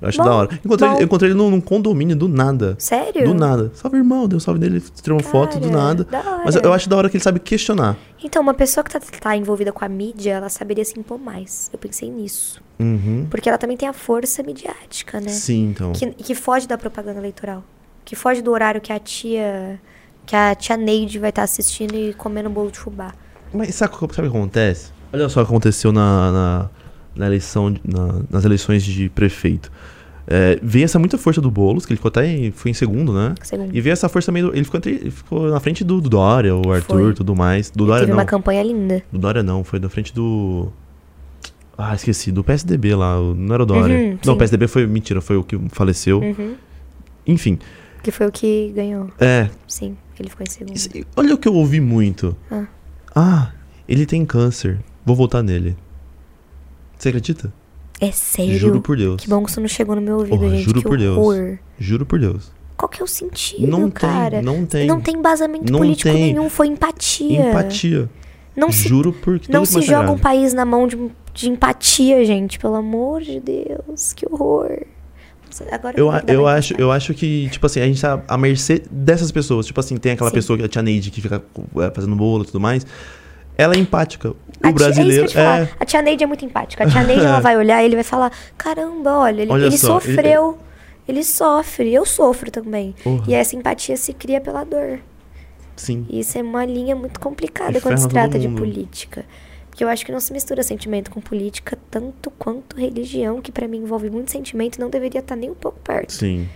A: Eu acho
B: Bom,
A: da hora. Encontrei,
B: bom.
A: ele- eu encontrei ele num, num condomínio do nada.
B: Sério?
A: Do nada. Salve, irmão. Deu um salve nele, tirou uma foto do
B: Cara,
A: nada.
B: da hora.
A: Mas eu, eu acho da hora que ele sabe questionar.
B: Então, uma pessoa que tá, tá envolvida com a mídia, ela saberia se impor mais. Eu pensei nisso.
A: Uhum.
B: Porque ela também tem a força midiática, né?
A: Sim, então.
B: Que, que foge da propaganda eleitoral. Que foge do horário que a tia. Que a tia Neide vai estar assistindo e comendo bolo de fubá.
A: Mas sabe, o que- sabe o que acontece? Olha só o que aconteceu na, na, na eleição, de- na- nas eleições de prefeito. É, veio essa muita força do Boulos, que ele ficou até em, foi em segundo, né?
B: Segundo.
A: E veio essa força meio. do- Ele ficou, entre- ele ficou na frente do, do Dória, o Arthur
B: Foi.
A: e tudo mais. Do
B: Ele
A: Dória
B: teve
A: não.
B: uma campanha linda.
A: Do Dória não, foi na frente do. Ah, esqueci, do PSDB lá, o- não era o Dória.
B: Uhum,
A: não, o
B: sim.
A: PSDB foi. Mentira, foi o que faleceu.
B: Uhum.
A: Enfim.
B: Que foi o que ganhou.
A: É,
B: Sim, ele ficou em segundo.
A: Isso- Olha o que eu ouvi muito.
B: Ah.
A: Ah, ele tem câncer. Vou votar nele. Você acredita?
B: É sério?
A: Juro por Deus.
B: Que bom que isso não chegou no meu ouvido,
A: Porra,
B: gente.
A: juro
B: que
A: por Deus.
B: horror.
A: Juro por Deus.
B: Qual que é o sentido,
A: não,
B: cara?
A: tem, não tem,
B: Não tem embasamento
A: Não
B: político
A: tem.
B: nenhum, foi empatia.
A: empatia.
B: Não se,
A: Juro por tá tudo
B: não
A: que
B: se
A: mais
B: joga um
A: sagrado.
B: país na mão de, de empatia, gente. Pelo amor de Deus, que horror. Nossa, Agora
A: Eu,
B: vou
A: a-
B: ter que dar
A: eu,
B: mais
A: acho,
B: vontade.
A: eu acho que, tipo assim, a gente tá à mercê dessas pessoas. Tipo assim, tem aquela
B: Sim.
A: pessoa, que a Tia Neide, que fica é, fazendo bolo e tudo mais. Ela é empática.
B: A
A: O
B: tia- é
A: brasileiro.
B: isso que eu ia te falar. A tia Neide é muito empática. A tia Neide, ela vai olhar e ele vai falar: caramba, olha, ele,
A: Olha
B: ele
A: só, ele-
B: sofreu. Ele... sofre, eu sofro também.
A: Porra.
B: E essa empatia se cria pela dor.
A: é, sim.
B: E isso é uma linha muito complicada
A: E
B: quando se
A: ferra todo
B: trata de
A: mundo.
B: política. Porque eu acho que não se mistura sentimento com política tanto quanto religião, que pra mim envolve muito sentimento e não deveria estar nem um pouco perto.
A: Sim.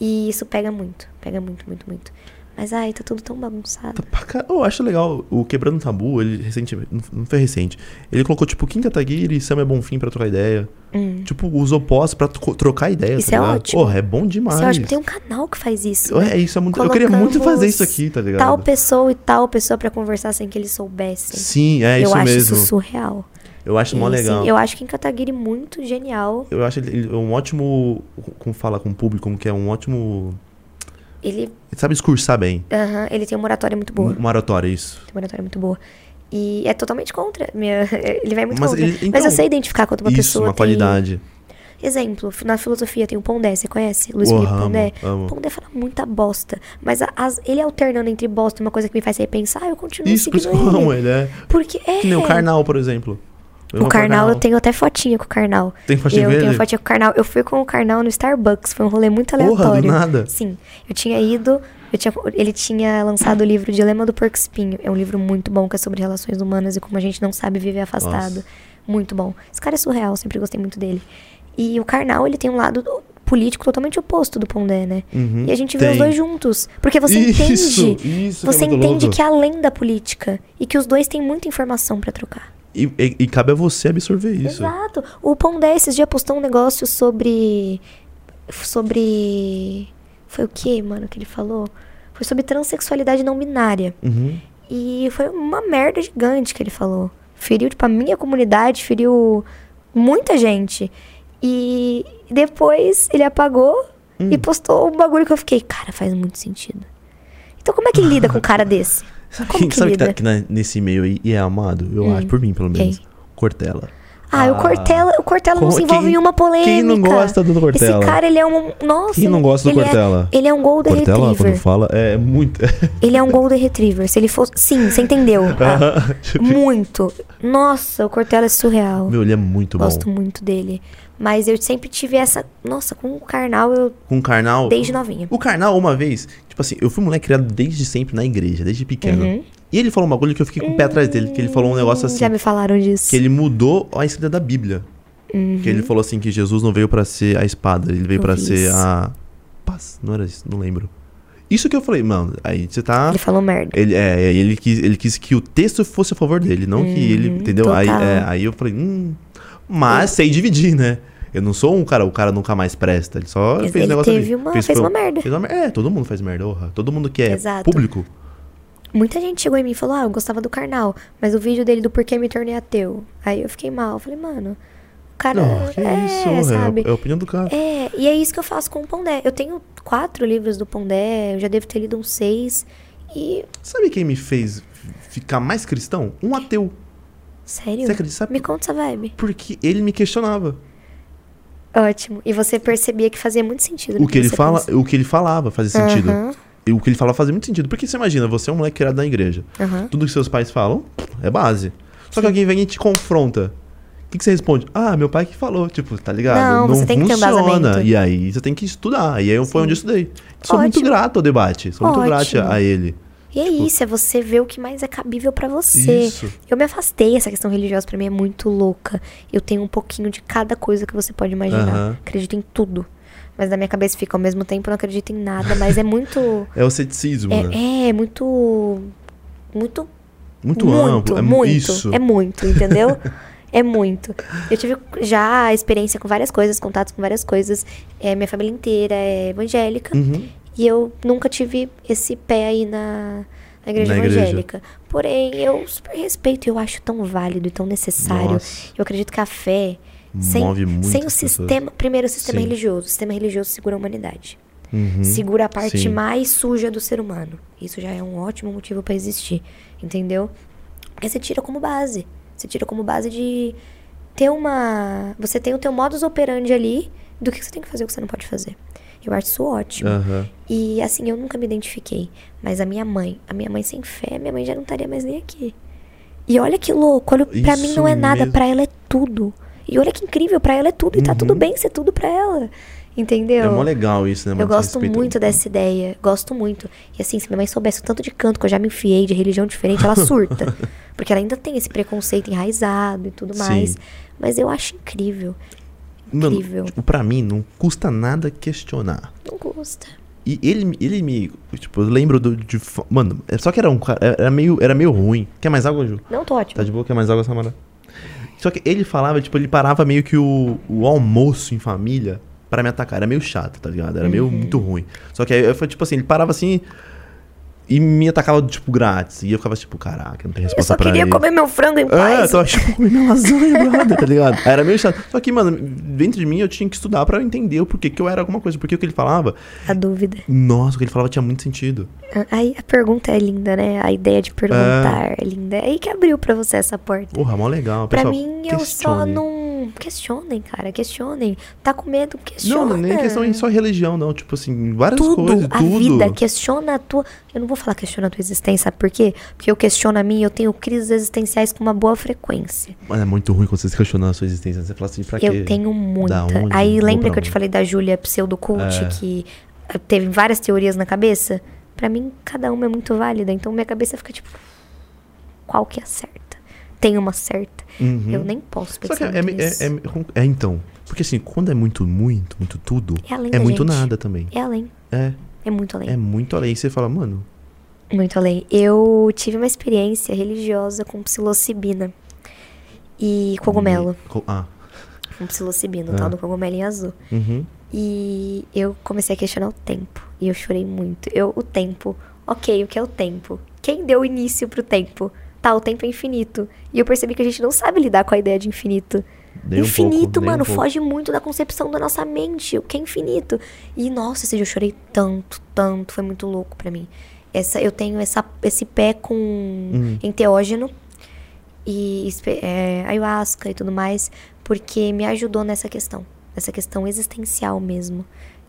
B: E isso pega muito, pega muito, muito, muito. Mas ai, tá tudo tão bagunçado.
A: Pra ca- Eu acho legal, o Quebrando Tabu, ele recentemente, não- não foi recente, ele colocou, tipo, Kim Kataguiri e Samia Bonfim pra trocar ideia. Tipo, os opostos pra tro- trocar ideia,
B: Hum. Isso
A: tá
B: é
A: ligado?
B: ótimo.
A: Porra, é bom demais.
B: Você acha que tem um canal que faz isso? né?
A: É, isso é muito... Eu queria muito
B: Colocamos
A: fazer isso aqui, tá ligado?
B: Tal pessoa e tal pessoa pra conversar sem que eles soubessem.
A: Sim, é
B: eu
A: isso
B: acho
A: mesmo.
B: isso surreal.
A: Eu acho mó
B: E, assim,
A: legal.
B: eu acho que em Kataguiri é muito genial.
A: eu... acho ele ele um ótimo... Como fala com o público, como que é um ótimo...
B: Ele,
A: Ele sabe discursar bem.
B: aham, ele tem uma oratória muito boa.
A: Uma oratória, isso.
B: Tem uma oratória muito boa. E é totalmente contra. Minha... Ele vai muito
A: Mas
B: contra.
A: ele- então,
B: Mas eu sei identificar quando uma
A: isso,
B: pessoa
A: uma
B: tem-
A: qualidade.
B: Exemplo, na filosofia tem o Pondé, você conhece? Luiz
A: Porra,
B: Felipe né?
A: amo,
B: Pondé.
A: amo.
B: Pondé fala muita bosta. Mas a- as- ele alternando entre bosta e uma coisa que me faz repensar, eu continuo
A: Isso, por
B: seguindo
A: isso que eu amo ele,
B: ele.
A: é.
B: Porque é...
A: Que nem o Karnal, por exemplo. Eu
B: O
A: amo
B: Karnal, eu tenho até fotinha com o Karnal.
A: Tem fotinha
B: eu
A: com
B: tenho
A: ele?
B: fotinha com o Karnal. Eu fui com o Karnal no Starbucks, foi um rolê muito
A: Porra, do
B: aleatório.
A: nada?
B: Sim. Eu tinha ido, eu tinha- ele tinha lançado o livro Dilema do Porco Espinho. É um livro muito bom que é sobre relações humanas e como a gente não sabe viver afastado.
A: Nossa.
B: Muito bom. Esse cara é surreal, sempre gostei muito dele. E o Karnal, ele tem um lado político totalmente oposto do Pondé, né?
A: Uhum,
B: e a gente vê os
A: tem.
B: dois juntos. Porque você
A: Isso,
B: entende.
A: isso que é
B: você
A: muito
B: entende
A: louco.
B: que é além da política. E que os dois têm muita informação pra trocar.
A: E, e- e cabe a você absorver isso.
B: Exato. O Pondé esses dias postou um negócio sobre. Sobre. Foi o que, mano, que ele falou? Foi sobre transexualidade não binária.
A: Uhum.
B: E foi uma merda gigante que ele falou. Feriu, tipo, a minha comunidade, feriu muita gente. E depois ele apagou
A: Hum.
B: e postou um bagulho que eu fiquei, cara, faz muito sentido. Então como é que lida com um cara desse?
A: Sabe
B: Como
A: quem
B: que
A: sabe que tá
B: lida?
A: aqui na- nesse meio aí e é amado? Eu acho, por mim, pelo
B: Quem?
A: menos. Cortella.
B: Ah, o Cortella, o Cortella não
A: Como-
B: se envolve
A: quem-
B: em uma polêmica.
A: quem não gosta do Cortella?
B: Esse cara, ele é um... Nossa.
A: Quem não gosta do
B: ele é-
A: Cortella?
B: ele é um Golden
A: Cortella, quando
B: Retriever.
A: fala, é muito.
B: Ele é um Golden Retriever. Se ele fosse... Sim, você entendeu. Ah, muito. Nossa, o Cortella é surreal.
A: Meu, ele é muito
B: gosto
A: bom.
B: muito dele. Mas eu sempre tive essa... Nossa, com o Karnal, eu...
A: Com o Karnal.
B: Desde novinha.
A: O Karnal, uma vez, tipo assim, eu fui um moleque criado desde sempre na igreja, desde pequeno. E ele falou um bagulho que eu fiquei com o pé atrás dele, que ele falou um negócio assim.
B: Uhum. Hum, Já me falaram disso.
A: que ele mudou a escrita da Bíblia. Que ele falou assim que Jesus não veio pra ser a espada, ele veio
B: Uhum. Eu
A: pra
B: vi
A: ser
B: isso.
A: a paz. Não era isso, não lembro. Isso que eu falei, mano, aí você tá
B: Ele falou merda.
A: ele, é, ele quis, ele quis que o texto fosse a favor dele, não que ele, entendeu? Aí,
B: Uhum, total.
A: é, aí eu falei, hum, mas sei dividir, né? Eu não sou um cara, o cara nunca mais presta, ele só
B: Ele
A: fez um negócio ali.
B: teve uma- fez uma merda.
A: fez uma mer- é, todo mundo faz merda, orra. Todo mundo que é
B: Exato.
A: público.
B: Muita gente chegou em mim e falou: Ah, eu gostava do Karnal, mas o vídeo dele do Porquê Me Tornei Ateu. Aí eu fiquei mal. Eu falei, mano, o cara.
A: Não, que
B: é,
A: isso, orra,
B: sabe?
A: é a opinião do cara.
B: É, e é isso que eu faço com o Pondé. Eu tenho quatro livros do Pondé, eu já devo ter lido uns seis. E.
A: Sabe quem me fez ficar mais cristão? Um ateu.
B: Sério?
A: Você acredita? Sabe
B: Me conta essa vibe.
A: Porque ele me questionava.
B: Ótimo. E você percebia que fazia muito sentido. no
A: O que ele
B: você
A: fala,
B: pensa.
A: o que ele falava fazia sentido.
B: Aham,
A: E o que ele falava fazia muito sentido. Porque você imagina, você é um moleque criado na igreja.
B: aham.
A: Tudo que seus pais falam é base. Só que alguém vem e te confronta. O que, que você responde? Ah, meu pai que falou. Tipo, tá ligado?
B: Não, você tem que ter um embasamento.
A: E aí você tem que estudar. E aí eu- foi onde eu estudei. Sou muito
B: Ótimo.
A: grato ao debate. Sou muito grato
B: Ótimo.
A: a ele.
B: E é isso, é você ver o que mais é cabível pra você.
A: Tipo Isso.
B: Eu me afastei, essa questão religiosa pra mim é muito louca. Eu tenho um pouquinho de cada coisa que você pode imaginar.
A: Aham.
B: Acredito em tudo. Mas na minha cabeça fica ao mesmo tempo, eu não acredito em nada, mas é muito.
A: É o ceticismo, né?
B: é, é muito. Muito
A: Muito, amplo. É
B: muito.
A: Isso.
B: É muito, entendeu? é muito. Eu tive já experiência com várias coisas, contatos com várias coisas. É, minha família inteira é evangélica.
A: Uhum.
B: E eu nunca tive esse pé aí na, na igreja
A: Na igreja.
B: evangélica. Porém, eu super respeito e eu acho tão válido e tão necessário.
A: Nossa.
B: Eu acredito que a fé. Sem,
A: Move muito
B: sem o
A: as pessoas.
B: sistema. Primeiro, o sistema
A: Sim.
B: religioso. O sistema religioso segura a humanidade
A: Uhum.
B: segura a parte
A: Sim.
B: mais suja do ser humano. Isso já é um ótimo motivo pra existir, entendeu? Porque você tira como base. Você tira como base de ter uma. Você tem o teu modus operandi ali do que você tem que fazer e o que você não pode fazer. Eu acho isso ótimo.
A: Aham.
B: E assim, eu nunca me identifiquei. Mas a minha mãe, a minha mãe sem fé, minha mãe já não estaria mais nem aqui. E olha que louco, olha, pra mim
A: Isso
B: não é nada,
A: mesmo.
B: pra ela é tudo. E olha que incrível, pra ela é tudo. E tá tudo bem ser tudo pra ela. Entendeu?
A: Uhum. É mó legal isso, né?
B: Eu
A: mano? Você
B: gosto
A: respeita-
B: muito dessa ideia. Gosto muito. E assim, se minha mãe soubesse o tanto de canto que eu já me enfiei de religião diferente, ela surta. Porque ela ainda tem esse preconceito enraizado e tudo
A: Sim.
B: mais. Mas eu acho incrível.
A: Mano,
B: Incrível.
A: tipo, pra mim, não custa nada questionar.
B: Não custa.
A: E ele, ele me. Tipo, eu lembro do, de. fo- Mano, é- só que era um cara. Era meio, era meio ruim. Quer mais água, Ju?
B: Não, tô ótimo.
A: Tá de boa? Quer mais água, Samara? Só que ele falava, tipo, ele parava meio que o, o almoço em família pra me atacar. Era meio chato, tá ligado? Era
B: Uhum.
A: meio muito ruim. Só que aí eu, fui, tipo assim, ele parava assim. E me atacava, tipo, grátis. E eu ficava, tipo, caraca, não tem
B: eu
A: resposta
B: só
A: pra ele.
B: queria comer meu frango em
A: Ah,
B: paz.
A: eu tava tipo, comendo minha lasanha, brother, tá ligado? Aí Era meio chato. Só que, mano, dentro de mim eu tinha que estudar pra entender o porquê que eu era alguma coisa. Porque o que ele falava,
B: A dúvida.
A: nossa, o que ele falava tinha muito sentido.
B: Ah, Aí a pergunta é linda, né? A ideia de perguntar é, linda. É aí que abriu pra você essa porta.
A: Porra, mó legal.
B: Pra
A: Ah. Pessoal,
B: mim, eu só
A: questione.
B: não. Questionem, cara. Questionem. Tá com medo? Questiona.
A: Não, não, nem questão em só religião, não. Tipo assim, várias
B: tudo,
A: coisas,
B: a
A: tudo.
B: vida, questiona a tua. Eu não vou falar questiona a tua existência, sabe por quê? Porque eu questiono a mim, eu tenho crises existenciais com uma boa frequência.
A: Mas é muito ruim quando você se questionar a sua existência. Você fala assim, pra quê?
B: Eu tenho muita.
A: onde?
B: Aí
A: Vou
B: lembra
A: pra
B: que eu te
A: onde?
B: falei da Júlia pseudocult,
A: É.
B: que eh, teve várias teorias na cabeça? Pra mim, cada uma é muito válida. Então minha cabeça fica tipo. Qual que é a certa? Tem uma certa.
A: Uhum.
B: Eu nem posso
A: Só
B: pensar.
A: que é,
B: muito
A: é,
B: nisso.
A: é, é- é então. Porque assim, quando é muito, muito, muito tudo,
B: É além
A: é
B: da
A: muito
B: gente.
A: nada também.
B: É além.
A: É,
B: É muito além.
A: é muito além. E você fala, mano,
B: Muito além. Eu tive uma experiência religiosa com psilocibina e cogumelo.
A: co- Ah,
B: Com psilocibina,
A: Ah.
B: o tal do cogumelinho azul.
A: uhum.
B: E eu comecei a questionar o tempo. E eu chorei muito. Eu, o tempo. Ok, o que é o tempo? Quem deu início pro tempo? Tá, o tempo é infinito. E eu percebi que a gente não sabe lidar com a ideia de infinito.
A: Dei um
B: infinito,
A: pouco, dei um
B: mano,
A: pouco.
B: foge muito da concepção da nossa mente. O que é infinito? E nossa, esse dia eu chorei tanto, tanto. Foi muito louco pra mim. Essa, eu tenho essa, esse pé com
A: Hum.
B: enteógeno e espe- é, ayahuasca e tudo mais, porque me ajudou nessa questão, nessa questão existencial mesmo.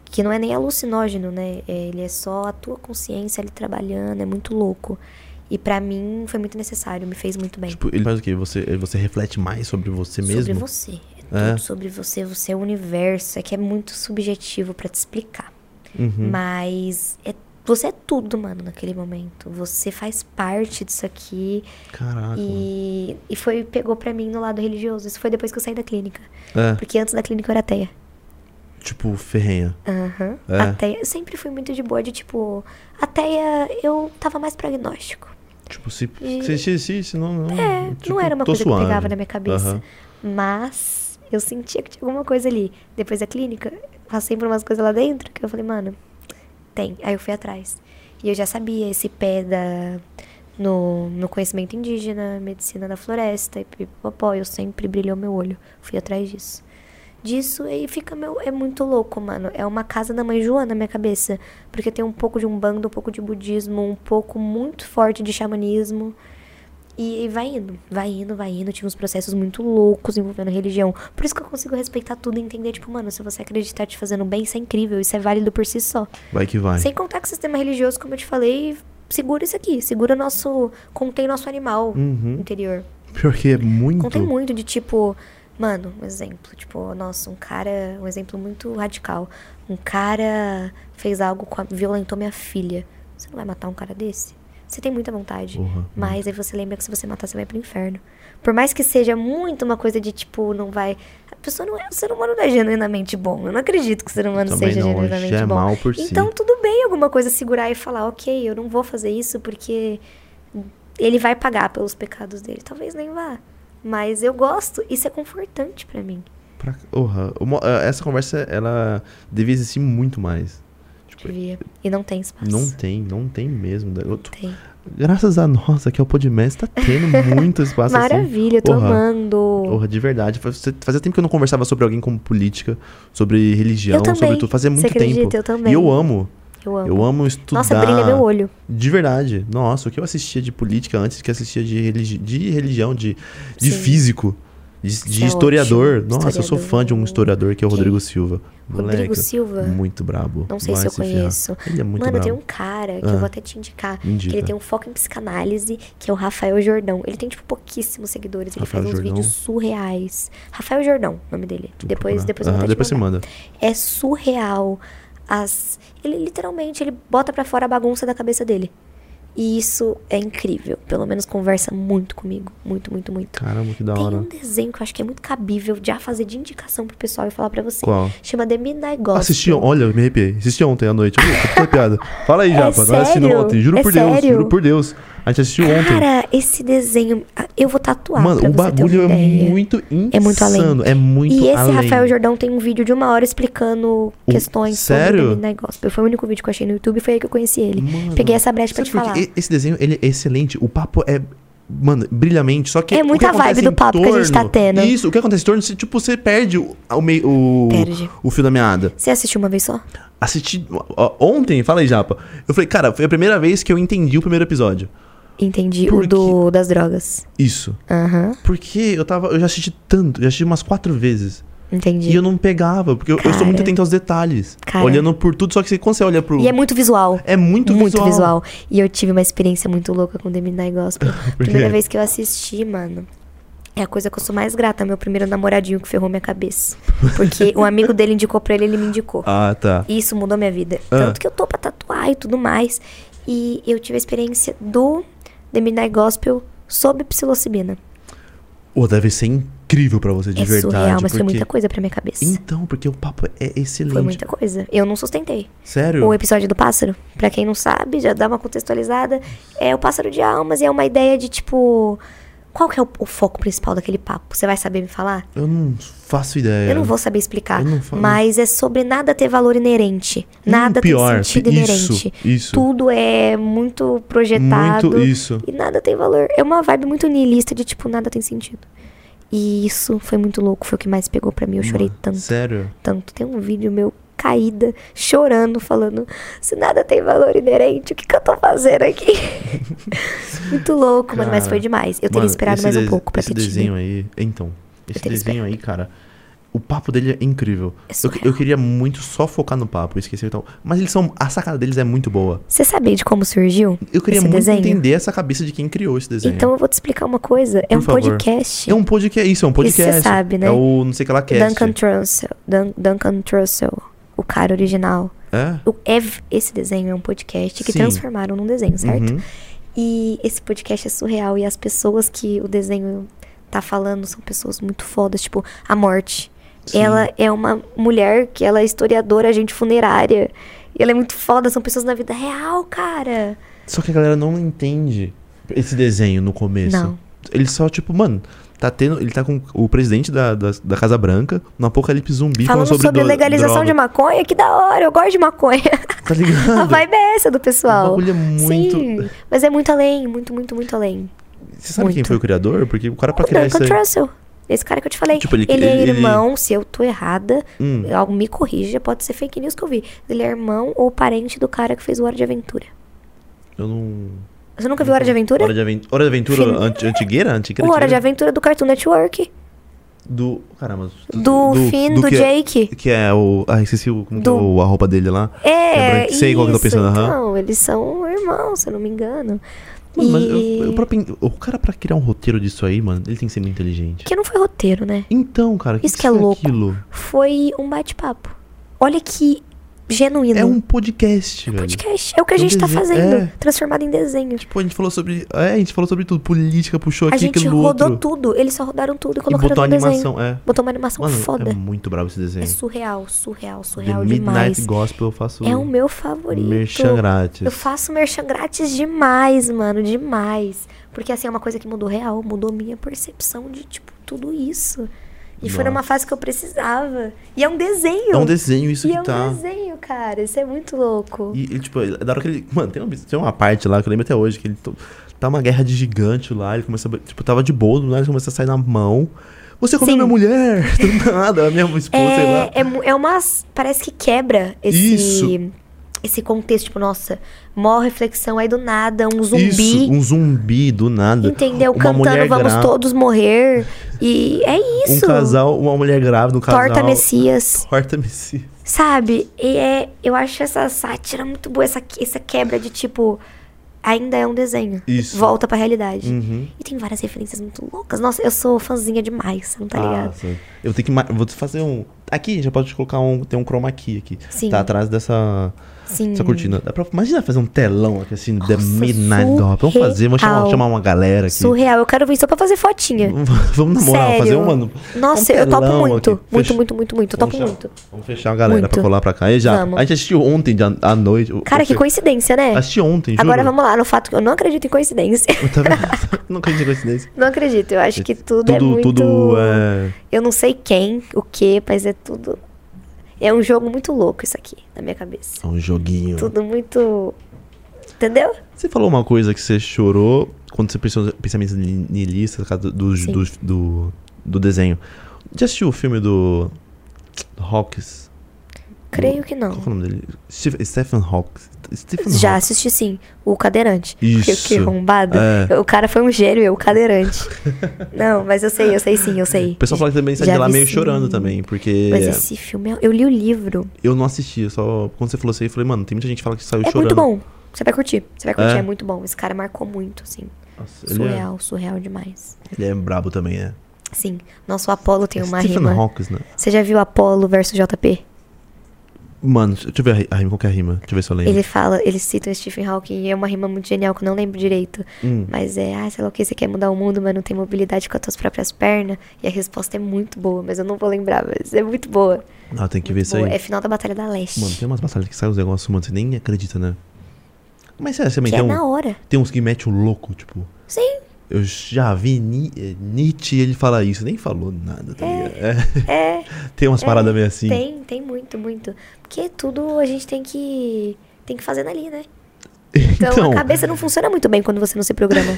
B: Que não é nem alucinógeno, né? É, Ele é só a tua consciência ali trabalhando, é muito louco. E pra mim foi muito necessário, me fez muito bem.
A: Tipo, ele faz o quê? Você, você reflete mais sobre você
B: Sobre
A: mesmo?
B: você. É tudo
A: É.
B: sobre você, você é o universo. É que é muito subjetivo pra te explicar.
A: Uhum.
B: Mas é- você é tudo, mano, naquele momento. Você faz parte disso aqui.
A: Caraca. mano.
B: E, e foi, pegou pra mim no lado religioso. Isso foi depois que eu saí da clínica.
A: É,
B: Porque antes da clínica eu era ateia.
A: tipo, ferrenha.
B: Aham.
A: É.
B: Ateia. Eu sempre fui muito de boa, de tipo. Ateia, eu tava mais pra agnóstico.
A: Tipo, se,
B: E-
A: se, se, se, se não, não.
B: É,
A: tipo,
B: não era uma
A: tô
B: coisa
A: suave.
B: que pegava na minha cabeça.
A: Aham.
B: Mas eu sentia que tinha alguma coisa ali. Depois da clínica, passei por umas coisas lá dentro que eu falei, mano, tem. Aí eu fui atrás. E eu já sabia esse pé da. No, no conhecimento indígena, medicina da floresta, e pipopó, eu sempre brilhou meu olho. Fui atrás disso. Disso aí fica meu. É muito louco, mano. É uma casa da mãe Joana na minha cabeça. Porque tem um pouco de um bando, um pouco de budismo, um pouco muito forte de xamanismo. E, e vai indo, vai indo, vai indo. Tive uns processos muito loucos envolvendo religião. Por isso que eu consigo respeitar tudo e entender, tipo, mano, se você acreditar te fazendo bem, isso é incrível, isso é válido por si só.
A: Vai que vai.
B: Sem contar que o sistema religioso, como eu te falei, segura isso aqui, segura nosso. contém nosso animal
A: Uhum.
B: interior.
A: Pior que é muito.
B: Contém muito de tipo, mano, um exemplo, tipo, nossa, um cara, um exemplo muito radical. Um cara fez algo com a, violentou minha filha. Você não vai matar um cara desse? Você tem muita vontade,
A: Porra,
B: mas aí você lembra que se você matar você vai pro inferno. Por mais que seja muito uma coisa de tipo, não vai, a pessoa não é, o ser humano não é genuinamente bom. Eu não acredito que o ser humano
A: Também
B: seja
A: não, hoje
B: genuinamente
A: é
B: bom.
A: mal por si.
B: Então tudo bem alguma coisa segurar e falar, ok, eu não vou fazer isso porque ele vai pagar pelos pecados dele. Talvez nem vá. Mas eu gosto, isso é confortante pra mim.
A: Pra... Porra, uma- essa conversa, ela devia existir muito mais. Tipo,
B: Devia. E não tem espaço.
A: não tem, não tem mesmo. né? Eu tô-
B: Tem.
A: Graças a nós, aqui é o Podmess, tá tendo muito espaço assim.
B: Maravilha, eu tô
A: Porra.
B: amando.
A: Porra, de verdade. Faz- Fazia tempo que eu não conversava sobre alguém como política, sobre religião,
B: Eu também.
A: sobre tudo. Fazia
B: Você
A: muito
B: acredita?
A: tempo.
B: Eu também.
A: E eu amo.
B: Eu amo.
A: Eu amo estudar.
B: Nossa, brilha meu olho.
A: De verdade. Nossa, o que eu assistia de política antes que assistia de, religi de religião, de, de
B: Sim.
A: físico, de, de
B: é
A: historiador.
B: ótimo.
A: Nossa, eu sou fã de um historiador que é o
B: Quem?
A: Rodrigo Silva.
B: Rodrigo
A: Moleque,
B: Silva.
A: Muito brabo.
B: Não sei
A: Vai
B: se eu
A: ferrar.
B: conheço.
A: Ele é muito
B: Mano,
A: brabo.
B: tem um cara que
A: Ah.
B: eu vou até te indicar.
A: Me indica.
B: Que ele tem um foco em psicanálise, que é o Rafael Jordão. Ele tem, tipo, pouquíssimos seguidores. Ele
A: Rafael
B: faz uns
A: Jordão.
B: vídeos surreais. Rafael Jordão, o nome dele.
A: Vou
B: depois
A: procurar.
B: depois eu vou
A: Aham,
B: até te
A: depois você
B: mandar.
A: manda.
B: é surreal. As, ele literalmente ele bota pra fora a bagunça da cabeça dele. E isso é incrível. Pelo menos conversa muito comigo, muito, muito, muito.
A: Caramba, que da
B: Tem
A: hora.
B: um desenho que eu acho que é muito cabível já fazer de indicação pro pessoal e falar pra você.
A: Qual?
B: Chama The Midnight Gospel.
A: Assisti, olha, me arrepiei. Assisti ontem à noite. Uh, que foi piada. Fala aí,
B: É
A: Japa. Nós assistimos
B: sério?
A: ontem. Juro
B: É
A: por Deus,
B: sério?
A: juro por Deus. A gente assistiu ontem.
B: Cara, esse desenho ah, eu vou tatuar
A: Mano,
B: pra
A: o
B: você ter uma
A: bagulho é
B: ideia.
A: muito insano.
B: É muito além.
A: É muito
B: E esse
A: além.
B: Rafael Jordão tem um vídeo de uma hora explicando
A: O-
B: questões sobre
A: sério?
B: The Midnight Gospel. Foi o único vídeo que eu achei no YouTube, foi aí que eu conheci ele.
A: Mano,
B: Peguei essa brecha pra
A: Sabe
B: te
A: por quê?
B: falar.
A: E- Esse desenho, ele é excelente. O papo é, mano, brilhante. Só que
B: É
A: o que
B: muita vibe
A: acontece
B: do
A: em
B: papo que a gente tá
A: torno-
B: tendo.
A: Isso, o que acontece em torno, você, tipo, você perde o, o, meio- o,
B: Perde.
A: o fio da meada.
B: Você assistiu uma vez só?
A: Assisti ó, ontem, fala aí, Japa. Eu falei, cara, foi a primeira vez que eu entendi o primeiro episódio.
B: Entendi.
A: Por
B: o do, das drogas.
A: Isso.
B: Aham.
A: Porque eu tava, eu já assisti tanto, já assisti umas quatro vezes.
B: Entendi.
A: E eu não pegava, porque eu, eu sou
B: Cara.
A: muito atento aos detalhes.
B: Cara.
A: Olhando por tudo, só que você- quando você olha pro...
B: E é muito visual.
A: É muito,
B: visual. E eu tive uma experiência muito louca com The Midnight Gospel. Primeira vez que eu assisti, mano. É a coisa que eu sou mais grata, meu primeiro namoradinho que ferrou minha cabeça. Porque um amigo dele indicou pra ele, ele me indicou.
A: Ah, tá.
B: E isso mudou minha vida.
A: Ah.
B: Tanto que eu tô pra tatuar e tudo mais. E eu tive a experiência do The Midnight Gospel sob psilocibina.
A: Ô, deve ser incrível pra você, de
B: é
A: verdade.
B: surreal, mas foi
A: porque-
B: muita coisa pra minha cabeça.
A: Então, porque o papo é excelente.
B: Foi muita coisa. Eu não sustentei.
A: Sério?
B: O episódio do pássaro, pra quem não sabe, já dá uma contextualizada, é o pássaro de almas e é uma ideia de tipo. Qual que é o, o foco principal daquele papo? Você vai saber me falar?
A: Eu não faço ideia.
B: Eu não vou saber explicar.
A: É. Eu não fa-
B: Mas é sobre nada ter valor inerente. Nada
A: pior,
B: tem sentido
A: isso,
B: inerente.
A: isso.
B: Tudo é muito projetado.
A: Muito isso.
B: E nada tem valor. É uma vibe muito niilista de tipo, nada tem sentido. E isso foi muito louco, foi o que mais pegou pra mim. Eu chorei tanto
A: Hum, Sério?
B: tanto. Tem um vídeo meu caída, chorando, falando: se nada tem valor inerente, o que, que eu tô fazendo aqui? Muito louco, mano, mas
A: Cara,
B: foi demais. Eu
A: Mano,
B: teria esperado
A: esse
B: mais um
A: des-
B: pouco pra
A: Esse
B: ter tido.
A: desenho aí. Então, esse
B: teria
A: desenho aí, cara. O papo dele é incrível.
B: É
A: eu,
B: surreal.
A: eu queria muito só focar no papo, esqueci então. Mas eles são. A sacada deles é muito boa.
B: Você sabia de como surgiu?
A: Eu queria
B: esse
A: muito
B: desenho?
A: entender essa cabeça de quem criou esse desenho.
B: Então eu vou te explicar uma coisa. é
A: Por
B: um
A: favor.
B: podcast.
A: é um podcast. Isso, é um
B: Isso você
A: podcast.
B: sabe, né?
A: É o não sei o que ela quer.
B: Duncan Trussell. Dun- Duncan Trussell, o cara original.
A: É?
B: O Ev, esse desenho é um podcast que
A: Sim.
B: transformaram num desenho, certo?
A: Uhum.
B: E esse podcast é surreal. E as pessoas que o desenho tá falando são pessoas muito fodas. Tipo, a morte.
A: Sim.
B: Ela é uma mulher que ela é historiadora, agente funerária. E ela é muito foda. São pessoas na vida real, cara.
A: Só que a galera não entende esse desenho no começo.
B: Não.
A: Ele só, tipo, mano, tá tendo. Ele tá com o presidente da, da, da Casa Branca no apocalipse zumbi
B: Falando sobre,
A: do-
B: legalização
A: droga.
B: de maconha, que da hora. Eu gosto de maconha.
A: Tá ligado?
B: A vibe é essa do
A: O
B: pessoal.
A: bagulho é muito-
B: Sim, mas é muito além, muito, muito, muito além.
A: Você sabe quem
B: muito.
A: foi o criador? Porque o cara pra
B: O
A: criar
B: Duncan
A: isso. aí-
B: Trussell. Esse cara que eu te falei.
A: Tipo, ele-
B: ele, é
A: ele-
B: irmão, se eu tô errada,
A: Hum.
B: algo me corrija, pode ser fake news que eu vi. Ele é irmão ou parente do cara que fez o Hora de Aventura.
A: Eu não.
B: Você nunca viu Hora de Aventura?
A: Então, Hora é de Aventura. Hora de Aventura
B: Filme.
A: anti- antigueira? Antigueira?
B: O Hora de
A: antigueira?
B: Aventura do Cartoon Network.
A: Do. Caramba.
B: Do, Finn, do,
A: que é-
B: Jake.
A: Que é o. Ah, esqueci o, como que é
B: Do-
A: o- a roupa dele lá.
B: É,
A: Lembra- sei qual que eu tô
B: isso,
A: pensando, aham.
B: Então, eles são irmãos, se eu não me engano.
A: Mano, mas eu-
B: E-
A: eu pra pen- o cara pra criar um roteiro disso aí, mano, ele tem que ser muito inteligente.
B: Que não foi roteiro, né?
A: Então, cara, que
B: Isso que é louco.
A: aquilo?
B: Foi um bate-papo. Olha que genuíno.
A: É um podcast, velho.
B: podcast. É o que a
A: É um
B: gente tá
A: desenho,
B: fazendo,
A: é.
B: transformado em desenho.
A: Tipo, a gente falou sobre. É, a gente falou sobre tudo. Política, puxou
B: a
A: aqui,
B: gente
A: aquilo
B: rodou
A: outro.
B: tudo, eles só rodaram tudo e
A: E
B: colocaram
A: botou
B: no desenho.
A: animação, é.
B: Botou uma animação
A: Mano,
B: foda.
A: é muito bravo esse
B: É,
A: desenho.
B: surreal, surreal,
A: The
B: surreal
A: Midnight
B: demais.
A: Gospel eu faço
B: É o meu favorito.
A: merchan grátis.
B: Eu faço merchan grátis demais, mano, demais. Porque assim, é uma coisa que mudou real, mudou minha percepção de, tipo, tudo isso. E foi
A: Nossa.
B: numa fase que eu precisava. E é um desenho.
A: É um desenho isso
B: E
A: que
B: é um
A: tá.
B: desenho, cara. Isso é muito louco.
A: E, e, tipo, da hora que ele. Mano, tem uma, tem uma parte lá que eu lembro até hoje, que ele. to- Tá uma guerra de gigante lá, ele começa. a br- Tipo, tava de boa, do nada ele começa a sair na mão. Você comeu
B: Sim.
A: minha mulher! Do nada, a minha esposa, sei lá.
B: É, é, mu- é umas. Parece que quebra esse.
A: Isso.
B: Esse contexto, tipo, nossa, mó reflexão aí do nada, um zumbi. Então,
A: Isso, um zumbi do nada.
B: Entendeu?
A: Uma mulher
B: Cantando Vamos
A: grá-
B: Todos Morrer. E é
A: Um
B: isso.
A: casal, uma mulher grávida, um casal.
B: Torta Messias.
A: Torta Messias.
B: Sabe? E é, eu acho essa sátira muito boa, essa, essa quebra de tipo. Ainda é um desenho.
A: Isso.
B: Volta pra realidade.
A: Uhum.
B: E tem várias referências muito loucas. Nossa, eu sou fãzinha demais, você não
A: Ah,
B: tá ligado?
A: Nossa, eu tenho que. ma- Vou fazer um. Aqui, já pode colocar um. Tem um chroma key aqui.
B: Sim.
A: Tá atrás dessa.
B: Sim.
A: Essa cortina. Dá pra- imagina fazer um telão aqui assim, The
B: Nossa,
A: Midnight Gospel. Vamos fazer, vamos chamar,
B: surreal.
A: chamar uma galera aqui.
B: Surreal. Eu quero vir só pra fazer fotinha.
A: vamos na moral,
B: Sério.
A: fazer um, mano.
B: Nossa,
A: um
B: eu topo
A: telão
B: muito.
A: aqui.
B: Muito,
A: Fecha-
B: muito, muito, muito. Eu
A: Vamos
B: topo
A: chamar-
B: muito.
A: Vamos fechar a galera pra
B: Muito.
A: colar pra cá. E já.
B: Vamos.
A: A gente assistiu ontem de- à noite.
B: Cara, que coincidência, né?
A: Assisti ontem,
B: Agora
A: juro.
B: vamos lá, no fato que eu não acredito em coincidência.
A: Tá vendo? não acredito em coincidência.
B: não acredito. Eu acho que tudo, é muito.
A: Tudo é.
B: Eu não sei quem, o que, mas é tudo. É um jogo muito louco isso aqui, na minha cabeça.
A: É um joguinho.
B: Tudo muito. Entendeu?
A: Você falou uma coisa que você chorou quando você pensou pensamentos nihilistas do, do,
B: Sim.
A: do, do, do desenho. Já assistiu o filme do. do Hawkins?
B: Creio que
A: Qual
B: não.
A: que é o nome dele? Stephen, Stephen Hawkins. Stephen
B: Já
A: Hawking.
B: assisti sim, o cadeirante.
A: Isso.
B: Que, que arrombado.
A: É.
B: O cara foi um gênio, eu, o cadeirante. não, mas eu sei, eu sei sim, eu sei.
A: O pessoal fala é. que também sai
B: Já
A: de lá
B: vi
A: meio
B: sim. é.
A: chorando também, porque
B: Mas esse filme, eu- eu li o livro.
A: eu não assisti, eu só quando você falou isso aí, eu falei, mano, tem muita gente que fala que saiu
B: é
A: chorando.
B: muito bom. Você vai curtir. Você vai curtir,
A: É?
B: é. muito bom. Esse cara marcou muito, assim.
A: Nossa, ele, é,
B: Surreal, surreal demais.
A: ele é brabo também, é.
B: Sim. Nosso Apollo tem
A: É
B: uma
A: Stephen
B: rima.
A: Hawking, né?
B: Você já viu Apollo versus JP?
A: Mano, deixa eu ver a ri- a rima, qual que é a rima? Deixa eu ver se eu lembro.
B: Ele fala, ele cita o Stephen Hawking e é uma rima muito genial que eu não lembro direito.
A: Hum.
B: Mas é, ah, sei lá o que, você quer mudar o mundo, mas não tem mobilidade com as suas próprias pernas. E a resposta é muito boa, mas eu não vou lembrar, mas é muito boa.
A: Ah, tem que ver isso aí.
B: Boa, É final da Batalha da Leste.
A: Mano, tem um umas batalhas que saem os negócios, mano, você nem acredita, né? Mas sério, você
B: que
A: também
B: é
A: tem, um-
B: na hora.
A: tem uns que mete o louco, tipo.
B: Sim.
A: Eu já vi Ni- eh, Nietzsche ele falar isso, nem falou nada, tá ligado? É,
B: É,
A: tem umas paradas meio assim.
B: tem, tem muito, muito. Porque tudo a gente tem que. Tem que fazer ali, né? Então,
A: Então,
B: a cabeça não funciona muito bem quando você não se programa.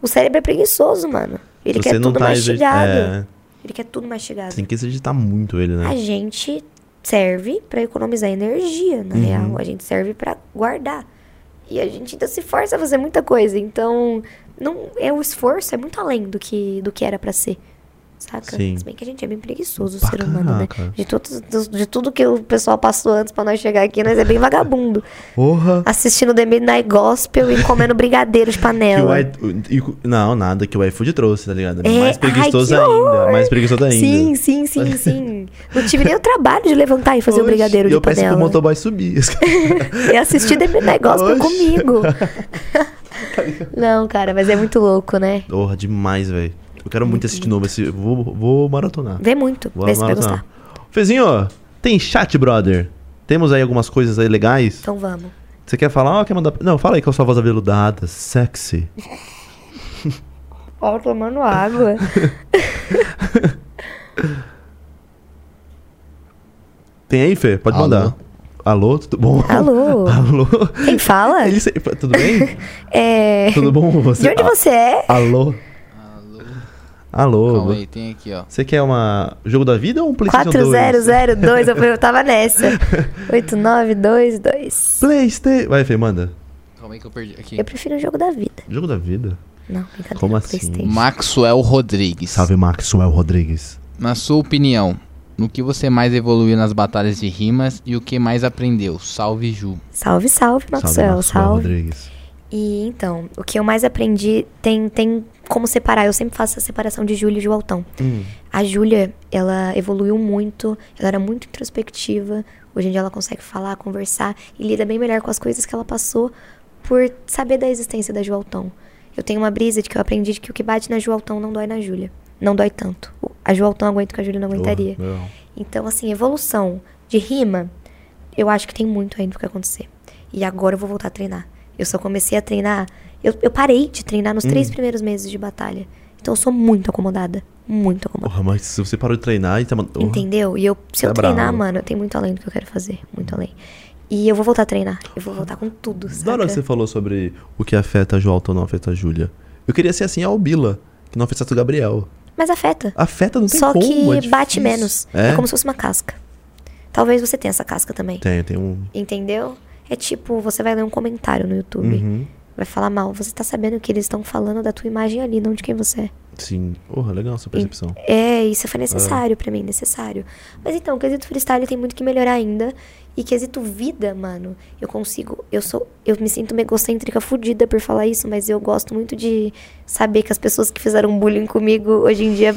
B: o cérebro é preguiçoso, mano. Ele
A: você
B: quer
A: não
B: tudo
A: tá exer-
B: mastigado.
A: é,
B: Ele quer tudo mastigado.
A: Você tem que exercitar muito ele,
B: A
A: né?
B: gente serve pra economizar energia,
A: Uhum.
B: na real. A gente serve pra guardar. E a gente ainda se força a fazer muita coisa. Então, não é o esforço é muito além do que, do que era pra ser. Saca?
A: Sim.
B: Se bem que a gente é bem preguiçoso, o
A: Pra
B: ser humano, né?
A: caraca.
B: De, todos, dos- de tudo que o pessoal passou antes pra nós chegar aqui, nós é bem vagabundo.
A: Porra!
B: Assistindo The Midnight Gospel e comendo brigadeiro de
A: Que o
B: panela.
A: i- o- e- não, nada que o iFood trouxe, tá ligado?
B: Ah, É,
A: mais preguiçoso
B: ai, que
A: ainda. é
B: horror!
A: Mais preguiçoso ainda.
B: Sim, sim, sim, sim. Não tive nem o trabalho de levantar e fazer o
A: Oxe,
B: brigadeiro
A: e
B: de
A: Eu peço pro
B: panela.
A: motoboy subir.
B: E assistir The Midnight Gospel
A: Oxe.
B: comigo. Não, cara, mas é muito louco, né?
A: Porra, demais, velho. Eu quero muito assistir de novo esse. Vou, vou maratonar.
B: Vê muito.
A: Vou
B: Vê se vai
A: maratonar.
B: gostar.
A: Fezinho, tem chat, brother. Temos aí algumas coisas aí legais.
B: Então vamos.
A: Você quer falar ou quer mandar. Não, fala aí com a sua voz aveludada, sexy.
B: Ó, tomando água.
A: Tem aí, Fê? Pode
C: Alô?
A: mandar. Alô, tudo bom?
B: Alô?
A: Alô?
B: Quem fala?
A: Ele sempre- Tudo bem?
B: É...
A: tudo bom com você? Ah,
B: De onde você é?
A: A- Alô?
C: Alô?
A: Alô?
C: Calma aí, tem aqui, ó.
A: Você quer uma. Jogo da vida ou um PlayStation 2?
B: 4002, eu eu tava nessa. 8922.
A: PlayStation. Vai, Fê, manda.
C: Calma aí que eu perdi aqui.
B: Eu prefiro o jogo da vida.
A: Jogo da vida.
B: Não, brincadeira.
A: Como assim?
B: PlayStation.
C: Maxwell Rodrigues.
A: Salve Maxwell Rodrigues.
C: Na sua opinião, no que você mais evoluiu nas batalhas de rimas e o que mais aprendeu? Salve Ju.
B: Salve, salve, Maxwell. Salve.
A: Rodrigues.
B: E então, o que eu mais aprendi tem, tem como separar. Eu sempre faço a separação de Júlia e de Altão. A Júlia, ela evoluiu muito, ela era muito introspectiva. Hoje em dia ela consegue falar, conversar e lida bem melhor com as coisas que ela passou por saber da existência da Joaltão. Eu tenho uma brisa de que eu aprendi de que o que bate na Joaltão não dói na Júlia. Não dói tanto. O- A Joaltão aguenta o que a Júlia não aguentaria.
A: Porra, não.
B: Então, assim, evolução de rima, eu acho que tem muito ainda o que acontecer. E agora eu vou voltar a treinar. Eu só comecei a treinar. Eu, eu parei de treinar nos três primeiros meses de batalha. Então eu sou muito acomodada. Muito acomodada.
A: Porra, mas se você parou de treinar e tá mandando.
B: Entendeu? E eu, se
A: Tá
B: eu treinar,
A: bravo.
B: mano, eu tenho muito além do que eu quero fazer. Muito além. E eu vou voltar a treinar. Eu vou voltar com tudo,
A: Da hora
B: sabe?
A: que você falou sobre o que afeta a Joalta ou não afeta a Júlia. Eu queria ser assim a Albila, que não afeta o Gabriel.
B: Mas afeta.
A: Afeta, não tem
B: Só
A: como. é
B: que
A: difícil.
B: bate menos.
A: É?
B: É? como se fosse uma casca. Talvez você tenha essa casca também.
A: Tem, tem um...
B: Entendeu? É tipo, você vai ler um comentário no YouTube.
A: Uhum.
B: Vai falar mal. Você tá sabendo que eles estão falando da tua imagem ali, não de quem você é.
A: Sim. Porra, legal essa percepção.
B: É, isso foi necessário pra mim, necessário. Mas então, quesito freestyle tem muito que melhorar ainda. E quesito vida, mano, eu consigo. Eu sou. Eu me sinto uma egocêntrica fodida por falar isso, mas eu gosto muito de saber que as pessoas que fizeram bullying comigo hoje em dia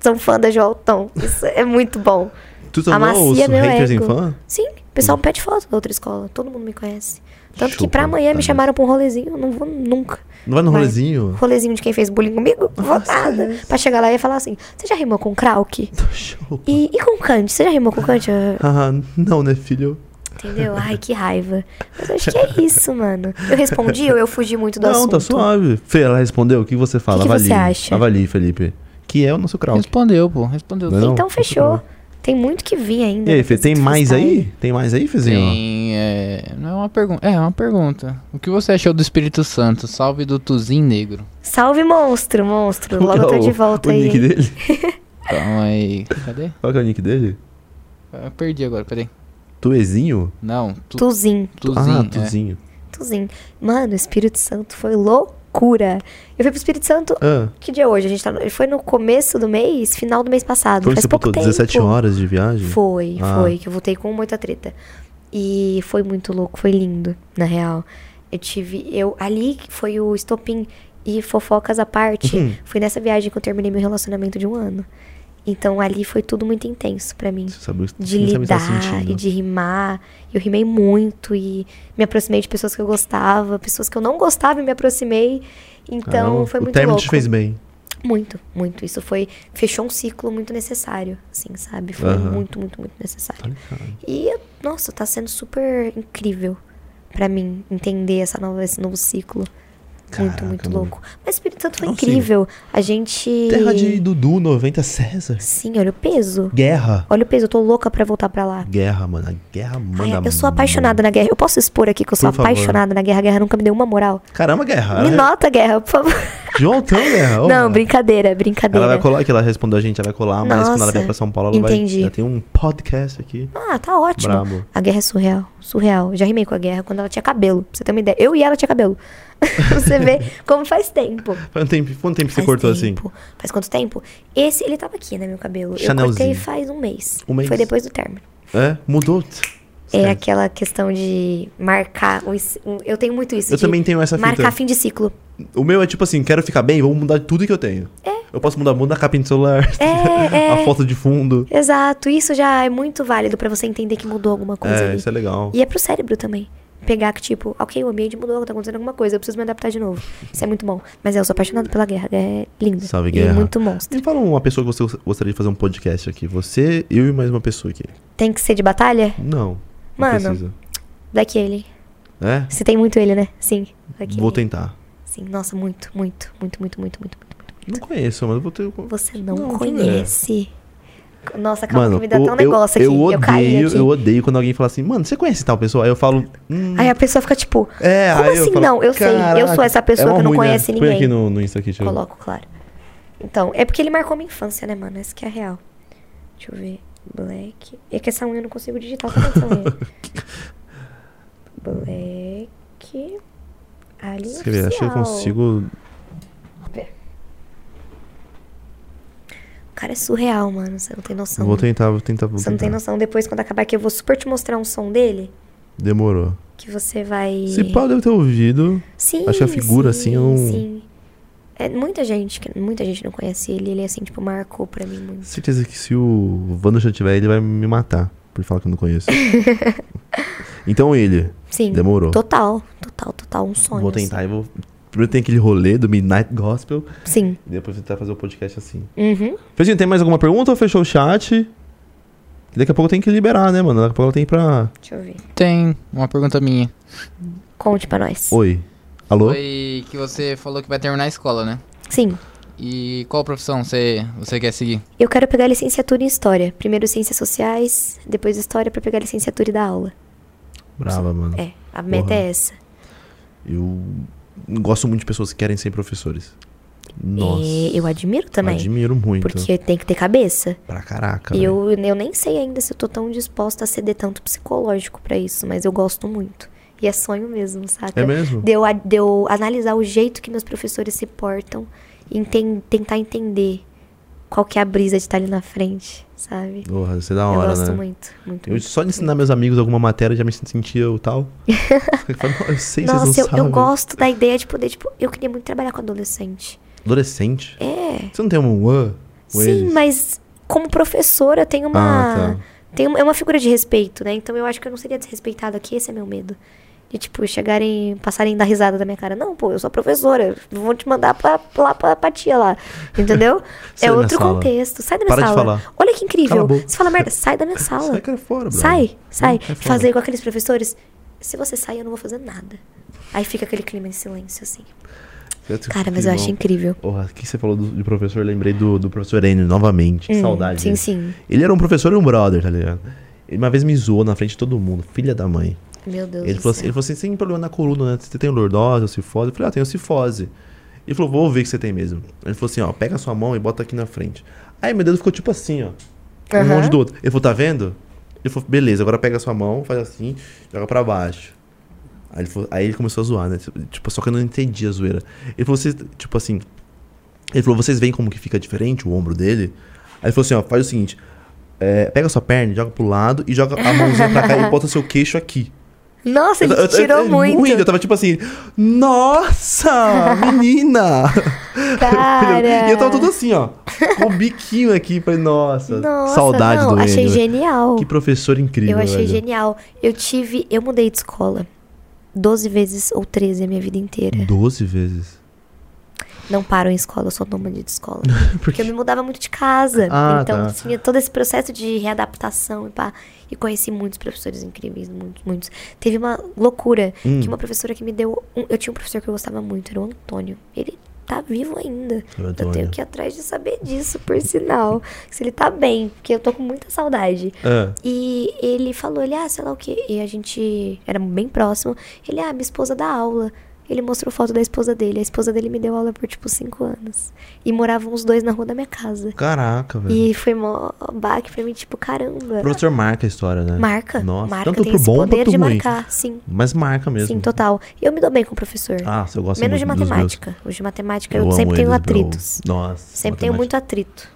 B: são fã da Joaltão. Isso é muito bom.
A: Tu é tornou os
B: Amacia meu
A: haters em
B: ego.
A: fã?
B: Sim, o pessoal pede foto da outra escola. Todo mundo me conhece. Tanto que
A: Chupa,
B: pra amanhã me
A: tá.
B: chamaram pra um rolezinho, eu não vou nunca.
A: Não vai no
B: Vai.
A: rolezinho?
B: Rolezinho de quem fez bullying comigo? Vou nada. Pra chegar lá e falar assim: você já rimou com Krauk?
A: Tá Show.
B: E, e com Kant? Você já rimou com Kant? Ah,
A: Ah, não, né, filho?
B: Entendeu? Ai, que raiva. Mas eu acho que é isso, mano. Eu respondi ou eu fugi muito do
A: não,
B: assunto?
A: tá suave. Fê, ela respondeu. O que você fala?
B: Que que
A: Avalie.
B: você acha?
A: Avalie, Felipe. Que é o nosso crowd.
C: Respondeu, pô. Respondeu.
A: Não é não?
B: Então fechou. Tem muito que vir ainda.
A: E aí, Fê, tem
B: Quesito
A: mais
B: freestyle.
A: aí? Tem mais aí, Fezinho?
C: Tem, é, não é uma pergunta. É, é uma pergunta. O que você achou do Espírito Santo? Salve do Tuzin Negro.
B: Salve, monstro, monstro.
A: Qual
B: Logo eu
A: que é
B: tô tá de
A: o-
B: volta
A: o
B: aí.
A: nick
B: hein?
A: dele?
C: Calma Então, aí. Cadê?
A: Qual que é o nick dele?
C: Eu perdi agora, peraí.
A: Tuezinho?
C: Não, tu,
B: Tuzin,
C: Tuzin.
A: ah,
C: é.
A: Tuzinho.
B: Tuzin. Mano, o Espírito Santo foi loucura. Eu fui pro Espírito Santo.
A: Ah,
B: Que dia é hoje? A gente tá. no- Foi no começo do mês, final do mês passado.
A: foi que
B: Faz
A: você
B: pouco
A: botou
B: tempo.
A: 17 horas de viagem?
B: Foi,
A: Ah.
B: foi, que eu voltei com muita treta. E foi muito louco, foi lindo, na real. Eu tive, eu ali que foi o estopim e fofocas à parte.
A: Uhum.
B: Foi nessa viagem que eu terminei meu relacionamento de um ano. Então ali foi tudo muito intenso pra mim.
A: Você sabe o que
B: De
A: você
B: lidar
A: tá sentindo.
B: e de rimar. Eu rimei muito e me aproximei de pessoas que eu gostava, pessoas que eu não gostava e me aproximei. Então
A: Ah,
B: foi
A: O
B: muito
A: término
B: louco.
A: te fez bem.
B: Muito, muito. Isso foi. Fechou um ciclo muito necessário, assim, sabe? Foi
A: Aham.
B: muito, muito, muito necessário.
A: Tá ligado.
B: E, nossa, tá sendo super incrível pra mim entender essa nova, esse novo ciclo.
A: Caraca,
B: muito, muito
A: mano.
B: louco. Mas o Espírito Santo foi
A: Não, sim.
B: incrível. A gente.
A: Terra de Dudu, 90 César.
B: Sim, olha o peso.
A: Guerra.
B: Olha o peso, eu tô louca pra voltar pra lá.
A: Guerra, mano. A guerra
B: Ai,
A: manda.
B: eu sou apaixonada na guerra. Eu posso expor aqui que eu sou
A: Por favor.
B: apaixonada na guerra. A guerra nunca me deu uma moral.
A: Caramba, guerra.
B: me
A: Ela é-
B: nota, guerra, por favor.
A: João Tão, guerra.
B: Não,
A: brincadeira.
B: brincadeira, brincadeira.
A: Ela vai colar, que ela respondeu a gente, ela vai colar, mas quando ela
B: Nossa,
A: vier pra São Paulo, ela
B: entendi.
A: vai. Ela tem um podcast aqui.
B: Ah, tá ótimo.
A: Brabo.
B: A guerra é surreal. Surreal. Eu já rimei com a guerra quando ela tinha cabelo. Pra você ter uma ideia. Eu e ela tinha cabelo. pra você ver como faz tempo.
A: Faz um tempo, quanto tempo que você
B: Faz
A: cortou assim?
B: tempo. Faz quanto tempo? Esse, ele tava aqui, né, meu cabelo. Eu
A: Chanelzinho.
B: cortei faz um mês.
A: Um mês?
B: Foi depois do término.
A: É? Mudou?
B: É
A: Esquece.
B: aquela questão de marcar. o es- um- Eu tenho muito isso.
A: Eu
B: de
A: também tenho essa fita.
B: Marcar fim de ciclo.
A: O meu é tipo assim, quero ficar bem, vou mudar tudo que eu tenho. É. Eu posso mudar, mudar a capinha do celular,
B: É,
A: a
B: é.
A: foto de fundo.
B: Exato. Isso já é muito válido pra você entender que mudou alguma coisa
A: é,
B: ali.
A: isso é legal.
B: E é pro cérebro também. Pegar que, tipo, ok, o ambiente mudou, tá acontecendo alguma coisa, eu preciso me adaptar de novo. Isso é muito bom. Mas é, eu sou apaixonada pela guerra, é linda.
A: Salve,
B: E
A: guerra.
B: muito monstro.
A: Me fala uma pessoa que você gos- gostaria de fazer um podcast aqui. Você, eu e mais uma pessoa aqui.
B: Tem que ser de batalha?
A: Não. Não
B: Mano.
A: precisa.
B: Black Alien.
A: É?
B: Você tem muito ele, né? Sim. Black
A: Vou
B: Alien.
A: tentar.
B: Sim, nossa, muito, muito, muito, muito, muito, muito, muito.
A: Não conheço, mas eu vou ter.
B: Você não,
A: Não, deixa eu ver.
B: conhece. Nossa, calma
A: Mano,
B: que me dá
A: eu-
B: até um negócio
A: eu,
B: aqui.
A: Eu odeio, eu,
B: caí aqui.
A: odeio quando alguém fala assim, mano, você conhece tal pessoa? Aí eu falo. Hum,
B: Aí a pessoa fica tipo,
A: É,
B: Como
A: aí eu
B: assim
A: falo,
B: não? Eu sei, eu
A: "Caraca,
B: sou essa pessoa
A: é uma
B: que não
A: ruim, né?
B: conhece
A: Põe aqui
B: ninguém."
A: no, no Insta aqui, deixa eu ver.
B: coloco, claro. Então, é porque ele marcou minha infância, né, mano? Essa que é a real. Deixa eu ver. Black. É que essa unha eu não consigo digitar. Cadê essa unha? Black. Aline
A: Quer ver? Acho que eu
B: Oficial.
A: consigo.
B: O cara é surreal, mano. Você não tem noção.
A: Eu Vou tentar, vou tentar. Vou
B: Você não tem
A: tentar.
B: noção. Depois, quando acabar aqui, eu vou super te mostrar um som dele.
A: Demorou.
B: Que você vai.
A: Se pá, deve ter ouvido.
B: Sim,
A: Acho que a figura, assim, eu não-
B: Sim. É, muita gente, que- muita gente não conhece ele, ele assim, tipo, marcou pra mim muito.
A: Certeza que se o Wanderson tiver, ele vai me matar. Por falar que eu não conheço. então ele.
B: Sim.
A: Demorou.
B: Total, total, total, um sonho.
A: Vou tentar e vou. Primeiro tem aquele rolê do Midnight Gospel.
B: assim. Sim.
A: E depois tentar fazer o podcast assim.
B: Uhum.
A: Fezinho, tem mais alguma pergunta ou fechou o chat? Que Daqui a pouco tem que liberar, né, mano? Daqui a pouco tem pra.
B: Deixa eu ver.
C: Tem uma pergunta minha.
B: Conte pra nós.
A: Oi. Alô?
C: Foi que você falou que vai terminar a escola, né?
B: Sim.
C: E qual profissão você, você quer seguir?
B: Eu quero pegar licenciatura em História. Primeiro Ciências Sociais, depois História pra pegar licenciatura e dar aula.
A: Brava, mano.
B: É, a meta
A: Porra.
B: é essa.
A: Eu gosto muito de pessoas que querem ser professores. Nossa.
B: E É, eu admiro também.
A: Admiro muito.
B: Porque tem que ter cabeça.
A: Pra caraca.
B: E
A: velho.
B: eu, eu nem sei ainda se eu tô tão disposta a ceder tanto psicológico pra isso, mas eu gosto muito. E é sonho mesmo, saca?
A: É mesmo?
B: De eu, a- de eu analisar o jeito que meus professores se portam e enten- tentar entender qual que é a brisa de estar ali na frente, sabe?
A: Porra, você é da
B: eu
A: hora,
B: gosto
A: né?
B: muito, muito.
A: Eu
B: muito.
A: só de ensinar meus amigos alguma matéria já me sentia o tal. eu, falo, "Não, eu sei, vocês não
B: Nossa, eu, eu
A: sabem.
B: gosto da ideia de poder, tipo, eu queria muito trabalhar com adolescente.
A: Adolescente? É. Você não tem um uh, com
B: Sim,
A: eles?
B: mas como professora tem uma.
A: Ah, tá.
B: tem uma, é uma figura de respeito, né? Então eu acho que eu não seria desrespeitado aqui, esse é meu medo. De, tipo, chegarem, passarem da risada da minha cara. Não, pô, eu sou a professora, eu vou te mandar pra, pra lá pra, pra tia lá. Entendeu?
A: Sai da
B: é
A: minha
B: outro
A: sala.
B: contexto. Sai da minha
A: Para de
B: sala.
A: falar. Cala
B: Olha que
A: a
B: incrível.
A: boca.
B: Você fala merda, sai da minha
A: Sai,
B: sala.
A: cara, fora, brother.
B: Sai, sai.
A: Hum, cai fora.
B: Fazer igual aqueles professores. Se você sair, eu não vou fazer nada. Aí fica aquele clima em silêncio, assim.
A: é
B: Cara, mas eu acho incrível.
A: Porra, o que você falou do, de professor? Lembrei do, do professor Enio novamente. Que
B: Hum,
A: saudade.
B: Sim,
A: dele.
B: sim.
A: Ele era um professor e um brother, tá ligado? Ele uma vez me zoou na frente de todo mundo, filha da mãe.
B: Meu Deus
A: Ele
B: do
A: falou,
B: céu.
A: assim, ele falou assim: você tem problema na coluna, né? Você tem lordose ou cifose? Eu falei: ah, tenho cifose. Ele falou: vou ver o que você tem mesmo. Ele falou assim: ó, pega a sua mão e bota aqui na frente. Aí meu dedo ficou tipo assim, ó. Um
B: Aham.
A: longe do outro. Ele falou: tá vendo? Ele falou: beleza, agora pega a sua mão, faz assim, joga pra baixo. Aí ele, falou- aí ele começou a zoar, né? Tipo, só que eu não entendi a zoeira. Ele falou: vocês, tipo assim. Ele falou: vocês veem como que fica diferente o ombro dele? Aí ele falou assim: ó, faz o seguinte. é, pega a sua perna, joga pro lado e joga a mãozinha pra cá e bota seu queixo aqui.
B: Nossa, ele
A: Eu- é eu-
B: te tirou
A: eu- eu-
B: muito.
A: Eu tava tipo assim, nossa, menina!
B: Cara.
A: e eu tava todo assim, ó, com o biquinho aqui. Falei, nossa,
B: Nossa,
A: saudade
B: não,
A: do
B: achei
A: Enio. né?"
B: genial.
A: Que professor incrível,
B: Eu achei
A: velho.
B: genial. Eu tive, eu mudei de escola 12 vezes ou 13 a minha vida inteira.
A: Doze vezes.
B: Não paro em escola, eu sou nômade de escola.
A: Por
B: Porque eu me mudava muito de casa.
A: Ah,
B: então
A: tá.
B: tinha todo esse processo de readaptação e pá. E conheci muitos professores incríveis, muitos, muitos. Teve uma loucura
A: Hum.
B: que uma professora que me deu. um- eu tinha um professor que eu gostava muito, era o Antônio. Ele tá vivo ainda.
A: Seu
B: Eu
A: Antônio.
B: tenho que ir atrás de saber disso, por sinal. Se ele tá bem, porque eu tô com muita saudade.
A: Ah,
B: E ele falou, ele, ah, sei lá o quê. E a gente era bem próximo. Ele, ah, minha esposa dá aula. Ele mostrou foto da esposa dele. A esposa dele me deu aula por, tipo, cinco anos. E moravam os dois na rua da minha casa.
A: caraca, velho.
B: E foi mó baque pra mim, tipo, caramba.
A: O professor marca a história, né?
B: Marca.
A: Nossa,
B: marca,
A: tanto
B: tem
A: pro
B: esse
A: bom
B: poder
A: quanto
B: de
A: ruim.
B: marcar. Sim,
A: Mas marca mesmo.
B: sim, total. E eu me dou bem com o professor.
A: Ah, eu gosto
B: Menos de
A: muito dos
B: matemática. Os de matemática
A: meus.
B: eu,
A: amo
B: sempre tenho
A: eles, bro.
B: atritos.
A: Nossa.
B: Sempre tenho
A: matemática.
B: muito atrito.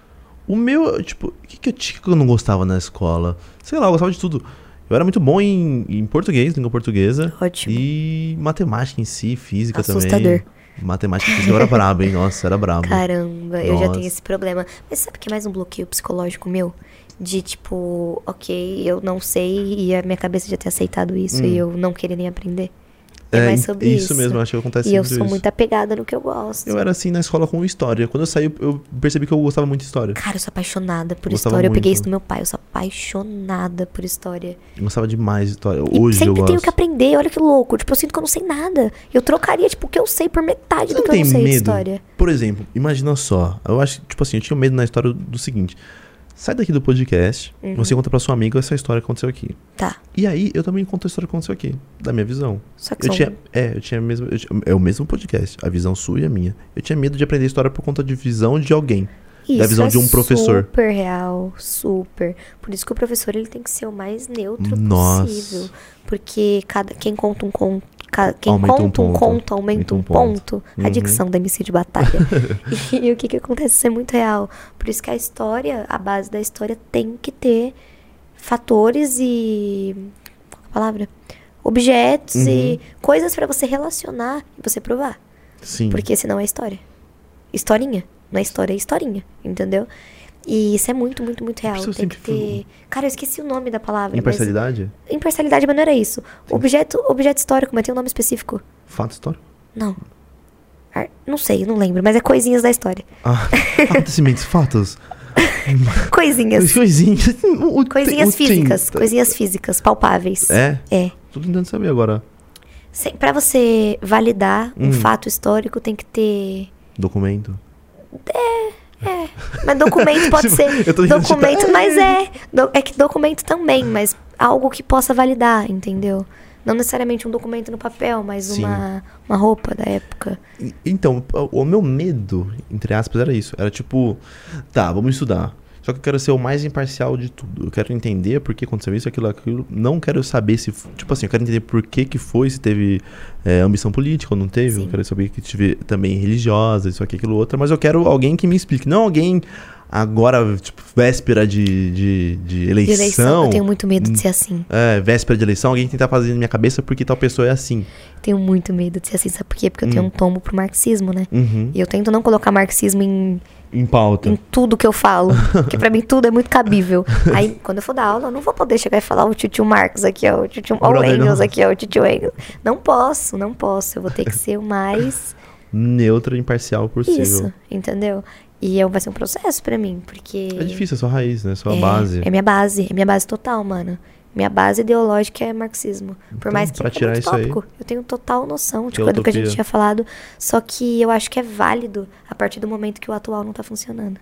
A: O meu, tipo, o que, que eu tinha que eu não gostava na escola? Sei lá, eu gostava de tudo. Eu era muito bom em, em português, língua portuguesa.
B: Ótimo.
A: E matemática em si, física
B: Assustador.
A: também. Matemática e física eu era brabo, hein? Nossa, era brabo.
B: Caramba, eu já
A: Nossa.
B: tenho esse problema. Mas sabe que é mais um bloqueio psicológico meu? De tipo, ok, eu não sei e a minha cabeça já ter aceitado isso e eu não querer nem aprender. É, mais sobre isso.
A: Hum. mesmo, acho que acontece
B: E eu
A: sempre
B: sou
A: isso.
B: muito apegada no que eu gosto.
A: Eu era assim na escola com história. Quando eu saí, eu- eu percebi que eu gostava muito de história.
B: Cara, eu sou apaixonada por
A: Gostava
B: história. Eu peguei
A: muito.
B: isso do meu pai, eu sou apaixonada por história.
A: Eu gostava demais de história.
B: E
A: Hoje eu
B: sempre
A: gosto.
B: tenho que aprender, olha que louco. Tipo, eu sinto que eu não sei nada. Eu trocaria, tipo, o que eu sei por metade
A: Você
B: do
A: não
B: que eu
A: tem
B: não sei
A: medo?
B: de história.
A: Por exemplo, imagina só. Eu acho, que, tipo assim, eu tinha medo na história do seguinte. Sai daqui do podcast,
B: Uhum.
A: você conta pra sua amiga essa história que aconteceu aqui.
B: Tá.
A: E aí, eu também conto a história que aconteceu aqui, da minha visão.
B: Só um que
A: Eu
B: são-
A: tinha, é, eu tinha mesmo, eu tinha- é o mesmo podcast, a visão sua e a minha. Eu tinha medo de aprender história por conta de visão de alguém. da visão
B: é
A: de um professor.
B: Super real, super. Por isso que o professor ele tem que ser o mais neutro
A: Nossa.
B: possível, porque cada quem conta um conto, ca- quem
A: Aumenta um
B: conta um,
A: ponto.
B: conto aumenta um ponto,
A: Uhum.
B: a dicção da MC de batalha. e, o que, que acontece? Isso é muito real. Por isso que a história, a base da história tem que ter fatores e. Qual que é a palavra? Objetos e
A: Uhum.
B: coisas pra você relacionar e você provar.
A: Sim.
B: Porque senão é história. Historinha. Não é história, é historinha. Entendeu? E isso é muito, muito, muito real.
A: isso eu
B: Tem que
A: sempre fui
B: ter. Cara, eu esqueci o nome da palavra. mas-
A: Imparcialidade?
B: Imparcialidade, mas não era isso. Objeto, objeto histórico, mas tem um nome específico.
A: Fato histórico?
B: Não. Ar- Não sei, não lembro, mas é coisinhas da história.
A: Ah, acontecimentos, fatos.
B: Coisinhas.
A: Coisinhas. o te- o
B: Coisinhas
A: te-
B: físicas. Coisinhas físicas, palpáveis.
A: É?
B: É.
A: Tô tentando saber agora.
B: Se- Pra você validar um
A: Hum.
B: fato histórico, tem que ter.
A: Documento.
B: Mas documento pode
A: Tipo,
B: ser.
A: eu tô tentando
B: Documento,
A: citar-
B: mas é. do- É que documento também, mas algo que possa validar, entendeu? Não necessariamente um documento no papel, mas
A: Sim.
B: uma, uma roupa da época.
A: E- Então, o o meu medo, entre aspas, era isso. Era tipo, tá, vamos estudar. Só que eu quero ser o mais imparcial de tudo. Eu quero entender por que aconteceu isso, aquilo, aquilo. Não quero saber se. f- Tipo assim, eu quero entender por que, que foi, se teve é, ambição política ou não teve. Eu
B: Sim.
A: quero saber que tive também religiosa, isso aqui, aquilo, outro. Mas eu quero alguém que me explique. Não alguém agora, tipo, véspera de, de, de
B: De
A: eleição.
B: eleição, eu tenho muito medo de ser assim.
A: É, véspera de eleição, alguém tentar fazer na minha cabeça porque tal pessoa é assim.
B: Tenho muito medo de ser assim, sabe por quê? Porque eu tenho
A: Hum.
B: um tombo pro marxismo, né?
A: Uhum.
B: E eu tento não colocar marxismo em,
A: Em pauta.
B: em tudo que eu falo. Porque pra mim tudo é muito cabível. Aí, quando eu for dar aula, eu não vou poder chegar e falar o tio Marx aqui, ó. O tio ó, o
A: Brother,
B: Engels
A: não.
B: aqui, ó. O tio Engels. Não posso, não posso. Eu vou ter que ser o mais
A: Neutra e imparcial possível.
B: isso, entendeu? E eu, vai ser um processo pra mim, porque...
A: É difícil, é só raiz, né? Só a base.
B: É minha base, é minha base total, mano. Minha base ideológica é marxismo. Por
A: Então,
B: mais que
A: pra
B: é
A: tirar
B: muito
A: isso aí-
B: tópico, eu tenho total noção de
A: Que é
B: tudo do que a gente
A: utopia.
B: tinha falado. Só que eu acho que é válido a partir do momento que o atual não tá funcionando.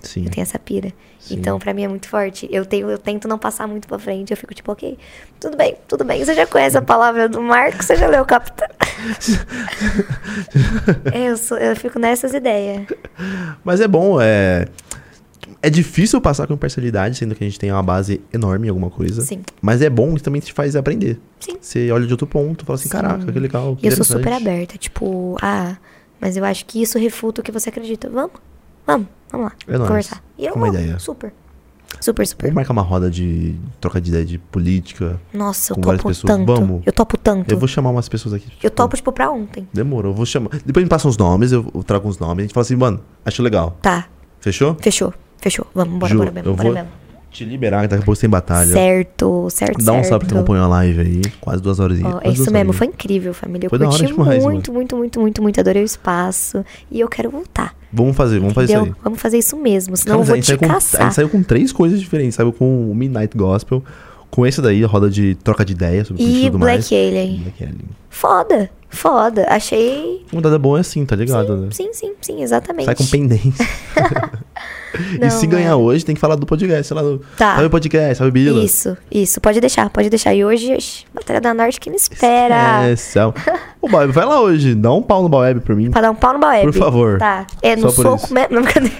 A: Sim.
B: Eu tenho essa pira.
A: Sim.
B: Então, pra mim é muito forte. Eu, tenho, eu tento não passar muito pra frente. Eu fico tipo, ok, tudo bem, tudo bem. Você já conhece a palavra do Marco, você já leu o Capitão. É, eu, sou- eu fico nessas ideias.
A: Mas é bom, é. É difícil passar com imparcialidade, sendo que a gente tem uma base enorme em alguma coisa.
B: Sim.
A: Mas é bom que também te faz aprender.
B: Sim.
A: Você olha de outro ponto, fala assim,
B: Sim.
A: caraca, que legal. que
B: E eu sou
A: interessante."
B: super aberta, tipo, ah, mas eu acho que isso refuta o que você acredita. Vamos, vamos, vamos lá.
A: É nóis.
B: conversar. E eu
A: Uma
B: amo,
A: ideia.
B: super. Super, super.
A: Vamos marcar uma roda de troca de ideia de política.
B: Nossa, eu
A: com várias
B: topo
A: pessoas.
B: tanto.
A: Vamos.
B: Eu topo tanto.
A: Eu
B: Eu,
A: vou chamar umas pessoas aqui. tipo,
B: topo, tipo, pra ontem.
A: Demorou, eu vou chamar. Depois me passa uns nomes, eu eu trago uns nomes. A gente fala assim, mano, acho legal.
B: Tá,
A: Fechou?
B: fechou, fechou. Vamos, bora,
A: Ju,
B: bora mesmo,
A: eu
B: bora
A: vou
B: mesmo.
A: te liberar, que daqui a pouco você tem batalha.
B: Certo, certo,
A: Dá um
B: certo.
A: salve que acompanhou a live aí. Quase duas horas
B: Ó, é isso mesmo, foi incrível, família. Eu
A: Foi da hora
B: curti
A: demais,
B: muito, muito, muito, muito, muito. Adorei o espaço. E eu quero voltar.
A: Vamos fazer, vamos fazer
B: entendeu?
A: isso aí.
B: Vamos fazer isso mesmo,
A: Cara,
B: senão eu
A: mas
B: vou
A: a gente
B: te
A: saiu com- a
B: caçar.
A: gente saiu com três coisas diferentes. Saiu com o Midnight Gospel, com esse daí, a roda de troca de ideias sobre política
B: E
A: tudo mais.
B: Black Alien.
A: Black Alien.
B: Foda, foda. Achei.
A: Uma dada boa é assim, tá ligado? né?
B: Sim, sim, sim, exatamente.
A: Sai com pendência.
B: Não,
A: e se ganhar
B: mano.
A: hoje, tem que falar do podcast. Sei lá, do...
B: Tá.
A: Sabe o podcast, sabe Bila?
B: Isso, isso. Pode deixar, pode deixar. E hoje, oxi, Batalha da Norte que me espera.
A: É, céu. Ô, Baeb, vai lá hoje. Dá um pau no Baeb pra mim.
B: Pra dar um pau no Baeb.
A: Por favor.
B: Tá. É,
A: Só
B: no
A: por
B: soco
A: isso.
B: mesmo. Não, brincadeira.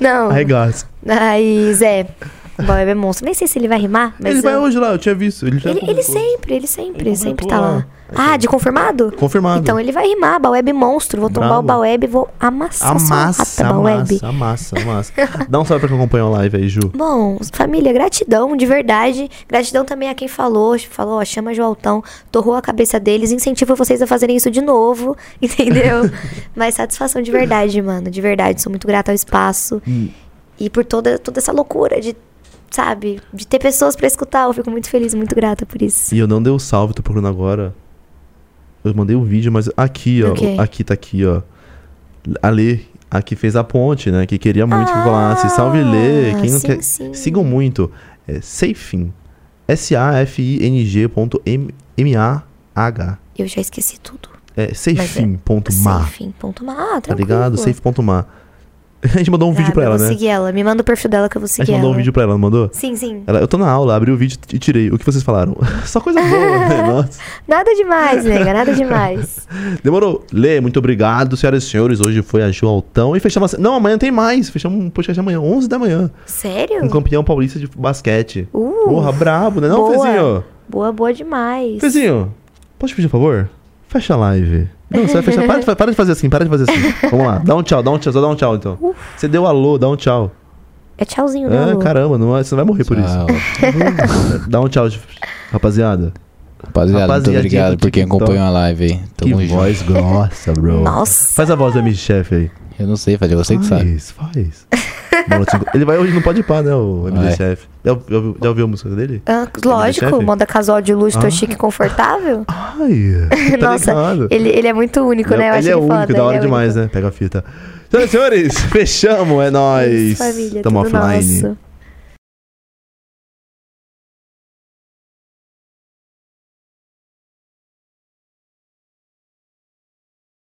B: Não.
A: Arregaça.
B: Aí, Zé. O Baeb é monstro. Nem sei se ele vai rimar, mas.
A: Ele vai
B: eu-
A: hoje lá, eu tinha visto. Ele, já
B: Ele, ele
A: publicou.
B: sempre, ele sempre,
A: Ele
B: sempre
A: completou
B: tá
A: lá.
B: lá. Ah, de confirmado?
A: Confirmado.
B: Então ele vai rimar, Baweb monstro. Vou tombar
A: Bravo.
B: o Baweb, vou amassar a
A: Amassa,
B: sua rata, Baweb.
A: amassa, amassa, amassa. Dá um salve pra quem acompanha a live aí, Ju.
B: Bom, família, gratidão, de verdade. Gratidão também a quem falou, falou, ó, chama Joaltão, torrou a cabeça deles, incentiva vocês a fazerem isso de novo, entendeu? Mas satisfação de verdade, mano, de verdade. Sou muito grata ao espaço e por toda, toda essa loucura de, sabe, de ter pessoas pra escutar. Eu fico muito feliz, muito grata por isso.
A: E eu não dei o salve, tô procurando agora. Eu mandei o vídeo, mas aqui, ó.
B: Ok.
A: Aqui tá aqui, ó. A Lê, a que fez a ponte, né? Que queria muito que
B: Ah,
A: falasse. Salve Lê. Quem não
B: sim,
A: quer. um
B: sim.
A: Sigam muito. É Safin. S-A-F-I-N-G ponto M- M-A-H.
B: Eu já esqueci tudo.
A: É
B: Safe,
A: Safin.ma.
B: ponto ma. Ah,
A: Tá
B: tranquilo.
A: ligado? Safe.ma. A gente mandou um
B: Ah,
A: vídeo pra
B: eu
A: ela,
B: vou
A: né?
B: seguir ela. Me manda o perfil dela que eu vou
A: A
B: seguir
A: gente mandou
B: ela.
A: um vídeo pra ela, não mandou?
B: Sim, sim.
A: Ela, eu tô na aula, abri o vídeo e tirei. O que vocês falaram? Só coisa boa, né? Nossa.
B: Nada demais, nega, nada demais.
A: Demorou. Lê, muito obrigado, senhoras e senhores. Hoje foi a Ju Altão. E fechamos. a- Não, amanhã tem mais. Fechamos um podcast amanhã, 11 da manhã.
B: Sério?
A: Um campeão paulista de basquete.
B: Uh,
A: Porra, brabo, né? Não,
B: boa.
A: Fezinho?
B: boa, boa demais.
A: Fezinho, Posso te pedir um favor? Fecha a live. Não, você vai fechar. Para de, fa- para de fazer assim, para de fazer assim. Vamos lá, dá um tchau, dá um tchau, só dá um tchau então. Você deu alô, dá um tchau.
B: É tchauzinho, né?
A: Ah,
B: Lu?
A: caramba, não, você não vai morrer por isso. Dá um tchau, rapaziada.
C: Rapaziada, muito
A: Rapaziadinha
C: obrigado
A: do
C: por quem
A: TikTok.
C: acompanhou a live aí. Tamo
A: que
C: junto.
A: voz grossa, bro.
B: Nossa.
A: Faz a voz do MG-Chefe aí.
C: Eu não sei, fazer você que sabe.
A: Faz, faz. Bola de cinco- Ele vai hoje não Pode Pá, né, o MG-Chefe. Já, ouviu- já ouviu a música dele?
B: Ah, lógico,
A: chefe?
B: moda casual de luxo,
A: Ah.
B: tô chique e confortável.
A: Ai, tá
B: Nossa,
A: ligado.
B: Ele, ele é muito único, né? Eu
A: ele
B: acho
A: é
B: ele
A: único,
B: foda,
A: da hora né?
B: ele é
A: demais, né? Pega a fita. Senhoras e senhores, fechamos, é
B: único.
A: nóis.
B: Isso, família,
A: Tamo
B: tudo
A: offline.
B: nosso.